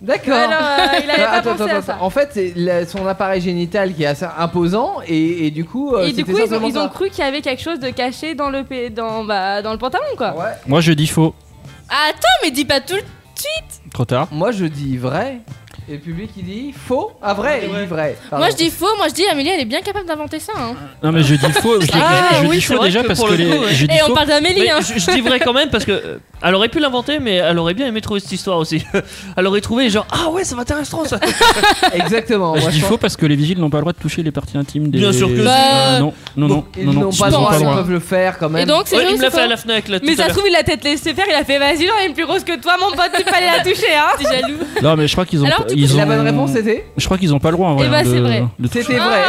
D'accord.
Alors, euh, il avait
Ah,
pas
attends,
pensé
attends,
à ça.
attends. En fait, c'est la- son appareil génital qui est assez imposant et, et du coup. euh,
Et du
c'était
coup, ils ont,
simplement
ils ont
ça.
cru qu'il y avait quelque chose de caché dans le, pé- dans, bah, dans le pantalon, quoi.
Moi, je dis faux.
Attends, mais dis pas tout de suite.
Trop tard.
Moi, je dis vrai. Et le public, il dit faux. Ah, vrai, il dit vrai.
Moi, je dis faux. Moi, je dis Amélie, elle est bien capable d'inventer ça. hein.
Non, mais je dis faux. Je,
Ah,
je
oui,
dis
c'est
faux
vrai
déjà
que
parce
pour
que
le
les.
coup, ouais.
je dis
Et on
faux.
parle d'Amélie,
Mais
hein.
je, je dis vrai quand même parce que euh, elle aurait pu l'inventer, mais elle aurait bien aimé trouver cette histoire aussi. [LAUGHS] Elle aurait trouvé genre ah ouais ça m'intéresse trop ça.
Exactement.
Bah, je
moi,
dis
je
faux parce que les vigiles n'ont pas le droit de toucher les parties intimes des.
Bien sûr que si.
Bah,
Ah, non, non, non,
Ils
non, non.
n'ont
je
pas le
pense
droit,
le
ils
droit.
peuvent le faire quand même.
Et donc, c'est
Ouais,
vrai
il
ou
me l'a
c'est
fait
faux
à la Fnac là.
Mais
tout à
ça se
l'heure.
trouve, il a peut-être laissé faire, il a fait vas-y, j'en ai une plus grosse que toi, mon pote, il fallait la toucher, hein.
T'es
[LAUGHS]
jaloux.
Non, mais je crois qu'ils ont.
Alors, du coup,
ils
la
ont-
bonne réponse, c'était
Je crois qu'ils ont pas le droit. En vrai,
Eh
hein,
bah,
de-
c'est vrai. Ah,
de toucher.
C'était vrai.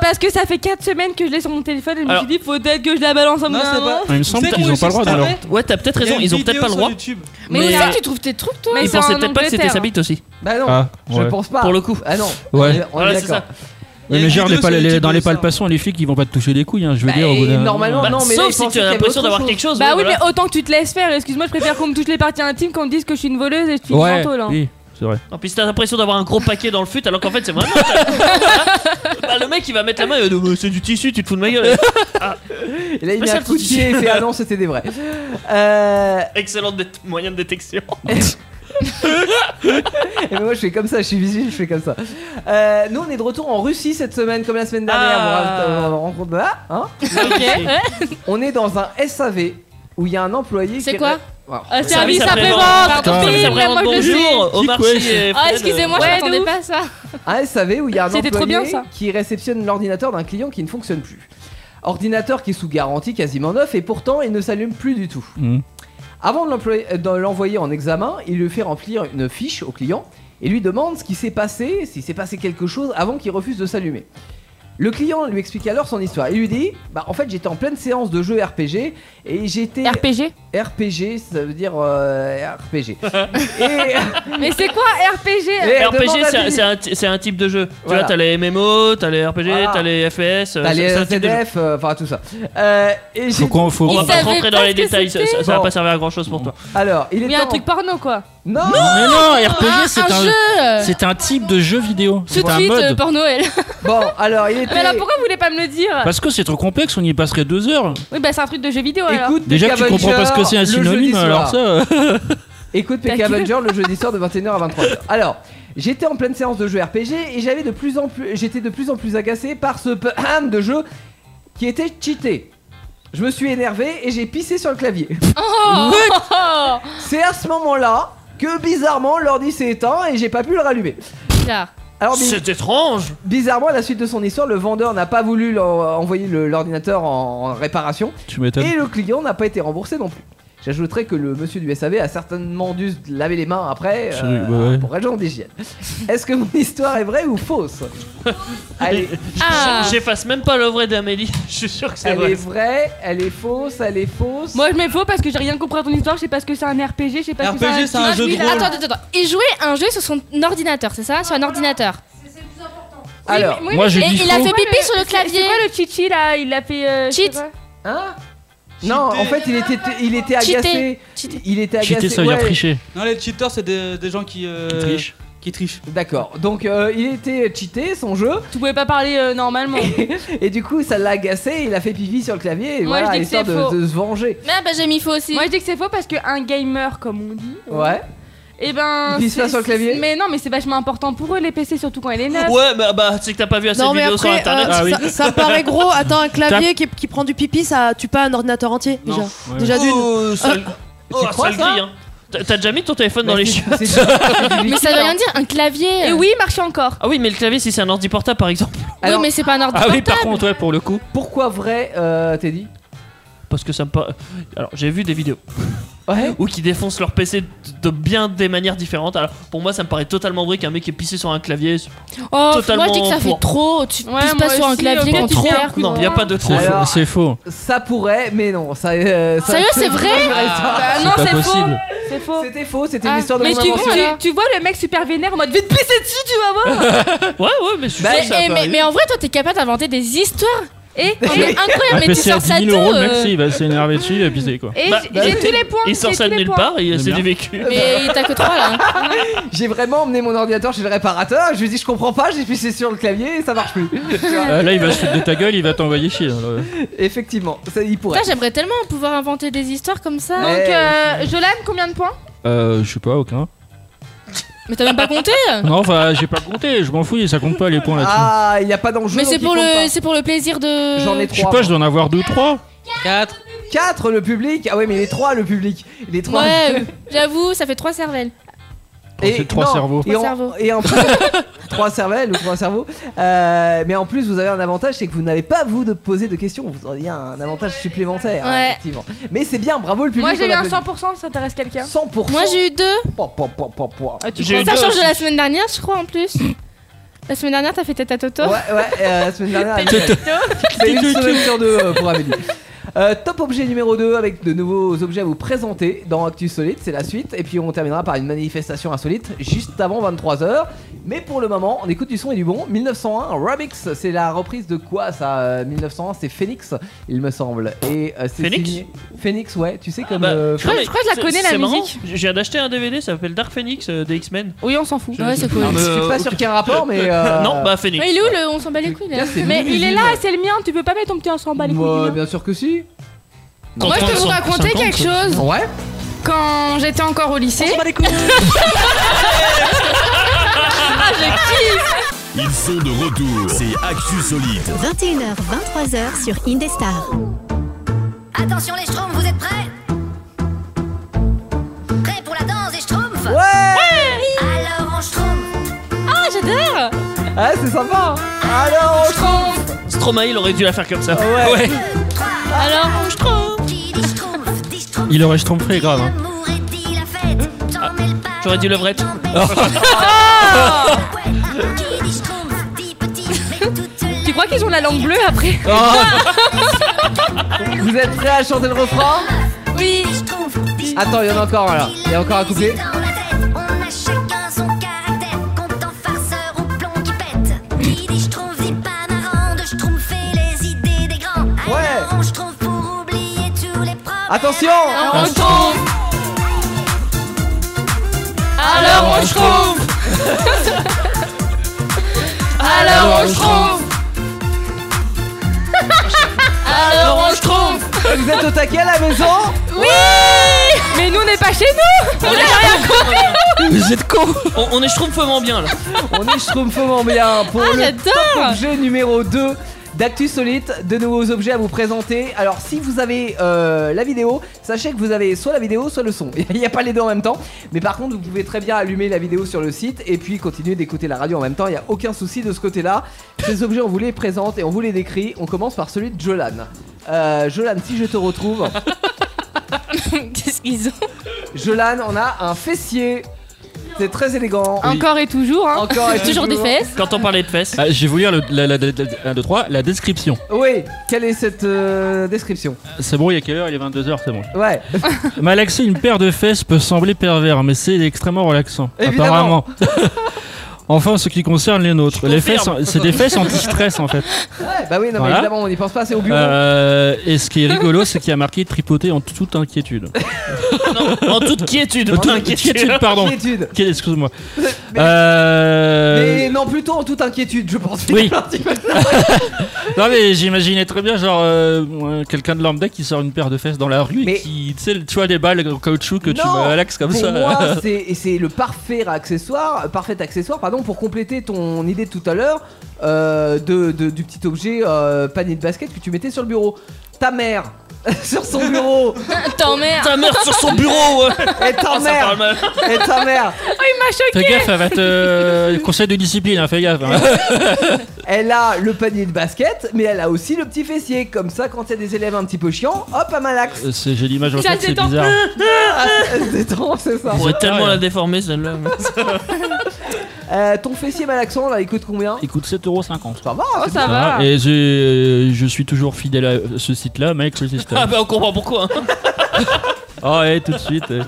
Parce que ça fait 4 semaines que je l'ai sur mon téléphone et je
Alors-
me suis dit, faut peut-être que je la balance en
Non, c'est pas-
Ah, il me semble
Tu sais
qu'ils
comment
ont pas le droit
s'est
dans leur-
tapé
Ouais, t'as peut-être raison,
Il y a
ils
une
ont peut-être
vidéo
pas le
sur
droit.
YouTube.
Mais
Mais-
où ça, tu trouves tes trucs, toi
ils
c'est en
pensaient peut-être pas que c'était
Angleterre.
sa bite aussi.
Bah non,
Ah,
je
ouais.
pense pas.
Pour le coup.
Ah non.
Ouais.
On est
Voilà, c'est
d'accord.
ça.
Ouais, mais genre, les pal-
vidéo sur
les-
YouTube
dans
de
les
ça.
palpations, les flics, ils vont pas te toucher les couilles, hein, je veux dire. au bout
Et
d'un-
normalement,
Bah,
non, mais là,
sauf
ils
si
pensaient
tu as
qu'il y avait
l'impression
autre
d'avoir
chose.
quelque chose.
Bah
ouais,
oui,
voilà.
mais autant que tu te laisses faire. Excuse-moi, je préfère qu'on me touche les parties intimes, qu'on me dise que je suis une voleuse et je suis
Ouais,
une ventole, hein.
oui, c'est vrai.
En plus, t'as l'impression d'avoir un gros paquet dans le fut, alors qu'en fait, c'est vraiment. bah,
[LAUGHS]
le mec, il va mettre la main, il va dire, Mais C'est du tissu, tu te fous de ma gueule.
Et là, il met
Spécial
un coup de
petit-
pied et fait Ah non, c'était des vrais. [LAUGHS] Euh.
Excellent dé- moyen de détection.
Eh, Et ben moi, je fais comme ça, je suis vigile, je fais comme ça. Euh, nous, on est de retour en Russie cette semaine, comme la semaine dernière.
Ah.
On ra- on rencontre. Ah, hein on est dans un SAV où il y a un employé.
C'est
qui-
quoi
Voilà.
Ah,
Un service
après-vente.
après-vente.
Putain,
Pile,
service
après-vente,
moi, je le
bonjour,
sais.
Omar Sy et Fred,
Ah, excusez-moi,
euh,
je
ouais, de
m'attendais
ouf.
pas à ça.
un SAV Ah, où il y a un
C'était trop
employé
bien, ça.
qui réceptionne l'ordinateur d'un client qui ne fonctionne plus. Ordinateur qui est sous garantie quasiment neuf et pourtant il ne s'allume plus du tout.
Mhm.
Avant de l'employer- euh, de l'envoyer en examen, il lui fait remplir une fiche au client et lui demande ce qui s'est passé, s'il s'est passé quelque chose avant qu'il refuse de s'allumer. Le client lui explique alors son histoire. Il lui dit Bah, en fait, j'étais en pleine séance de jeu RPG et j'étais.
RPG
RPG, ça veut dire euh, RPG.
[LAUGHS] Mais c'est quoi RPG
Les RPG, c'est un- c'est un, ti- c'est un type de jeu. Tu
Voilà.
vois, t'as les MMO, t'as les RPG,
Voilà.
t'as les FS. euh,
T'as
c'est-
les
c'est un type de jeu.
SDF, euh, enfin tout ça. Euh, et j'ai-
qu'on- faut-
On va
Il
pas
savait
rentrer dans les détails, ça, ça- ça va pas servir à grand chose pour toi.
Alors, il est
Mais un truc porno quoi Ah,
Non
Mais non, RPG, c'est un,
jeu
c'est un type de jeu vidéo.
Tout
C'est
de
un
suite, euh,
mode.
porno elle
Bon, alors il
Mais alors pourquoi vous voulez pas me le dire
Parce que c'est trop complexe, on y passerait deux heures.
Oui, bah c'est un truc de jeu vidéo alors
Écoute,
Déjà que
Peck
tu comprends pas ce que c'est un
Avenger, le
synonyme,
jeudi soir.
alors ça. euh.
[LAUGHS] Écoute PK
T'as que-
Avenger le jeudi soir de 21h à 23h. Alors, j'étais en pleine séance de jeu RPG et j'avais de plus en plus j'étais de plus en plus agacé par ce peu de jeu qui était cheaté. Je me suis énervé et j'ai pissé sur le clavier.
[LAUGHS]
Oh
C'est à ce moment-là que bizarrement l'ordi s'est éteint et j'ai pas pu le rallumer.
Bizarre.
C'est étrange Bizarrement, à la suite de son histoire, le vendeur n'a pas voulu l'en- envoyer le- l'ordinateur en, en réparation.
Tu m'étonnes.
Et le client n'a pas été remboursé non plus. J'ajouterais que le monsieur du SAV a certainement dû se laver les mains après euh,
C'est- bah ouais.
pour raison d'hygiène. [LAUGHS] Est-ce que mon histoire est vraie ou fausse Allez. Ah.
J'- J'efface même pas l'œuvre d'Amélie, [LAUGHS] je suis sûr que c'est
Elle
vrai.
est vraie, elle est fausse, elle est fausse.
Moi je mets faux parce que j'ai rien compris à ton histoire, je sais pas ce que c'est un RPG, je sais pas ce que
RPG,
c'est
c'est un
un...
jeu de
Attends,
rôle.
attends,
Attends, attends, il jouait un jeu sur son ordinateur, c'est ça Sur un ordinateur.
Alors,
mais- oui, Moi, mais- j'ai et- dit il a faux. fait pipi sur le
clavier. C'est quoi le chichi là Il a fait. euh, je sais
Cheat.
pas.
Hein non, en fait, il était, il était agacé. Il était agacé. ouais.
Non, les cheaters, c'est des, des gens qui, euh,
trichent.
Qui trichent.
D'accord. [LAUGHS] Donc euh, il était cheaté son jeu.
Tu pouvais pas parler euh, normalement.
[LAUGHS] Et du coup ça l'a agacé. Il a fait pipi sur le clavier. Et
Moi,
voilà,
je dis que
histoire
c'est
de,
faux.
de se venger.
ah,
Mais bah j'ai mis faux aussi. Moi je dis que c'est faux parce qu'un gamer, comme on dit.
Ouais.
Et ben.
Il pisse pas
c'est-
sur le clavier
Mais non, mais c'est vachement important pour eux les PC, surtout quand il est neuf.
Ouais,
[LAUGHS]
bah, bah c'est que t'as pas vu assez de
Non, mais
vidéos sur
après,
internet.
euh, ça, ça me paraît gros. Attends, un clavier qui, qui prend du pipi, ça tue pas un ordinateur entier, déjà. Déjà d'une.
Oh, ça, [LAUGHS]
Euh,
oh, ça Bah,
crois,
le
ça
dit, hein. T'as t'as déjà mis ton téléphone dans les chiottes [LAUGHS]
Mais ça veut
hein.
rien dire, un clavier. Et
oui, marchait encore.
Ah oui, mais le clavier, si c'est un ordi portable par exemple.
oui, mais c'est pas un
Ah
ordi. portable.
ouais, pour le coup.
Pourquoi vrai, euh, Teddy
Parce que ça me paraît. Alors, j'ai vu des vidéos.
Ouais.
Ou qui défoncent leur PC de- de bien des manières différentes. Alors, pour moi, ça me paraît totalement vrai qu'un mec est pissé sur un clavier. c'est
Oh,
totalement
moi je dis que ça
pour.
fait trop. Tu
Ouais,
pisses
moi
pas sur un
aussi, euh,
clavier
ok,
quand
tu
trop.
fais un
Non, y a pas de trop.
C'est faux, C'est faux.
Ça pourrait, mais non. Ça. euh, ça-
Sérieux, c'est vrai
Je dirais ça.
Ah,
C'est non, pas c'est possible.
C'est faux. Ah.
C'était faux, c'était une histoire de
Mais
mon
tu,
invention.
tu, tu vois le mec super vénère en mode vite pisser dessus, tu vas voir.
[LAUGHS] Ouais, ouais, Bah, mais je suis
Mais,
sûr que ça
eh,
peut
mais,
arriver.
mais en vrai, toi, t'es capable d'inventer des histoires. Eh,
[LAUGHS]
Et
on est
Un
incroyable, mais tu
PC à
sors ça
10
d'où
000 euros, bah.
euh
le mec, si, il va s'énerver dessus, il va piser quoi.
Et j'ai- j'ai tous les points.
Il sort
j'ai
ça
tous
de
les
nulle
points.
part et c'est
bien.
du vécu.
Mais t'as que 3 là. hein.
[LAUGHS] J'ai vraiment emmené mon ordinateur chez le réparateur. Je lui ai dit je comprends pas. J'ai pissé sur le clavier et ça marche plus.
Ah, là, il va se foutre de ta gueule, il va t'envoyer chier. là.
Effectivement, ça, il pourrait.
Putain, j'aimerais tellement pouvoir inventer des histoires comme ça.
Donc, euh, Jolan, combien de points
Euh, je sais pas, aucun.
Mais t'as même pas
[LAUGHS]
compté
Non, enfin, j'ai pas compté, je m'en fous, ça compte pas les points là-dessus.
Ah, il y a pas d'enjeu.
Mais
donc
c'est
il
pour,
compte
le...
pas.
c'est pour le plaisir de.
J'en ai
Je sais
trois.
pas, je dois en avoir deux, trois.
4 4 le public Ah ouais mais les 3 le public Les 3 [LAUGHS]
Ouais, j'avoue, ça fait 3 cervelles.
et,
Oh, trois cerveaux.
Et en,
Trois cerveaux.
et en plus
[LAUGHS]
3 cervelles ou 3 cerveaux Euh, Mais en plus vous avez un avantage C'est que vous n'avez pas vous de poser de questions Vous auriez un avantage supplémentaire hein,
Ouais.
effectivement. Mais c'est bien bravo le public
Moi j'ai eu
on
un
applaudit.
100%, ça intéresse quelqu'un
100%
Moi, j'ai eu Ah, 2.
Po, po, po, po, po.
Ça change de la semaine dernière, je crois en plus. La semaine dernière, t'as fait tête à Toto.
Ouais ouais euh, la semaine dernière elle- [LAUGHS] C'est une semaine sur deux euh, pour Amélie Euh, top objet numéro 2 avec de nouveaux objets à vous présenter dans Actu Solide, c'est la suite. Et puis on terminera par une manifestation insolite juste avant 23h. Mais pour le moment, on écoute du son et du bon. 1901, Rabix, c'est la reprise de quoi ça euh, 1901, c'est Phoenix, il me semble. Et euh, c'est
Phoenix
signé- Phoenix, ouais, tu sais comme.
Bah,
euh,
non, mais
crois que Ah je la
c'est-
connais, la
c'est marrant.
musique.
J'ai- J'ai d'acheter un DVD, ça s'appelle Dark Phoenix euh, des X-Men.
Oui, on s'en fout.
Ouais, c'est cool.
Je suis pas sûr qu'il y ait un rapport, mais. euh,
Euh, Non, bah Phoenix.
Mais il est où le on s'en bat les couilles là
c'est
Mais
Louis
il est
Vuitton.
là, c'est le mien, tu peux pas mettre ton petit on s'en bat les couilles.
Ouais,
du mien.
bien sûr que si.
Moi, je peux vous raconter quelque chose.
Ouais.
Quand j'étais encore au lycée. [LAUGHS] Ah, j'ai
Ils sont de retour, c'est Actu Solide.
21h, 23h sur Indestar.
Attention les schtroumpfs, vous êtes prêts Prêts pour la danse des schtroumpfs
Ouais,
Alors on schtroumpf
Ah, j'adore
Ah, c'est sympa Alors on
schtroumpf
Stromae, il aurait dû la faire comme ça.
Ah Ouais.
Alors on schtroumpf
Qui dit schtroumpf dit schtroumpf
Il aurait trompé grave. hein.
L'amour est dit la fête J'en mets le pas
Ah, J'aurais dû levrette.
Ah.
Ah.
[LAUGHS]
Qui dit schtroumpf dit petit Mais toute la
crois qu'ils ont la langue bleue après.
Ah.
[LAUGHS]
Vous êtes prêts à chanter le refrain
Oui.
Attends, il y en a encore un, là. Il y a encore un couplet.
On a chacun son caractère. Compte en farceur ou plomb qui pète. Qui dit schtroumpf dit panarin. De schtroumpfer les idées des grands. Alors on schtroumpf pour oublier tous les problèmes.
Attention
Alors on [LAUGHS] schtroumpf. Alors on
[LAUGHS]
schtroumpf.
Alors
[LAUGHS]
on
schtroumpf.
Alors on schtroumpf.
Vous êtes au taquet à la maison
Oui Mais nous on n'est pas chez nous On n'a rien compris
[LAUGHS]
Vous êtes con on, on est schtroumpfement bien là.
On est schtroumpfement bien pour
Ah,
le
j'adore
top objet numéro 2 d'Actu Solite, de nouveaux objets à vous présenter. Alors si vous avez euh, la vidéo, sachez que vous avez soit la vidéo, soit le son. [LAUGHS] Il n'y a pas les deux en même temps. Mais par contre, vous pouvez très bien allumer la vidéo sur le site et puis continuer d'écouter la radio en même temps. Il n'y a aucun souci de ce côté-là.
[LAUGHS]
Ces objets, on vous les présente et on vous les décrit. On commence par celui de Jolan. Euh, Jolan, si je
[LAUGHS]
te retrouve...
[LAUGHS] Qu'est-ce qu'ils ont
Jolan, on a un fessier. C'est très élégant.
Encore et toujours, hein.
Encore et Toujours des toujours. fesses.
Quand on parlait de fesses.
Ah, J'ai voulu lire le, la, la, la- la- un, deux, trois, la description.
Oui, quelle est cette euh, description
C'est bon, il est quelle heure Il est 22h, c'est bon.
Ouais.
Malaxer une paire de fesses peut sembler pervers, mais c'est extrêmement relaxant.
Évidemment.
Apparemment. [LAUGHS] enfin, en ce qui concerne les nôtres, les fesses,
confirme.
c'est des fesses anti-stress en fait.
Ouais, bah oui, non, mais
Voilà.
évidemment, on n'y pense pas, c'est au bureau. [LAUGHS]
Euh, et ce qui est rigolo, c'est qu'il y a marqué tripoter en toute inquiétude.
En toute quiétude.
En toute
en inquiétude.
quiétude, pardon.
Quiétude.
Qui-
[LAUGHS]
Excuse-moi. Euh,
Mais non, plutôt en toute inquiétude, je pense. [LAUGHS]
Oui. non mais j'imaginais très bien genre euh, quelqu'un de lambda qui sort une paire de fesses dans la rue et qui tu sais tu vois des balles en caoutchouc que tu
Non,
malaxes comme
pour
ça. [LAUGHS]
moi, c'est et c'est le parfait accessoire, euh, parfait accessoire, pardon, pour compléter ton idée de tout à l'heure euh, de, de- du petit objet euh, panier de basket que tu mettais sur le bureau. Ta mère [LAUGHS] sur son
[LAUGHS]
bureau.
Ta mère.
Ta mère sur son bureau.
Et ta
Ah, ça
mère.
parle mal.
Et ta mère.
Oh, il m'a choqué
Fais gaffe, elle va te euh, conseil de discipline, hein, fais gaffe. hein.
Elle a le panier de basket, mais elle a aussi le petit fessier. Comme ça, quand il y a des élèves un petit peu chiants, hop, à malaxe.
Euh, c'est- J'ai l'image en
Ça
tête,
se
c'est
détend.
bizarre.
Ah, elle se détend, c'est ça.
On pourrait tellement la déformer celle-là.
[LAUGHS] Euh, ton fessier malaxant, là, il coûte combien
Il coûte 7,50€.
Ça va, hein, c'est
ça
bien.
va.
Ah, Et euh, je, je suis toujours fidèle à ce site-là, Mike le système.
Ah bah on comprend pourquoi. hein.
Ah ouais, tout de suite. euh.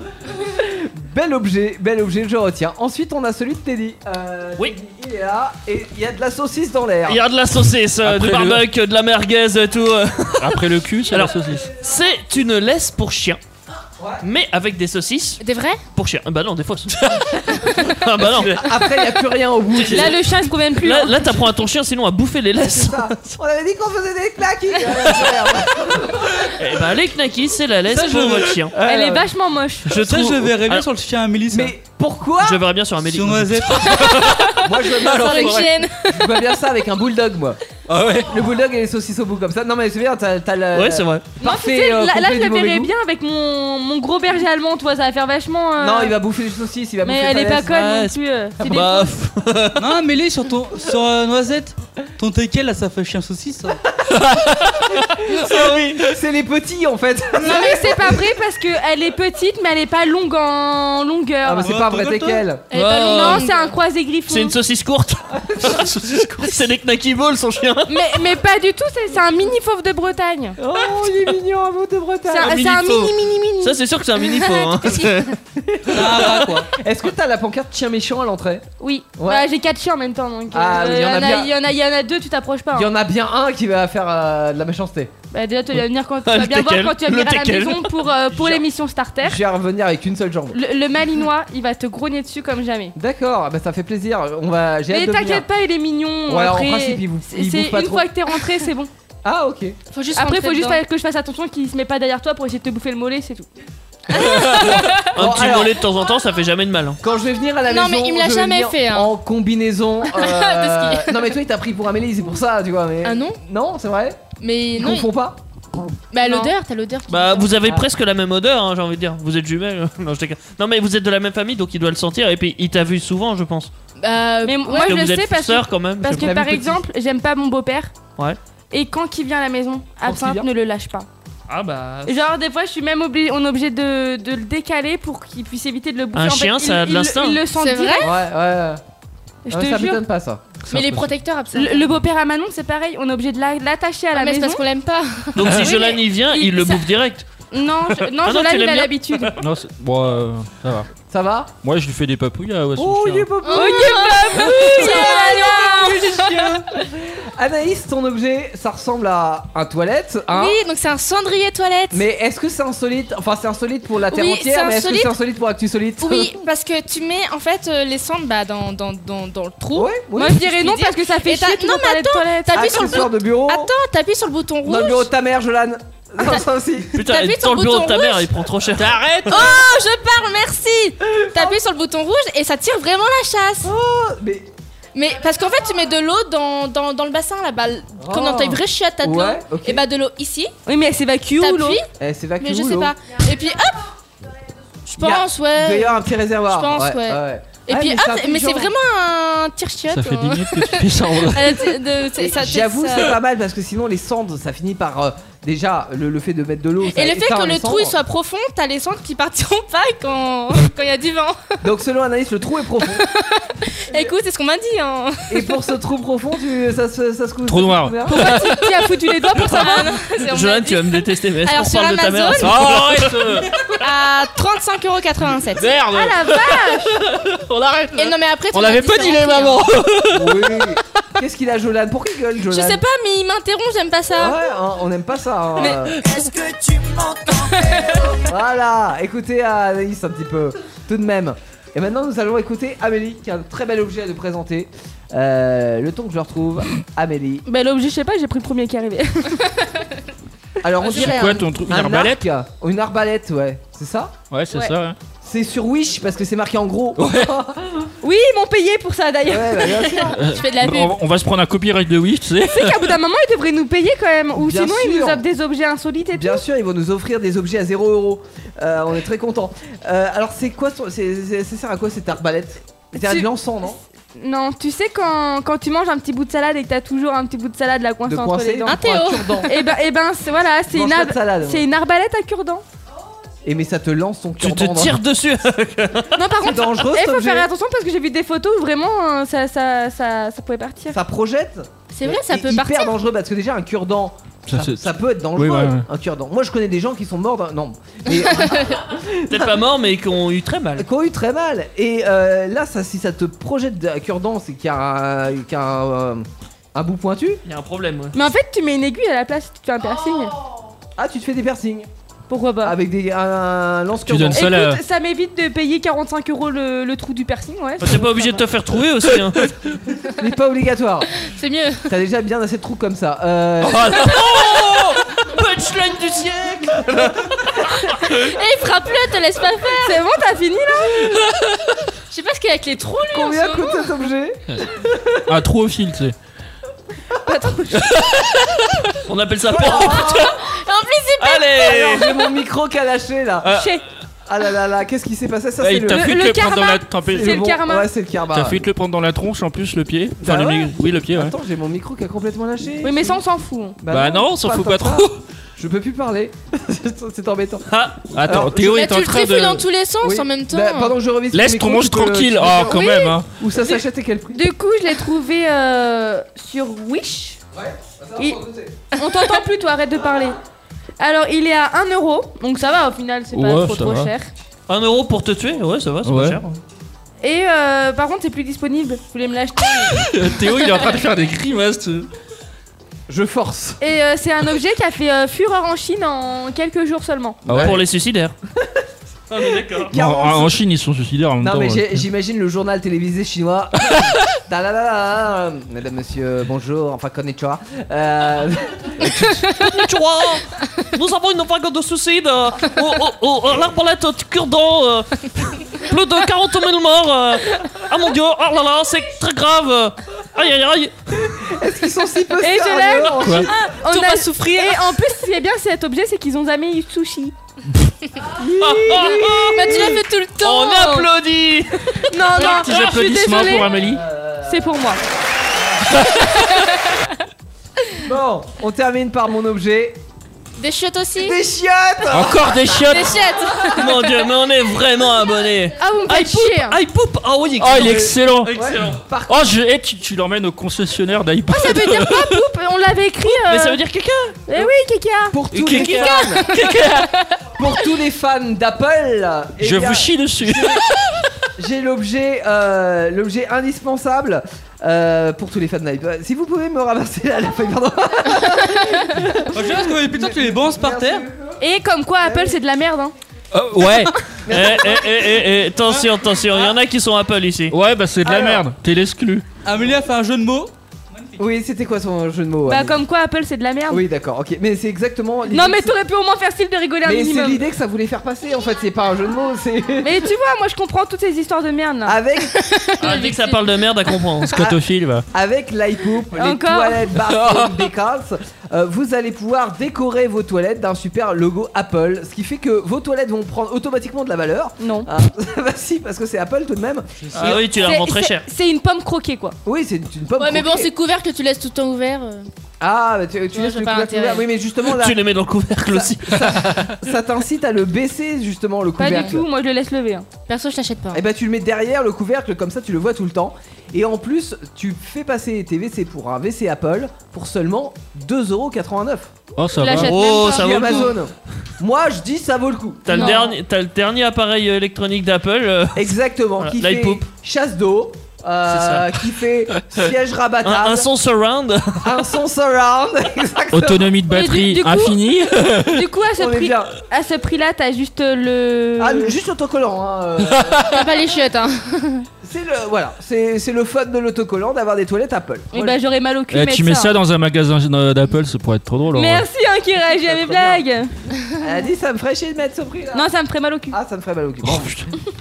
Bel objet, bel objet, je retiens. Ensuite, on a celui de Teddy. Euh,
Oui.
Teddy, il est là et il y a de la saucisse dans l'air.
Il y a de la saucisse, euh, du
Après le-
barbecue, de la merguez, euh, tout. euh.
Après le cul, c'est la
Alors,
saucisse.
C'est une laisse pour chien. Mais avec des saucisses.
Des vrais
Pour chien. Ah Bah non, des fausses. [LAUGHS] ah bah non.
Euh, Après, il n'y a plus rien au bout.
Là, le chien, il se promène [LAUGHS] plus.
Là,
hein.
là, t'apprends à ton chien sinon à bouffer les laisses.
Ça, On avait dit qu'on faisait des claquis.
[LAUGHS]
Et bah les knackis, c'est la laisse
Ça, je
pour
veux.
votre chien.
Elle est vachement moche.
Je
Ça,
trouve-
je verrais bien
Alors-
sur le chien à Mélissa.
Mais pourquoi
Je verrais bien sur un Mélie.
Si on osait
Moi, je veux bien,
Alors,
ça,
les
avec-
chiennes.
je vois bien ça avec un bulldog, moi.
Ah ouais
Le bulldog et les saucisses au bout comme ça. Non, mais c'est bien, t'as t'as le.
Ouais, c'est vrai.
Non, tu sais,
Parfait. euh,
là, là, je
complet du
le
mauvais
verrais
goût.
bien avec mon, mon gros berger allemand, toi, ça va faire vachement. euh,
Non, il va bouffer les saucisses, il va
Mais
bouffer
elle
ta
est pas
laisse.
conne non plus. euh, c'est des
Bah,
fausses. [LAUGHS]
Non, mais les sur ton sur euh, noisette, ton teckel là, ça fait chien saucisse.
[LAUGHS]
ça.
Ah oui, C'est les petits en fait.
bah.
Non, mais c'est pas vrai parce qu'elle est petite, mais elle est pas longue en longueur.
Ah, mais c'est pas un vrai teckel.
Elle est pas
Ouais,
longue.
ouais,
Non, c'est un croisé griffon.
C'est une saucisse
[LAUGHS]
courte. c'est des knacky balls son chien.
Mais, mais pas du tout, c'est c'est un mini fauve de Bretagne.
Oh, il est mignon à vous de Bretagne.
C'est un, c'est un
mini-fauve.
mini, mini, mini.
Ça c'est sûr que c'est un mini faux.
[LAUGHS]
Hein.
[LAUGHS]
Ah, bah, quoi. [LAUGHS] Est-ce que t'as la pancarte chien méchant à l'entrée
Oui,
Ouais.
Bah, j'ai 4 chiens en même temps. donc,
Ah,
euh,
mais il y en a
y en
bien.
a- il y en a- il y en a deux, tu t'approches pas.
Il y
hein.
en a bien un qui va faire euh, de la méchanceté.
Bah, déjà, tu vas venir quand tu
Ah,
vas
le
bien voir
teckel.
quand tu vas
Le
venir à la
teckel.
maison pour, euh, pour l'émission Starter.
Je vais revenir avec une seule jambe.
Le, le malinois, il va te grogner dessus comme jamais.
D'accord, bah ça fait plaisir. On va. J'ai
Mais
hâte de venir.
t'inquiète pas, il est mignon.
Ouais, en
après,
principe, il vous-
c'est-
il
c'est
bouffe pas
une
trop.
fois que t'es rentré, c'est bon.
[LAUGHS] Ah ok.
Faut juste
Après,
rentrer
faut juste
dedans.
faire que je fasse attention qu'il se met pas derrière toi pour essayer de te bouffer le mollet, c'est tout.
Un
Bon,
petit
alors-
mollet de temps en temps, ça fait jamais de mal. hein.
Quand je vais venir à la
Non,
maison,
mais il me l'a
je vais
jamais
venir
fait, hein.
[LAUGHS]
En combinaison. euh,
De ski.
non mais toi il t'a pris pour Amélie, c'est pour ça, tu vois. Mais...
Ah non
Non, c'est vrai.
Mais
Ils
non.
confondent pas.
Bah
Non.
l'odeur, t'as l'odeur. qui-
Bah vous avez
Ah.
presque la même odeur, hein, j'ai envie de dire. Vous êtes jumelles. [LAUGHS] non, je déconne. non mais vous êtes de la même famille, donc il doit le sentir. Et puis il t'a vu souvent, je pense.
Bah,
Mais
ouais.
moi, je
que
le
vous
sais
êtes
parce que,
sœurs, quand même.
parce
je-
que par exemple, j'aime pas mon beau-père.
Ouais.
Et quand il vient à la maison, Absinthe
vient.
ne le lâche pas.
Ah bah.
Genre, des fois, je suis même obligé, on est obligé de, de le décaler pour qu'il puisse éviter de le bouffer.
Un
En fait,
chien,
il-
ça a de
il-
l'instinct.
Il, le sent
C'est
direct.
Ouais, ouais.
Je
Ouais,
te
ça
jure.
m'étonne pas ça.
Mais les protecteurs, absolument.
Le, le beau-père à Manon, c'est pareil, on est obligé de la- l'attacher à la
Ouais, mais c'est
maison.
parce qu'on l'aime pas.
Donc si
Oui,
Jolan y vient, il, le bouffe direct.
[LAUGHS] Non, je- non,
Ah non,
Jolan,
tu
il
l'aimes
a
bien
l'habitude.
[LAUGHS]
Non, c'est- bon, euh, ça va.
Ça va
Moi, je lui fais des papouilles à à son
Oh,
chien.
il est papouille
Oh, il est
[LAUGHS]
papouille
Il est
Oh,
papouille, le chien. Anaïs, ton objet, ça ressemble à un toilette, hein
Oui, donc c'est un cendrier toilette.
Mais est-ce que c'est insolite Enfin, c'est insolite pour la terre
Oui,
entière,
c'est
mais est-ce que
insolite.
c'est insolite pour Actu Solite [LAUGHS]
Oui, parce que tu mets en fait euh, les cendres bah, dans, dans, dans, dans le trou.
oui. Moi, je
Si
dirais
puis
non,
dire.
parce que ça fait
Et t'as-
chier, tout le
Non,
monde
mais
parle de
attends,
toilettes.
t'appuies
Actu
sur le
Solite
bouton.
de bureau
Attends, t'appuies sur le bouton rouge.
Dans le bureau de ta mère, Jolan
Attends.
Ça aussi
Putain,
T'appuies
et
sur
dans
le
le bureau de
bouton
ta mère,
rouge.
il prend trop cher.
Oh,
[LAUGHS]
je parle, merci T'appuies sur le bouton rouge et ça tire vraiment la chasse.
Oh, mais...
parce qu'en fait, tu mets de l'eau dans, dans, dans le bassin là-bas, comme dans ta vraie chiotte, t'as de
Ouais,
l'eau. Et bah de l'eau ici.
Oui, mais elle s'évacue où l'eau
T'appuies,
Eh, c'est vacuum
mais je sais
l'eau.
pas. Et puis hop Je
Il y a-
pense,
Il doit y
ouais.
avoir un petit réservoir.
Je pense, ouais. Et
Ah,
puis
c'est
hop, mais c'est
intelligent.
vraiment un tire-chiotte.
Ça fait
hein.
dix minutes que tu fais ça,
[LAUGHS]
en vrai.
Euh, c'est- de- c'est-
Mais
ça-
J'avoue,
ça-
c'est pas mal parce que sinon les cendres, ça finit par euh, déjà le, le fait de mettre de l'eau. ça
Et le fait
éteint
que
les
le trou il
cendres.
soit profond, t'as les cendres qui [LAUGHS] partiront pas quand quand il y a du vent.
Donc selon Anaïs, le trou
[LAUGHS]
est profond.
Eh, Écoute, c'est ce qu'on m'a dit. Hein.
Et pour ce trou profond, tu, ça, se- ça se couche.
Trou noir.
Pourquoi tu- tu as foutu les doigts pour savoir
Ah non,
c'est- on m'a
Jolan,
dit.
tu vas me détester, mais est-ce
Alors
qu'on
sur
parle de ta
Amazon,
mère Oh, euh. à ce moment-là
hein, à 35,87€.
Merde.
Ah la vache
On arrête
Et non mais après, tu
On
m'as
l'avait
dit
pas
ça
dit,
en
les
prix,
mamans. [LAUGHS]
hein.
Oui. Qu'est-ce qu'il a, Jolan Pourquoi il gueule,
Je
Jolan
sais pas, mais il m'interrompt, j'aime pas ça.
Ouais, hein, on n'aime pas ça. hein.
Est-ce que tu
Voilà, écoutez Anaïs un petit peu, tout de même. Et maintenant, nous allons écouter Amélie, qui a un très bel objet à nous présenter. Euh, le temps que je le retrouve, Amélie.
Bah, l'objet, je sais pas, j'ai pris le premier qui
[LAUGHS]
est arrivé.
Alors, on
C'est
dirait
quoi
un-
ton truc, une
un
arbalète
arc. Une arbalète, ouais. C'est ça
Ouais, c'est
Ouais.
ça. ouais.
C'est sur Wish parce que c'est marqué en gros.
Oui, ils m'ont payé pour ça d'ailleurs.
Ouais, bah,
[LAUGHS]
bien sûr.
Euh,
Je fais de la pub.
On, on va se prendre un copyright de Wish, tu sais.
Tu sais qu'à bout d'un moment, ils devraient nous payer quand même. Ou
Bien
sinon, ils
sûr.
nous offrent des objets insolites et tout.
Bien sûr, ils vont nous offrir des objets à 0 euros. Euh, on est très contents. Euh, alors, c'est quoi son- c'est- c'est- Ça sert à quoi cette arbalète C'est à
Tu-
de l'encens, non
Non, tu sais quand, quand tu manges un petit bout de salade et que t'as toujours un petit bout de salade la coincée
De
entre
coincer,
les dents.
tu prends un cure-dent.
Et ben, et ben, c'est- voilà, c'est une,
Mange pas
ar-
de salade,
c'est
ouais.
une arbalète à cure-dent.
Et mais ça te lance ton cœur.
Tu te tires dessus.
[LAUGHS] Non, par contre, [LAUGHS]
dangereux,
il
cet
Eh, faut
objet.
faire attention parce que j'ai vu des photos où vraiment euh, ça, ça, ça, ça pouvait partir.
Ça projette
C'est vrai, ça
C'est
peut
hyper
partir.
dangereux parce que déjà, un cure-dent.
Ça,
Ça,
c'est-
ça peut être dangereux
Oui, ouais, ouais.
un cure-dent. Moi je connais des gens qui sont morts. d'un- Non, mais
[LAUGHS] Peut-être pas mort, mais qui ont eu très mal.
qui ont eu très mal. Et euh, là, ça, si ça te projette d'un cure-dent, c'est qu'il y a, un, qu'il y a un, euh, un bout pointu.
Il y a un problème, ouais.
Mais en fait, tu mets une aiguille à la place, tu te fais un piercing.
Ah, tu te fais des piercings
Pourquoi pas
Avec des, un lance
Tu donnes ça là.
euh,
Écoute, ça m'évite de payer 45 euros le, le trou du piercing, ouais.
Bah,
Bah,
[LAUGHS]
T'es pas obligé de te faire trouver aussi, hein.
n'est pas obligatoire.
C'est mieux.
T'as déjà bien assez de trous comme ça. Euh,
[LAUGHS]
[LAUGHS]
Oh Punchline du siècle
Et Eh, frappe-le, te laisse pas faire
C'est bon, t'as fini
là [LAUGHS] Je sais pas ce qu'il y a avec les trous lui
Combien
en ce
coûte
moment.
cet objet
[LAUGHS]
Ah.
Un trou au fil, tu sais.
On appelle ça. Oh, putain.
En plus, c'est pas
Allez
Alors, J'ai mon micro qui a lâché là.
Ah.
Chier.
Ah là là là, qu'est-ce qui s'est passé Ça,
Ah,
c'est
il
le,
t'a fait te le prendre dans la tempête.
bon- Ouais, c'est le karma.
T'as fait te le prendre dans la tronche en plus, le pied. Enfin,
Ah, Bah
le
ouais.
mi- Oui, le pied, ouais.
Attends, j'ai mon micro qui a complètement lâché.
Oui, mais ça, on s'en fout.
Bah non, on s'en fout pas
tant que
trop.
ça. Je peux plus parler. [LAUGHS] C'est- c'est embêtant.
Ah, attends, Théo
Bah,
est en train de- dans tous
les sens en même temps.
Bah, pardon, je revisite.
Laisse
le
ton
micro,
manche
tu peux-
tranquille.
tu peux
Oh,
dire-
quand
Oui.
même, hein.
Où ça
Du-
s'achète et quel prix
Du coup, je l'ai trouvé euh, sur Wish.
on
Il- On t'entend plus, toi, arrête de parler. Alors, il est à 1 euro, donc ça va au final, c'est pas
Ouais,
trop
ça
trop
va.
cher.
[LAUGHS] Un euro pour te tuer Ouais, ça va, c'est
Ouais.
pas cher.
Et euh, par contre, c'est plus disponible. Vous voulez me l'acheter
[LAUGHS] Théo, il est en train de faire des grimaces. tu-
Je
[LAUGHS]
force.
Et euh, c'est un objet qui a fait euh, fureur en Chine en quelques jours seulement.
Ah
Pour les [LAUGHS] suicidaires. Ah,
Bon, en en Chine, ils sont suicidaires en même
Non
temps.
mais
ouais.
j'ai- j'imagine le journal
[LAUGHS]
télévisé chinois. Ta la la la la. Madame, monsieur, bonjour, enfin konnichiwa. Euh,
Tu vois, nous avons une vague de suicides euh, au, au, au, à l'arbalète du cure-dent. euh, plus de 40 000 morts. euh. ah mon dieu, oh là là, c'est très grave. euh. Aïe aïe aïe.
Est-ce qu'ils sont si peu
Et je l'aime Ah,
Quoi
On
Tout va souffrir.
Et en plus, ce qui est bien, cet objet, c'est qu'ils ont jamais eu de
[LAUGHS]
sushi.
Bah, tu l'as fait tout le temps
On applaudit.
Non, non,
Petits
je suis
applaudissements
désolée.
pour Amélie.
C'est pour moi.
bon, on termine par mon objet.
Des chiottes aussi
Des chiottes
Encore des chiottes
Des chiottes
[LAUGHS] Mon dieu, mais on est vraiment abonnés
Ah, vous me faites chier hein.
iPoop Ah oui,
Oh, il est excellent!
Excellent.
Oh, je... eh, tu, tu l'emmènes au concessionnaire d'iPod!
Oh,
Ça veut dire quoi, poupe On l'avait écrit. euh,
Mais ça veut dire caca
Eh oui, caca
Pour tous
Caca.
les fans
[LAUGHS]
Pour tous les fans d'Apple eh
Je
bien,
vous chie dessus!
J'ai l'objet euh, l'objet indispensable euh, pour tous les fans d'Apple. Si vous pouvez me ramasser la, la feuille, pardon.
[LAUGHS] Je sais pas ce que putain, tu les balances par terre.
Et comme quoi, Apple, c'est de la merde. Hein.
Oh, ouais!
Eh, eh, eh, eh, eh, attention, attention, il y en a qui sont Apple ici.
Ouais, bah c'est de la
Alors.
merde! T'es l'exclu!
Amélie a fait un jeu de mots.
Oui, c'était quoi son jeu de mots
Bah,
Annie
comme quoi, Apple, c'est de la merde.
Oui, d'accord, ok. Mais c'est exactement. l'idée
Non, mais
que ça-
t'aurais pu au moins faire style de rigoler un
Mais c'est
minimum.
l'idée que ça voulait faire passer en fait, c'est pas un jeu de mots, c'est. [LAUGHS]
Mais tu vois, moi je comprends toutes ces histoires de merde là.
Avec,
Ah, dès que ça parle de merde, à
[LAUGHS]
comprendre.
Scotophile, va!
avec l'iPoop, les
Encore [LAUGHS]
toilettes bathroom decals, euh, vous allez pouvoir décorer vos toilettes d'un super logo Apple, ce qui fait que vos toilettes vont prendre automatiquement de la valeur.
Non.
Ah, [LAUGHS] bah si, parce que c'est Apple tout de même.
Ah oui, tu l'as
C'est-
revends très
c'est-
cher.
C'est une pomme croquée quoi.
Oui, c'est une pomme.
Ouais, mais bon,
croquée.
c'est couvert que tu laisses tout le temps ouvert. euh.
Ah, bah, tu, tu
Non,
laisses
j'ai
le
pas
couvercle
intérêt.
ouvert. Oui,
[LAUGHS]
mais justement là,
Tu les mets dans le couvercle aussi.
ça t'incite à le baisser justement le
Pas
couvercle.
du tout, moi je le laisse lever. hein.
Perso, je t'achète pas.
Et bah tu le mets derrière le couvercle comme ça tu le vois tout le temps et en plus tu fais passer tes WC pour un WC Apple pour seulement 2,89€
Oh, ça
Je
va!
l'achète même
Oh,
pas.
ça
Chez
vaut le coup.
Amazon. Moi je dis ça vaut le coup.
T'as le,
Non.
dernier- t'as le dernier appareil électronique d'Apple. euh,
Exactement.
Voilà,
qui
là, il
fait
poupe.
chasse d'eau. euh, qui
[LAUGHS]
fait siège rabattable,
un, un son surround.
un son surround, [LAUGHS] exactement.
[LAUGHS] Autonomie de
Mais du-
batterie
du coup-
[LAUGHS]
infinie!
[LAUGHS] Du coup, à ce
On est
prix,
bien.
à ce prix là, t'as juste euh, le.
Ah, mais juste autocollant. hein, euh,
[LAUGHS] T'as pas les chiottes, hein.
c'est le voilà, c'est c'est le fun de l'autocollant d'avoir des toilettes Apple.
Et bah j'aurais mal au cul. de
Eh,
mettre
tu mets ça, dans un magasin euh, d'Apple, ça pourrait être trop drôle! en vrai.
Merci hein, qui réagit à mes blagues.
Elle a dit ça me ferait chier de mettre ce prix là.
Non, ça me ferait mal au cul.
Ah, ça me ferait mal au cul.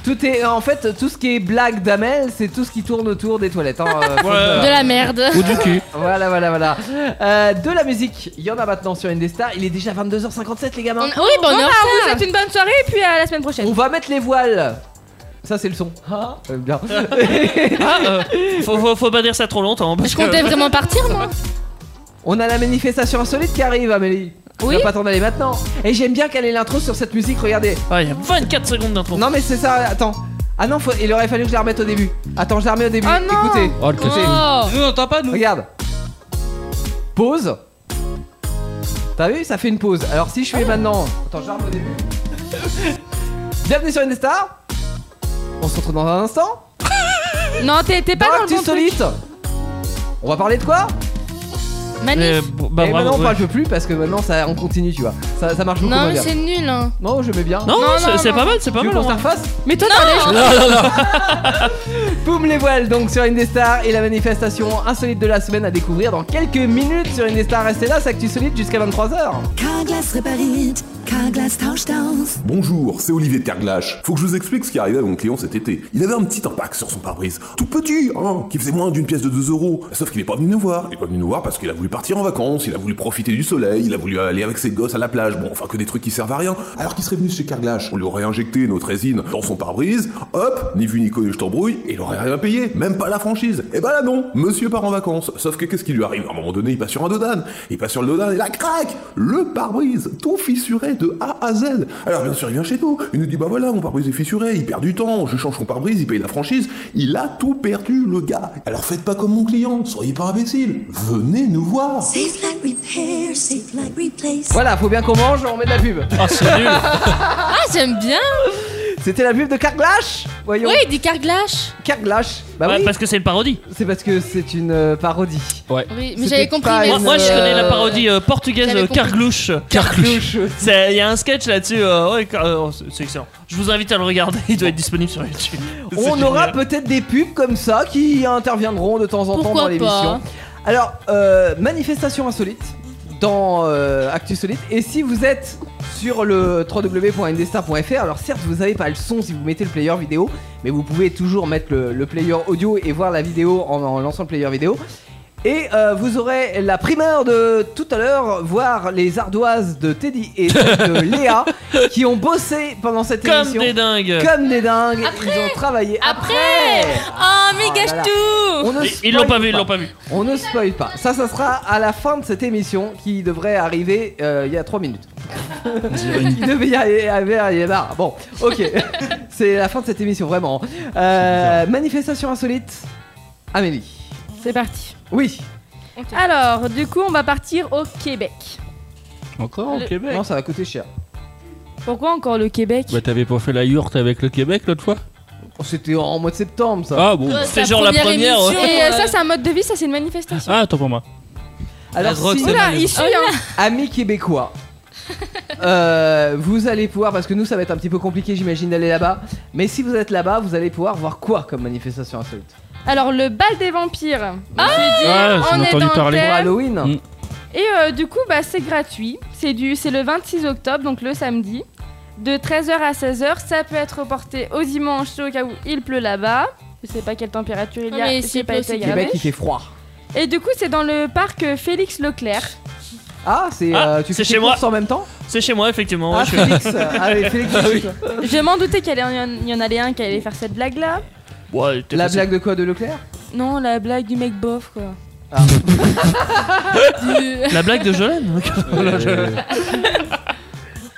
tout est en fait tout ce qui est blague d'Amel, c'est tout ce qui tourne autour des toilettes. hein, euh, faut le
De
savoir.
la merde.
Ou du cul!
[LAUGHS] Voilà, voilà, voilà. Euh, de la musique, il y en a maintenant sur Indestar. Il est déjà 22h57, les
On-
gamins.
Oui, bah on
Bon,
est en
bah,
retard.
vous êtes une bonne soirée et puis à la semaine prochaine.
On va mettre les voiles. Ça, c'est le son.
Hein
Ah, euh, bien.
[LAUGHS] Ah, euh, faut, faut- faut pas dire ça trop longtemps. Parce
Je
que-
comptais vraiment partir, moi.
On a la manifestation insolite qui arrive, Amélie.
Oui.
On va pas t'en aller maintenant. Et j'aime bien caler l'intro sur cette musique, regardez.
Ah, il y a 24 secondes d'intro.
Non, mais c'est ça, attends. Ah non, faut- il aurait fallu que je la remette au début. Attends, je la remets au début.
Oh non.
Écoutez.
Oh, le café.
Oh.
Nous, on n'entend pas, nous.
Regarde. Pause. T'as vu Ça fait une pause. Alors si je fais maintenant. Attends, j'arme au début. Bienvenue sur Indestar. On se retrouve dans un instant.
[LAUGHS] Non, t'es t'es pas dans le
Actu
bon truc.
solide. On va parler de quoi
Manif.
Euh, b- bah, bravo,
Et maintenant Eh ben on
ouais.
parle plus parce que maintenant ça, on continue, tu vois. Ça, ça marche beaucoup
Non,
moins
mais
bien.
c'est nul, hein.
Non, je mets bien.
Non,
Non,
c'est-
non,
c'est
non.
pas mal, c'est pas
tu veux
mal. hein.
qu'on
au
se
moins.
refasse
Mais toi, t'as les
[LAUGHS] Boum les voiles donc sur Indestar et la manifestation insolite de la semaine à découvrir dans quelques minutes sur Indestar. Restez là, c'est Actu Solide jusqu'à 23h.
Carglass repariert, Carglass tauscht aus.
Bonjour, c'est Olivier Terglache. Faut que je vous explique ce qui est arrivé à mon client cet été. Il avait un petit impact sur son pare-brise, tout petit, hein, qui faisait moins d'une pièce de 2 euros. Sauf qu'il est pas venu nous voir. Il est pas venu nous voir parce qu'il a voulu partir en vacances, il a voulu profiter du soleil, il a voulu aller avec ses gosses à la plage. Bon, enfin que des trucs qui servent à rien. Alors qu'il serait venu chez Carglash, on lui aurait injecté notre résine dans son pare-brise, hop, ni vu ni connu, je t'embrouille, et il aurait rien payé, même pas la franchise. Et bah là non, monsieur part en vacances. Sauf que qu'est-ce qui lui arrive À un moment donné, il passe sur un dodane, il passe sur le dodane, et là, crac Le pare-brise, tout fissuré de A à Z. Alors bien sûr, il vient chez nous, il nous dit bah voilà, mon pare-brise est fissuré, il perd du temps, je change son pare-brise, il paye la franchise, il a tout perdu, le gars. Alors faites pas comme mon client, soyez pas imbécile, venez nous voir.
Safe like repair, safe like replace.
Voilà, faut bien qu'on mange, on met de la pub.
Ah, c'est nul!
[LAUGHS] Ah, j'aime bien.
C'était la pub de Carglash Voyons,
Oui, des carglash.
Carglash Bah
Ouais,
oui,
Parce que c'est une parodie.
c'est parce que c'est une euh, parodie.
Oui,
C'était
mais j'avais compris.
pas
mais-
Moi, moi, je
Euh,
connais la parodie euh, portugaise
j'avais
euh,
compris.
Carglouche.
Carclouche!
C'est- Il y a un sketch là-dessus. euh, ouais, car- euh, c'est- c'est excellent. Je vous invite à le regarder. Il doit être disponible sur YouTube. C'est
On
génial.
aura peut-être des pubs comme ça qui interviendront de temps en temps
Pourquoi
dans l'émission.
pas.
Alors, euh, manifestation insolite dans euh, Actu Solite. Et si vous êtes sur le www.indestar.fr, alors certes, vous n'avez pas le son si vous mettez le player vidéo, mais vous pouvez toujours mettre le, le player audio et voir la vidéo en, en lançant le player vidéo. Et euh, vous aurez la primeur de tout à l'heure, voir les ardoises de Teddy et celles
[LAUGHS]
de Léa qui ont bossé pendant cette
Comme
émission.
des dingues.
Comme des dingues. ils ont travaillé après. Ah
Oh, mais gâche
là là.
tout
On ne
Ils- ils l'ont
spoil
pas vu, ils l'ont pas vu.
On ne spoil pas. Ça, ça sera à la fin de cette émission qui devrait arriver euh, il y a 3 minutes. [LAUGHS] il devait y arriver, arriver, arriver là. Bon,
[LAUGHS]
ok. C'est la fin de cette émission, vraiment. Euh, manifestation insolite. Amélie.
C'est parti.
Oui.
Alors, du coup, on va partir au Québec.
Encore
au
au
Le-
Québec
Québec
Non, ça va coûter cher.
Pourquoi encore le Québec
Bah t'avais pas fait la yourte avec le Québec l'autre fois
Oh, C'était en mois de septembre ça.
Ah bon
Ouais,
C'est
ta
genre la première.
émission.
ouais.
Et euh, ça, c'est un mode de vie, ça, c'est une manifestation.
Ah attends pour moi.
Alors,
La drogue,
si,
c'est Oula, malheureux. il suit,
hein.
amis
[LAUGHS]
québécois, euh, vous allez pouvoir, parce que nous ça va être un petit peu compliqué, j'imagine, d'aller là-bas. Mais si vous êtes là-bas, vous allez pouvoir voir quoi comme manifestation insolite
Alors, le bal des vampires.
Ah
Je veux dire, on est dans le
Pour
thème.
Halloween
Mm.
Et euh, du coup, bah, c'est gratuit. C'est du, c'est le 26 octobre, donc le samedi, de 13h à 16h. Ça peut être reporté au dimanche, c'est au cas où il pleut là-bas. Je sais pas quelle température il y a.
Mais
j'ai
s'il
pas
pleut,
été
c'est
regardée.
Québec il fait froid.
Et du coup, c'est dans le parc euh, Félix [LAUGHS] Leclerc.
Ah, c'est
Ah,
euh, tu
c'est
fais
chez moi.
en même temps
C'est chez moi, effectivement.
Ah,
Je-
Félix, euh, allez, Félix,
Ah oui.
Je m'en doutais qu'il y, en- il y en allait un qui allait faire cette blague-là.
Ouais, t'es
La
facile.
blague de quoi De Leclerc
Non, la blague du mec bof, quoi. Du-
[LAUGHS] La blague de
[LAUGHS]
Jolene Voilà, je-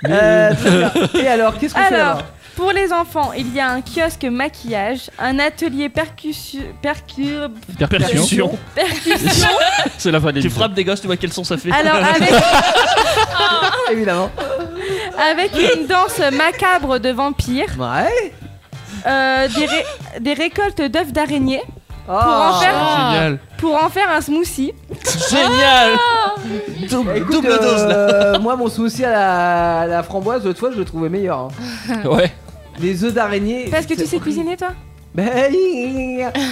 Euh, très bien. Et alors, qu'est-ce qu'on fait
Alors,
là-bas
pour les enfants, il y a un kiosque maquillage, un atelier percussion. Percu...
Percussion. [LAUGHS]
Percussion. [LAUGHS]
C'est la fin des Tu frappes des gosses, tu vois quel son ça fait. [LAUGHS]
Alors, avec.
Évidemment.
Avec une danse macabre de vampires.
Ouais.
Euh, des, ré- des récoltes d'œufs d'araignée. Pour, en faire...
Oh, Génial.
pour en faire un smoothie.
Génial
Ah
Bah, Écoute,
double dose,
euh, moi, mon souci à la, à la framboise, l'autre fois, je le trouvais meilleur. hein.
[LAUGHS]
Ouais.
Les œufs d'araignée.
Parce que
c'est
tu sais
horrible.
cuisiner, toi
Ben,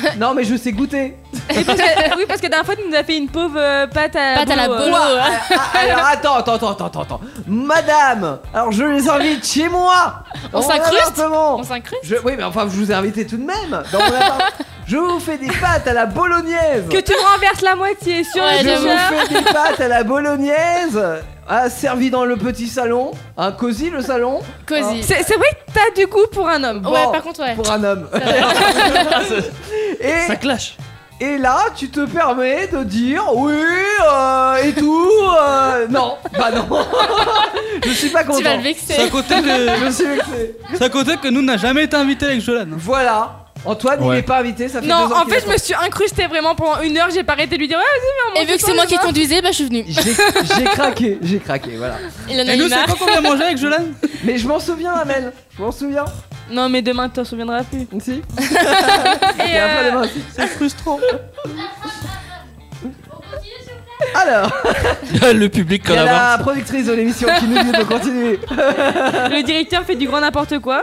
[LAUGHS]
non, mais je sais goûter.
Et parce que- euh, Oui, parce que dernière fois, tu nous as fait une pauvre euh, pâte
[LAUGHS]
à. hein.
Pâte à la bolo. hein.
Ouah, [LAUGHS] ah, alors attends, attends, attends, attends, attends, attends. Madame, alors je les invite chez moi.
On
dans mon
s'incruste
appartement.
On s'incruste
Je- Oui, mais enfin, je vous ai invité tout de même
[LAUGHS]
dans mon appart- Je vous fais des pâtes à la bolognaise.
Que tu renverses la moitié sur
je
le
vous fais
t-shirt.
des pâtes à la bolognaise. Ah, servi dans le petit salon. Un cosy le salon.
Cosy.
Ah.
C'est c'est vrai que t'as du coup pour un homme.
Ouais, par contre, ouais.
Pour un homme. [LAUGHS] et,
Ça clash.
et là, tu te permets de dire oui euh, et tout. euh, non, bah non. je suis pas content.
vas le vexer.
C'est à côté de-
Je suis vexé.
C'est à côté que nous n'a jamais été invité avec Jolan.
Voilà. Antoine, il
Ouais.
est pas invité, ça fait
Non,
deux ans
en
qu'il
fait,
attend.
je me suis incrustée vraiment pendant une heure, j'ai pas arrêté de lui dire ouais, vas-y, viens,
Et vu que c'est moi qui conduisais, bah je suis venue.
J'ai- J'ai craqué, j'ai craqué, voilà.
[LAUGHS] Il en a eu marre.
manger avec Jolan
[LAUGHS]
Mais je m'en souviens, Amel. Je m'en souviens.
Non, mais demain, tu t'en souviendras plus. [LAUGHS]
Si.
Et euh,
C'est frustrant. Alors,
le public
il y
qu'on
a la
avance.
productrice de l'émission qui nous dit de continuer.
[LAUGHS] le directeur fait du grand n'importe quoi.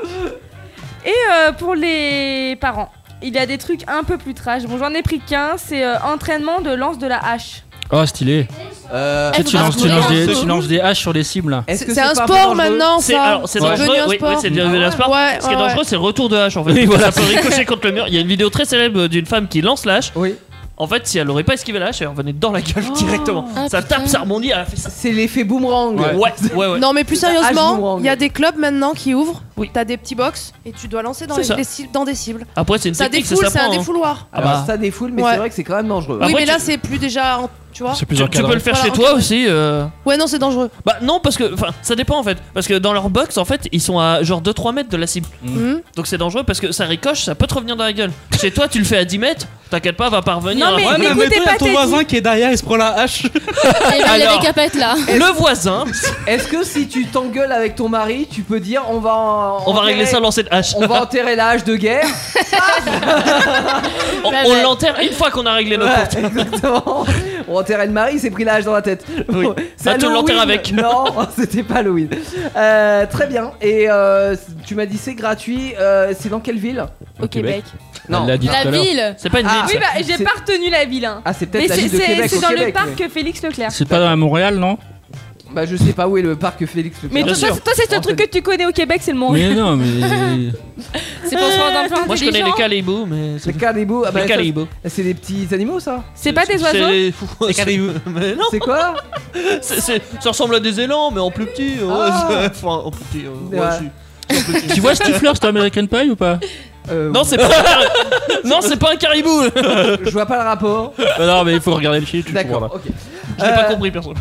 Et euh, pour les parents, il y a des trucs un peu plus trash. Bon, j'en ai pris qu'un, c'est euh, entraînement de lance de la hache.
Oh stylé.
Euh,
Tu sais, tu
Eh,
lances, tu
faudra
lances
trouver
des,
un
tu
saut.
lances des haches sur des cibles. là.
Est-ce que
C'est un
pas un peu
sport
dangereux
maintenant,
C'est
Bah ça.
alors, c'est
devenu
dangereux,
un
oui,
sport. Ah
oui, c'est devenu un sport.
Ouais,
Ce qui est
ouais,
dangereux,
ouais.
c'est le retour de hache en fait.
Oui, voilà.
Ça peut ricocher contre le mur. Il y a une vidéo très célèbre d'une femme qui lance la hache.
Oui.
En fait, si elle aurait pas esquivé la hache, elle revenait dans la
Oh.
gueule directement.
Ah,
ça tape, ça rebondit, elle a fait ça.
C'est l'effet boomerang.
Ouais, ouais, ouais.
Non, mais plus
C'est un
sérieusement,
hache-boomerang.
il y a des clubs maintenant qui ouvrent.
Oui.
T'as des petits box et tu dois lancer dans,
C'est
les-
ça.
des, cibles- dans des cibles.
Après, c'est une
Ça
technique,
défoule,
ça
c'est un
s'apprend. hein.
défouloir.
Ah
Alors,
bah.
ça défoule, mais
Ouais.
c'est vrai que c'est quand même dangereux.
oui,
Après,
mais là,
tu-
c'est plus déjà. en- Tu vois
C'est plus
Tu, tu peux
encadré.
le faire
Voilà,
chez toi
encadré.
aussi. euh.
Ouais, non, c'est dangereux.
Bah non, parce que enfin, ça dépend en fait. Parce que dans leur box, en fait, ils sont à genre 2-3 mètres de la cible.
Mm.
Mm.
Mhm.
Donc c'est dangereux parce que ça ricoche, ça peut te revenir dans la gueule. Chez toi, tu le fais à 10 mètres, t'inquiète pas, va parvenir.
Non, mais
Ouais, mais
n'écoutez
toi,
pas
y'a ton
Teddy.
voisin qui est derrière, il se prend la hache.
Et là, il
Alors.
avait qu'à pas être là.
Le voisin,
Est-ce que si tu t'engueules avec ton mari, tu peux dire on va. en-
on va
enterrer-
régler ça lancer de hache.
On
[LAUGHS]
va enterrer la hache de guerre.
On,
Bah,
on l'enterre une fois qu'on a réglé notre
Ouais,
compte.
exactement. On enterrait le mari, il s'est pris la hache dans la tête. Bon, [LAUGHS] c'est
Ah, tu l'enterres
Halloween.
avec.
Non, c'était pas Halloween. Euh, très bien. Et euh, tu m'as dit c'est gratuit. Euh, c'est dans quelle ville
Au Québec.
Non.
Elle l'a dit tout
La
à l'heure.
ville
C'est pas une ville.
Ah.
Oui,
ça.
bah, j'ai
C'est-
pas retenu la ville. hein.
Ah, c'est peut-être
Mais
la
c'est
ville de
c'est-
Québec.
c'est
au
dans le
Québec,
parc
mais-
Félix Leclerc.
C'est pas à Montréal, non
Bah, je sais pas où est le parc Félix le
Mais toi, toi, toi, c'est le truc que tu connais au Québec, c'est le Mont
Mais non, mais.
[LAUGHS]
C'est pour se rendre un peu
Moi je connais
intelligent.
les calibous, mais.
Les calibous, ah bah,
Les
ça,
calibous.
C'est des petits animaux ça
C'est pas des oiseaux
C'est- Les
Bah,
[LAUGHS]
calibous. Mais non
C'est [LAUGHS] quoi
C'est- c'est- Ça ressemble à des élans, mais en plus petit. ouais,
Ah.
c'est- enfin, en plus petit. euh, ouais,
Ouais.
si, en plus petit.
Tu vois Stifler, c'est American Pie ou pas
Non, c'est pas. un [LAUGHS] cari- non, c'est pas un caribou.
Je vois pas le rapport.
Ah Non, mais il faut regarder le film, tu
D'accord,
comprendras.
ok.
Je l'ai pas
Euh,
compris, perso.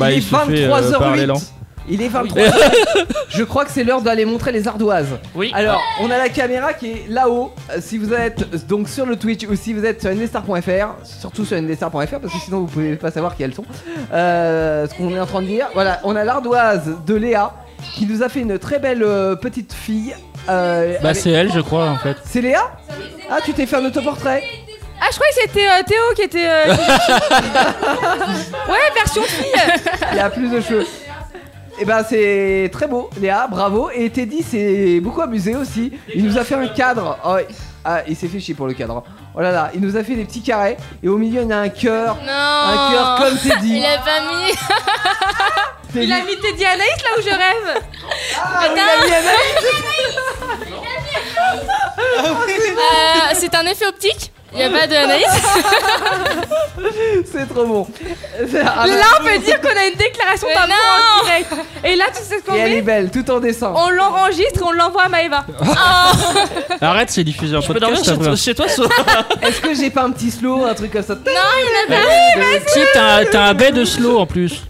Bah,
il,
il
est
se fait, euh,
23h08.
parler lent.
il est 23h. [LAUGHS] Je crois que c'est l'heure d'aller montrer les ardoises.
Oui.
Alors, on a la caméra qui est là-haut. Euh, Si vous êtes donc sur le Twitch ou si vous êtes sur ndstar.fr, surtout sur ndstar.fr parce que sinon vous pouvez pas savoir qui elles sont. Euh, ce qu'on est en train de dire. Voilà, on a l'ardoise de Léa qui nous a fait une très belle euh, petite fille. Euh,
Bah,
avec-
c'est elle, je crois, en fait.
C'est Léa Ah, tu t'es fait un autoportrait
Ah, je croyais que c'était euh, Théo qui était.
[LAUGHS]
euh, ouais, version fille
Il a plus de cheveux. Et ben c'est très beau, Léa, bravo. Et Teddy s'est beaucoup amusé aussi. Il nous a fait un cadre. Ah ouais. Ah, il s'est fait chier pour le cadre. Oh là là, il nous a fait des petits carrés. Et au milieu, il y a un cœur.
Non
Un cœur comme Teddy.
Il a pas mis.
Teddy.
Il a mis Teddy Anaïs là où je rêve
Ah, il a mis Anaïs.
[LAUGHS] Ah
Euh, C'est un effet optique Il a pas de
[LAUGHS]
Anaïs
[LAUGHS] C'est trop bon. Ah, bah-
Là, on peut dire qu'on a une déclaration
Mais
d'amour
non
en direct. Et là, tu sais ce qu'on
Et elle est
fait
belle, Ah. tout en dessin.
On l'enregistre et on l'envoie à Maëva. Ah.
Arrête, c'est diffusé en podcast.
dormir chez
après.
toi- chez toi, ça
[LAUGHS]
Est-ce que j'ai pas un petit slow, un truc comme ça
Non, il
Mais- Si, t'as un- t'as un baie de slow en plus.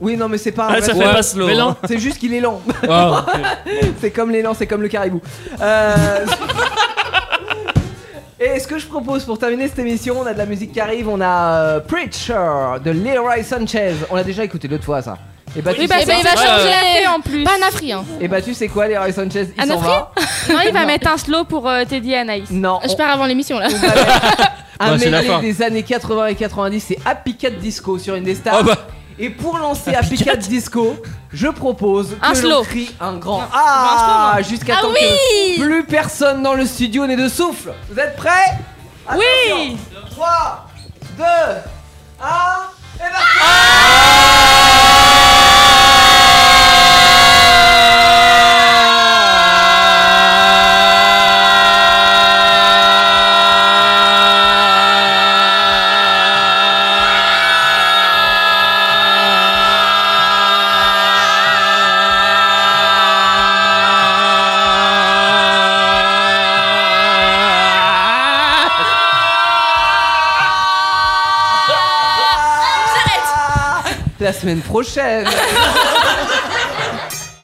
Oui, non, mais c'est pas. un
Ah,
vrai
ça fait
slow.
pas slow,
Mais lent.
hein.
C'est juste qu'il est lent. [LAUGHS]
Ah,
c'est comme l'élan, c'est comme le caribou. Euh, [LAUGHS] Et ce que je propose pour terminer cette émission, on a de la musique qui arrive, on a euh, Preacher de Leroy Sanchez. On l'a déjà écouté l'autre fois ça. Et bah,
Oui, bah,
sais-
bah, il va changer
fait en plus.
Pas un Afri, hein.
Et bah tu sais quoi, Leroy Sanchez, il
Un
s'en va.
Non, il va mettre un slow pour euh, Teddy Anaïs.
Non,
Je pars avant l'émission là.
un
Bah, c'est la
medley
fin.
Ah, des années 80 et 90, c'est Happy Cat Disco sur une des stars.
Oh bah.
Et pour lancer Happy Cat Disco, je propose
Un
que l'on
slow.
crie un grand
Non,
Ah
un slow, non.
jusqu'à
Ah
temps
oui
que plus personne dans le studio n'ait de souffle. Vous êtes prêts
Oui
3, 2, 1, et ben
Ah. [LAUGHS]
La semaine prochaine Ah.